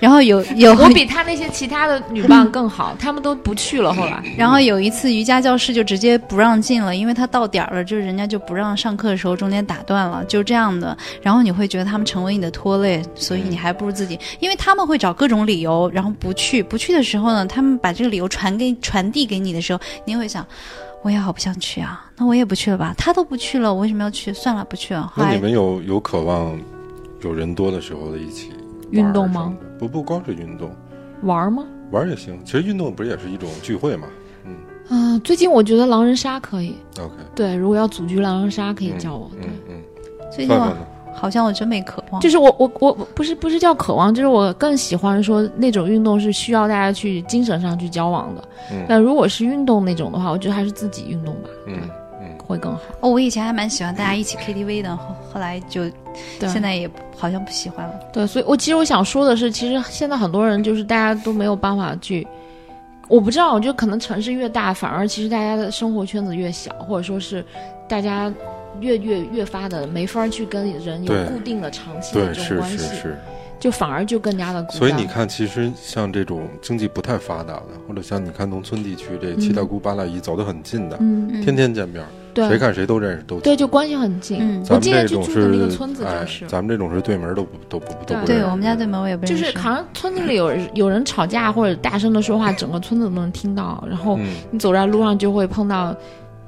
Speaker 2: 然后有有
Speaker 4: 我比他那些其他的女伴更好，他们都不去了。后来，
Speaker 2: 然后有一次瑜伽教室就直接不让进了，因为他到点儿了，就是人家就不让上课的时候中间打断了，就这样的。然后你会觉得他们成为你的拖累，所以你还不如
Speaker 3: 嗯
Speaker 2: 自己，因为他们会找各种理由，然后不去。不去的时候呢，他们把这个理由传给传递给你的时候，你也会想，我也好不想去啊，那我也不去了吧。他都不去了，我为什么要去？算了，不去了。后
Speaker 3: 那
Speaker 2: 来
Speaker 3: 你们有有渴望有人多的时候的一起玩儿
Speaker 4: 运动吗
Speaker 3: 什么的？不不光是运动，
Speaker 4: 玩吗？
Speaker 3: 玩儿也行。其实运动不是也是一种聚会嘛
Speaker 4: 嗯、最近我觉得狼人杀可以。
Speaker 3: ？OK，
Speaker 4: 对，如果要组局狼人杀，可以
Speaker 3: 嗯
Speaker 4: 叫我。对，
Speaker 3: 嗯嗯，
Speaker 2: 最近
Speaker 3: 范
Speaker 2: 我
Speaker 3: 范呢？
Speaker 2: 好像我真没渴望，
Speaker 4: 就是我我我不是不是叫渴望，就是我更喜欢说那种运动是需要大家去精神上去交往的。
Speaker 3: 嗯
Speaker 4: 但如果是运动那种的话，我觉得还是自己运动吧，
Speaker 3: 嗯嗯，
Speaker 4: 会更好。
Speaker 2: 哦，我以前还蛮喜欢大家一起 KTV 的，后后来就
Speaker 4: 对，
Speaker 2: 现在也好像不喜欢了。
Speaker 4: 对，所以我其实我想说的是，其实现在很多人就是大家都没有办法去，我不知道，我觉得可能城市越大，反而其实大家的生活圈子越小，或者说是大家越越越发的没法儿去跟人有
Speaker 3: 对
Speaker 4: 固定的长期的
Speaker 3: 对，
Speaker 4: 这种
Speaker 3: 是
Speaker 4: 关
Speaker 3: 是
Speaker 4: 系，
Speaker 3: 是。
Speaker 4: 就反而就更加的孤单。嗯
Speaker 3: 所以你看，其实像这种经济不太发达的，或者像你看农村地区这七大姑八大姨走得很近的，
Speaker 4: 嗯，
Speaker 3: 天天见面儿，谁
Speaker 4: 对
Speaker 3: 看谁都认识，都
Speaker 4: 对，就关系很近。
Speaker 2: 嗯
Speaker 4: 我
Speaker 3: 咱们
Speaker 4: 之前
Speaker 3: 这
Speaker 4: 去
Speaker 3: 种
Speaker 4: 住的那个村子
Speaker 3: 是，哎
Speaker 4: 就，是。
Speaker 3: 咱们这种是对门儿都不都不都不认识。
Speaker 2: 对我们家对门我也不认
Speaker 4: 就
Speaker 2: 识，
Speaker 4: 是好像村子里有有人吵架或者大声的说话，整个村子都能听到。然后
Speaker 3: 嗯
Speaker 4: 你走在路上就会碰到，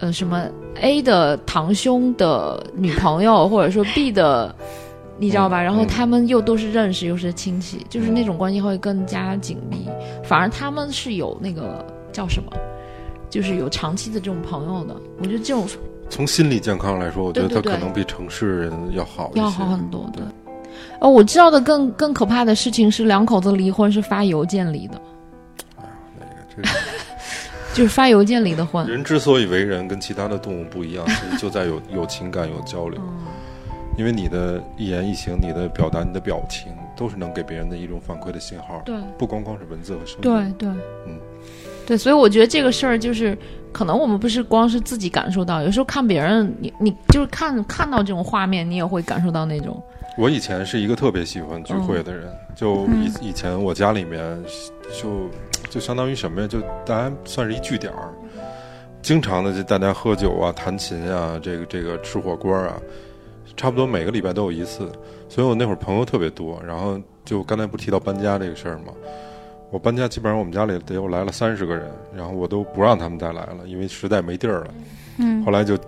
Speaker 4: 呃，什么 A 的堂兄的女朋友，或者说 B 的，你知道吧？
Speaker 3: 嗯
Speaker 4: 然后
Speaker 3: 嗯
Speaker 4: 他们又都是认识，又是亲戚，就是
Speaker 3: 嗯
Speaker 4: 那种关系会更加紧密。反而他们是有那个叫什么，就是有长期的这种朋友的。我觉得这种
Speaker 3: 从心理健康来说，我觉得
Speaker 4: 对
Speaker 3: 它
Speaker 4: 对
Speaker 3: 可能比城市人要好一些。
Speaker 4: 要好很多的
Speaker 3: 对。
Speaker 4: 哦，我知道的更更可怕的事情是，两口子离婚是发邮件离的，
Speaker 3: 这啊个
Speaker 4: 就是发邮件离 的婚。
Speaker 3: 人之所以为人，跟其他的动物不一 样，其实就在有有情感、有交流。
Speaker 4: 嗯
Speaker 3: 因为你的一言一行、你的表达、你的表情，都是能给别人的一种反馈的信号，
Speaker 4: 对。
Speaker 3: 不光光是文字和声音。
Speaker 4: 对对，
Speaker 3: 嗯，
Speaker 4: 对，所以我觉得这个事儿就是，可能我们不是光是自己感受到，有时候看别人，你你就是看看到这种画面，你也会感受到那种，
Speaker 3: 我以前是一个特别喜欢聚会的人，就以以前我家里面就就相当于什么呀，就大家算是一据点儿，经常的就大家喝酒啊、弹琴啊，这个这个吃火锅啊，差不多每个礼拜都有一次，所以我那会儿朋友特别多。然后就刚才不提到搬家这个事儿吗？我搬家基本上我们家里得有来了三十个人，然后我都不让他们再来了，因为实在没地儿了。
Speaker 2: 嗯
Speaker 3: 后来就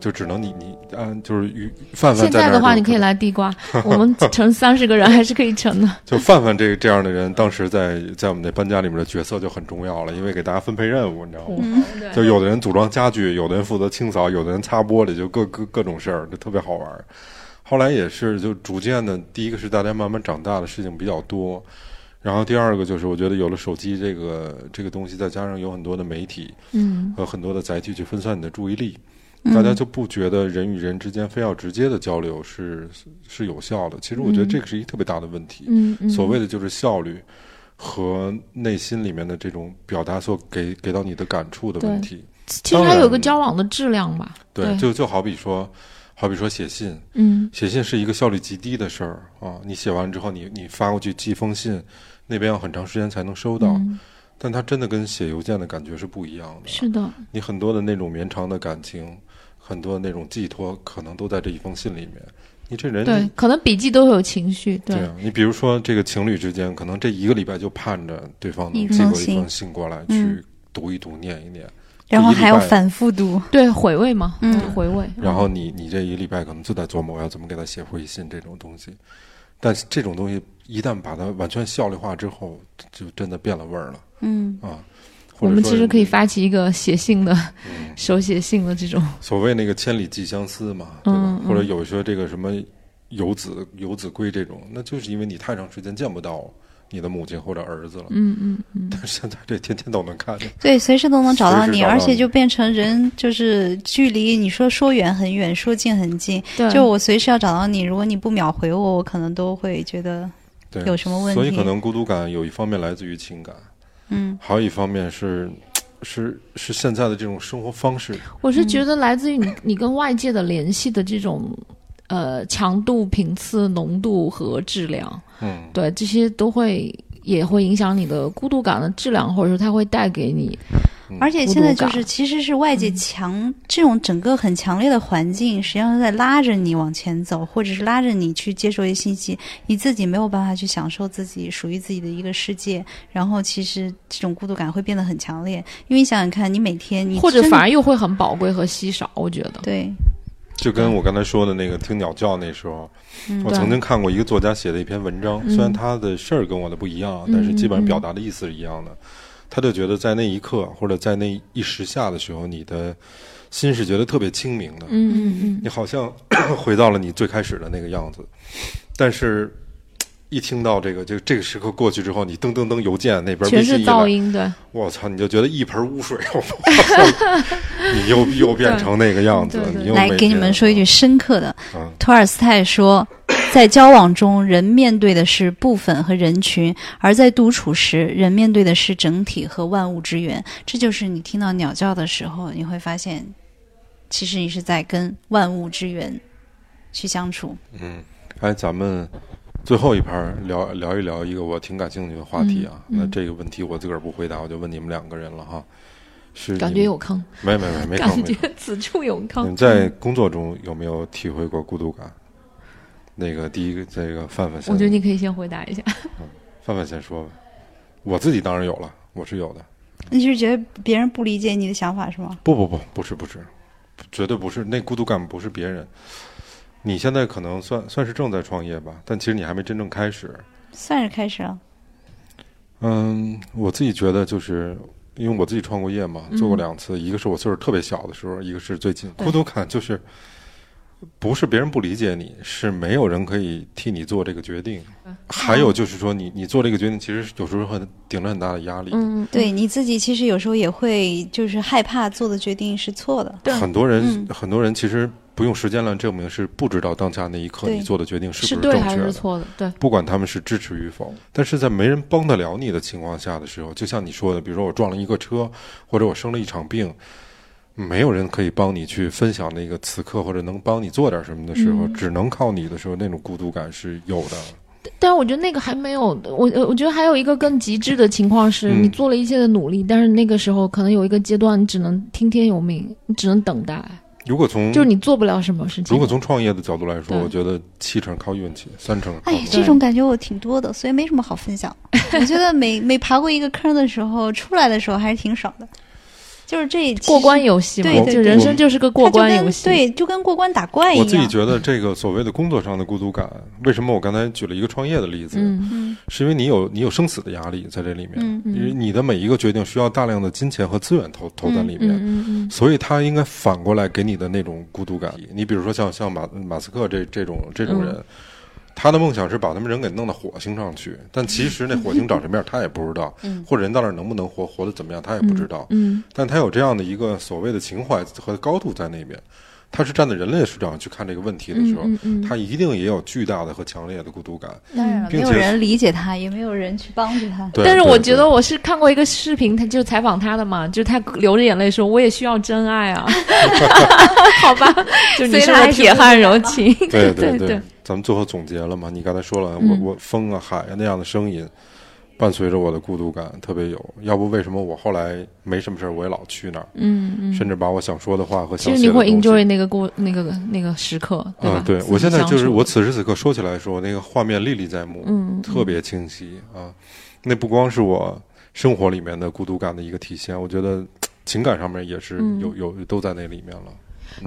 Speaker 3: 就只能你你按就是与范范
Speaker 4: 现
Speaker 3: 在
Speaker 4: 在
Speaker 3: 那儿
Speaker 4: 的话，
Speaker 3: 就
Speaker 4: 你可以来 地瓜，我们乘三十个人还是可以乘的。
Speaker 3: 就范范这这样的人，当时在在我们那搬家里面的角色就很重要了，因为给大家分配任务，你知道吗？就有的人组装家具，有的人负责清扫，有的人擦玻璃，就各各各种事儿，就特别好玩儿。后来也是就逐渐的，第一个是大家慢慢长大的事情比较多，然后第二个就是我觉得有了手机这个这个东西，再加上有很多的媒体
Speaker 4: 嗯，
Speaker 3: 和很多的载体去分散你的注意力，大家就不觉得人与人之间非要直接的交流是是是有效的。其实我觉得这个是一个特别大的问题。
Speaker 4: 嗯嗯，
Speaker 3: 所谓的就是效率和内心里面的这种表达所给给到你的感触的问题。
Speaker 4: 其实还有个交往的质量吧。
Speaker 3: 对，
Speaker 4: 对
Speaker 3: 就就好比说，好比说写信，
Speaker 4: 嗯
Speaker 3: 写信是一个效率极低的事儿啊。你写完之后你，你发过去寄一封信，那边要很长时间才能收到，
Speaker 4: 嗯，
Speaker 3: 但它真的跟写邮件的感觉是不一样的。
Speaker 4: 是的，
Speaker 3: 你很多的那种绵长的感情，很多那种寄托，可能都在这一封信里面。你这人
Speaker 4: 对，可能笔记都会有情绪，对，
Speaker 3: 啊，你比如说这个情侣之间，可能这一个礼拜就盼着对方能
Speaker 2: 一
Speaker 3: 寄
Speaker 2: 封
Speaker 3: 过一
Speaker 2: 信
Speaker 3: 封信过来，
Speaker 2: 嗯
Speaker 3: 去读一读、念一念。
Speaker 2: 然后还要
Speaker 3: 这一礼拜
Speaker 2: 反复读，
Speaker 4: 对回味嘛，
Speaker 2: 嗯
Speaker 4: 对回味。
Speaker 3: 然后你你这一礼拜可能就在琢磨我要怎么给他写回信这种东西，但是这种东西一旦把它完全效率化之后，就真的变了味儿了
Speaker 2: 嗯，
Speaker 3: 啊。或
Speaker 4: 我
Speaker 3: 者
Speaker 4: 们
Speaker 3: 说
Speaker 4: 其实可以
Speaker 3: 你
Speaker 4: 发起一个写信的、
Speaker 3: 嗯
Speaker 4: 手写信的这种，
Speaker 3: 所谓那个千里寄相思嘛，对吧？
Speaker 4: 嗯嗯
Speaker 3: 或者有一些这个什么游子游子归这种，那就是因为你太长时间见不到你的母亲或者儿子了。
Speaker 4: 嗯嗯嗯，
Speaker 3: 但是现在这天天都能看见，
Speaker 2: 对，随时都能找到
Speaker 3: 随时
Speaker 2: 你，
Speaker 3: 找到
Speaker 2: 而
Speaker 3: 你
Speaker 2: 且就变成人就是距离你说说远很远，说近很近，
Speaker 4: 对，
Speaker 2: 就我随时要找到你，如果你不秒回我，我可能都会觉得，
Speaker 3: 对，
Speaker 2: 有什么问题
Speaker 3: 所以可能孤独感有一方面来自于情感，
Speaker 2: 嗯，
Speaker 3: 还有一方面是是是现在的这种生活方式。
Speaker 4: 我是觉得来自于你你跟外界的联系的这种。呃，强度、频次、浓度和质量，
Speaker 3: 嗯，
Speaker 4: 对这些都会也会影响你的孤独感的质量，或者说它会带给你，
Speaker 2: 而且
Speaker 4: 嗯孤
Speaker 2: 现在
Speaker 4: 独
Speaker 2: 就
Speaker 4: 感嗯
Speaker 2: 是其实是外界强这种整个很强烈的环境，实际上是在拉着你往前走，或者是拉着你去接受一些信息，你自己没有办法去享受自己属于自己的一个世界，然后其实这种孤独感会变得很强烈，因为你想想看，你每天你
Speaker 4: 或者
Speaker 2: 真的
Speaker 4: 反而又会很宝贵和稀少。我觉得，
Speaker 2: 对，
Speaker 3: 就跟我刚才说的那个听鸟叫那时候，
Speaker 2: 嗯
Speaker 3: 我
Speaker 4: 嗯对
Speaker 3: 曾经看过一个作家写的一篇文章，虽然
Speaker 4: 嗯
Speaker 3: 他的事儿跟我的不一样，
Speaker 4: 嗯
Speaker 3: 但是基本上
Speaker 4: 嗯嗯
Speaker 3: 表达的意思是一样的。他就觉得在那一刻或者在那一时下的时候，你的心是觉得特别清明的，
Speaker 4: 嗯嗯嗯，
Speaker 3: 你好像 回到了你最开始的那个样子。但是，一听到这个这这个时刻过去之后，你噔噔噔邮件那边
Speaker 4: 全
Speaker 3: 微
Speaker 4: 是
Speaker 3: 信一来
Speaker 4: 噪音，对，
Speaker 3: 我操，你就觉得一盆污水，我操 你又又变成那个样子，
Speaker 4: 对对
Speaker 3: 你又
Speaker 2: 来
Speaker 3: 每
Speaker 2: 给你
Speaker 3: 天
Speaker 2: 们说一句
Speaker 3: 啊
Speaker 2: 深刻的
Speaker 3: 嗯，
Speaker 2: 托尔斯泰说，在交往中，人面对的是部分和人群；而在独处时，人面对的是整体和万物之源。这就是你听到鸟叫的时候，你会发现，其实你是在跟万物之源去相处。
Speaker 3: 嗯，哎，咱们最后一盘儿聊聊一聊一个我挺感兴趣的话题啊。
Speaker 4: 嗯嗯
Speaker 3: 那这个问题我自个儿不回答，我就问你们两个人了哈。是
Speaker 4: 感
Speaker 3: 你
Speaker 4: 觉
Speaker 3: 们
Speaker 4: 有坑，
Speaker 3: 没没没没嗯
Speaker 4: 感
Speaker 3: 坑没
Speaker 4: 觉
Speaker 3: 坑。
Speaker 4: 此处有
Speaker 3: 你
Speaker 4: 坑
Speaker 3: 们。在工作中有没有体会过孤独感？那个第一个，这个范范先，
Speaker 4: 我觉得你可以先回答一下。
Speaker 3: 范范先说吧。我自己当然有了，我是有的。
Speaker 2: 你是觉得别人不理解你的想法是吗？
Speaker 3: 不不不，不是不是，绝对不是。那孤独感不是别人。你现在可能算算是正在创业吧，但其实你还没真正开始。
Speaker 2: 算是开始了。
Speaker 3: 嗯，我自己觉得就是因为我自己创过业嘛，做过两次，一个是我岁数特别小的时候，一个是最近
Speaker 4: 嗯对
Speaker 3: 孤独感就是。不是别人不理解你，是没有人可以替你做这个决定。
Speaker 4: 嗯
Speaker 3: 还有就是说你，你做这个决定，其实有时候很顶着很大的压力。
Speaker 4: 嗯，
Speaker 2: 对你自己，其实有时候也会就是害怕做的决定是错的，
Speaker 4: 对
Speaker 3: 很多人、
Speaker 2: 嗯
Speaker 3: 很多人其实不用时间来证明，是不知道当下那一刻
Speaker 2: 对
Speaker 3: 你做的决定是
Speaker 4: 是
Speaker 3: 不
Speaker 4: 对
Speaker 3: 正
Speaker 4: 还
Speaker 3: 确的
Speaker 4: 是。错的？对，
Speaker 3: 不管他们是支持与否，但是在没人帮得了你的情况下的时候，就像你说的，比如说我撞了一个车，或者我生了一场病，没有人可以帮你去分享那个此刻，或者能帮你做点什么的时
Speaker 4: 嗯
Speaker 3: 候，只能靠你的时候，那种孤独感是有的。
Speaker 4: 但我觉得那个还没有，我呃我觉得还有一个更极致的情况是，
Speaker 3: 嗯
Speaker 4: 你做了一切的努力，但是那个时候可能有一个阶段，你只能听天由命，你只能等待。
Speaker 3: 如果从
Speaker 4: 就是你做不了什么事
Speaker 3: 嗯
Speaker 4: 情。
Speaker 3: 如果从创业的角度来说，
Speaker 6: 对
Speaker 3: 我觉得七成靠运气，三成靠
Speaker 2: 哎，这种感觉我挺多的，所以没什么好分 享。我觉得每每爬过一个坑的时候，出来的时候还是挺爽的，就是这其实
Speaker 4: 过关游戏嘛，
Speaker 2: 对对对
Speaker 4: 就人生就是个过
Speaker 2: 它就
Speaker 4: 关
Speaker 2: 跟
Speaker 4: 游戏。，
Speaker 2: 对，就跟过关打怪一
Speaker 3: 我
Speaker 2: 样。
Speaker 3: 自己觉得这个所谓的工作上的孤独感，为什么我刚才举了一个创业的例子，
Speaker 4: 嗯，
Speaker 2: 嗯
Speaker 3: 是因为你有你有生死的压力在这里面，
Speaker 2: 嗯
Speaker 3: 因为你的每一个决定需要大量的金钱和资源投投在里面，
Speaker 4: 嗯嗯
Speaker 3: 所以他应该反过来给你的那种孤独感。你比如说像像马马斯克这这种这种人。
Speaker 4: 嗯
Speaker 3: 他的梦想是把他们人给弄到火星上去，但其实那火星长什么样他也不知道，或者人到那儿能不能活，活得怎么样他也不知道。
Speaker 4: 嗯
Speaker 3: 但他有这样的一个所谓的情怀和高度在那边，他是站在人类的视角上去看这个问题的时候，
Speaker 4: 嗯嗯嗯
Speaker 3: 他一定也有巨大的和强烈的孤独感。
Speaker 2: 当然了，嗯没有
Speaker 3: 并且
Speaker 2: 人理解他，也没有人去帮助他。
Speaker 3: 对
Speaker 4: 但是
Speaker 3: 对
Speaker 4: 我
Speaker 3: 对
Speaker 4: 觉得我是看过一个视频，他就采访他的嘛，就是他流着眼泪说：“我也需要真爱啊。” 好吧，就你
Speaker 6: 所以
Speaker 4: 是
Speaker 6: 他
Speaker 4: 我
Speaker 6: 还
Speaker 4: 铁
Speaker 6: 挺
Speaker 4: 汉柔情。
Speaker 3: 对
Speaker 4: 对
Speaker 3: 对
Speaker 4: 对，
Speaker 3: 咱们最后总结了嘛？你刚才说了，
Speaker 4: 嗯
Speaker 3: 我我风啊海啊那样的声音，伴随着我的孤独感特别有。要不为什么我后来没什么事儿，我也老去那儿，
Speaker 4: 嗯嗯。
Speaker 3: 甚至把我想说的话和
Speaker 6: 其
Speaker 3: 想
Speaker 6: 实
Speaker 3: 写
Speaker 6: 你
Speaker 3: 的
Speaker 6: 会
Speaker 3: 东西
Speaker 6: enjoy 那个过那个那个时刻，对吧
Speaker 3: 啊，？对
Speaker 6: 自己
Speaker 3: 我现在就
Speaker 6: 相
Speaker 3: 是
Speaker 6: 处
Speaker 3: 我此时此刻说起来说，那个画面历历在目，
Speaker 4: 嗯
Speaker 3: 特别清晰啊。那不光是我生活里面的孤独感的一个体现，我觉得情感上面也是
Speaker 6: 嗯
Speaker 3: 有有都在那里面了。嗯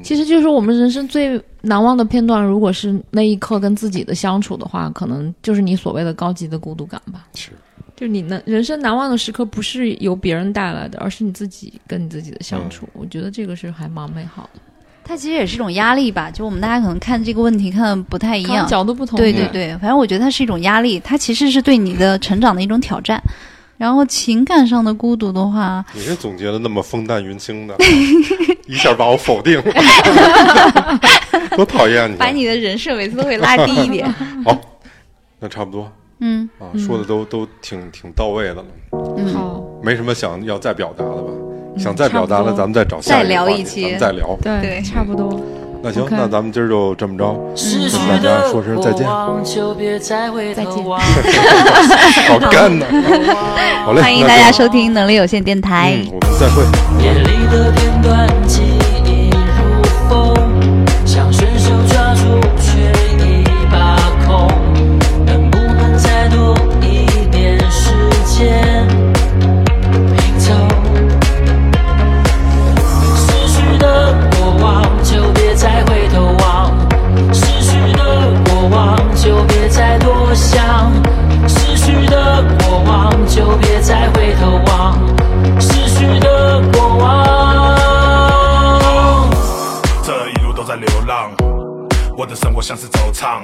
Speaker 4: 其实就是我们人生最难忘的片段，如果是那一刻跟自己的相处的话，可能就是你所谓的高级的孤独感吧。
Speaker 3: 是，
Speaker 4: 就你能人生难忘的时刻，不是由别人带来的，而是你自己跟你自己的相处。
Speaker 3: 嗯
Speaker 4: 我觉得这个是还蛮美好的，
Speaker 2: 它其实也是一种压力吧，就我们大家可能看这个问题看得不太一
Speaker 4: 可能
Speaker 2: 样。
Speaker 4: 角度不同。
Speaker 2: 对
Speaker 3: 嗯
Speaker 2: 对对，反正我觉得它是一种压力，它其实是对你的成长的一种挑战。然后情感上的孤独的话，
Speaker 3: 你这总结的那么风淡云轻的，一下把我否定了，多讨厌你！啊
Speaker 2: 把你的人设每次都会拉低一点。
Speaker 3: 好，那差不多
Speaker 2: 嗯，
Speaker 3: 啊，说的都都挺挺到位的了，
Speaker 4: 好，
Speaker 3: 没什么想要再表达的吧？
Speaker 2: 嗯
Speaker 3: 想再表达
Speaker 4: 差不
Speaker 3: 的，
Speaker 4: 多
Speaker 3: 咱们再找下
Speaker 2: 再
Speaker 3: 个
Speaker 2: 聊
Speaker 3: 话
Speaker 2: 一
Speaker 3: 题
Speaker 2: 期
Speaker 3: 咱们再聊。
Speaker 4: 对，
Speaker 2: 对
Speaker 4: 差不多。
Speaker 3: 那行，
Speaker 4: OK
Speaker 3: 那咱们今儿就这么着，
Speaker 7: 失去
Speaker 3: 跟大家
Speaker 7: 的
Speaker 3: 说声再见
Speaker 7: 过往就别再回
Speaker 4: 再
Speaker 7: 头
Speaker 4: 见
Speaker 7: 望。
Speaker 3: 好 干呐！好嘞，
Speaker 2: 欢迎
Speaker 3: 那
Speaker 2: 大
Speaker 3: 就
Speaker 2: 家收听能力有限电台。
Speaker 3: 嗯，我们再会。
Speaker 7: 夜里的片段记忆如风，想伸手抓住却已把控。能不能再多一点时间拼凑？逝去的过往就别再回头望，逝去的过往就别再多想，逝去的过往就别再回头望，逝去的过往。
Speaker 8: 这一路都在流浪，我的生活像是惆怅，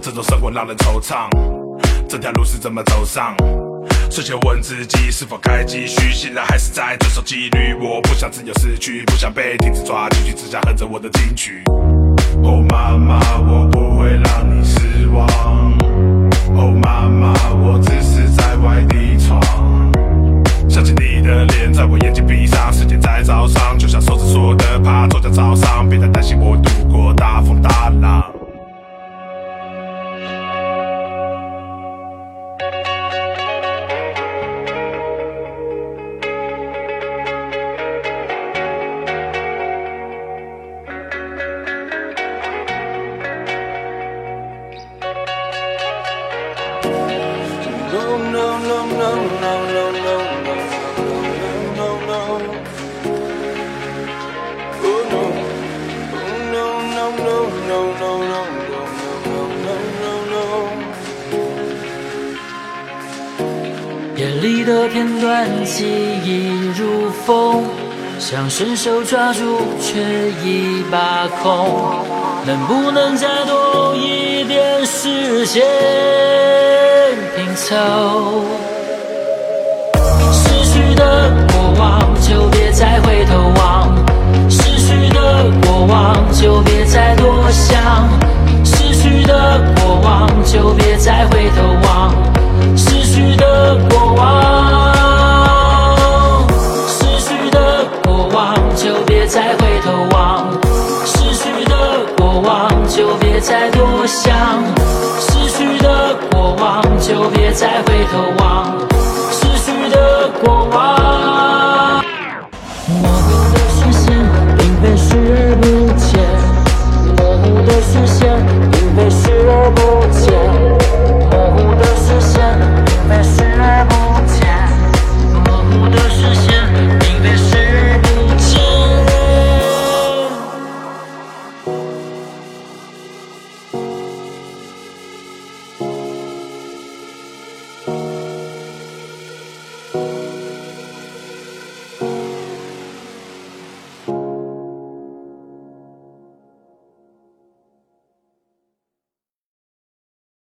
Speaker 8: 这种生活让人惆怅，这条路是怎么走上？睡前问自己是否该继续，醒来还是在遵守纪律。我不想自由失去，不想被停止抓进去，只想哼着我的金曲。哦妈妈，我不会让你失望。哦妈妈，我只是在外地闯。想起你的脸，在我眼睛闭上，时间在早上，就像手指说的，怕错在早上，别再担心我度过大风大浪。
Speaker 7: No, no, no, no, no, no, no, no, no, no, no, no. Oh no, oh no, no, no, no, no, no, no, no, no, no, no, no. 夜里的片段记忆如风，想伸手抓住却已把控，能不能再多一点时间？拼凑。逝去的过往就别再回头望，逝去的过往就别再多想，逝去的过往就别再回头望，逝去的过往，逝去的过往就别再回头望，逝去的过往就别再多想，逝去的过往就别再回头望。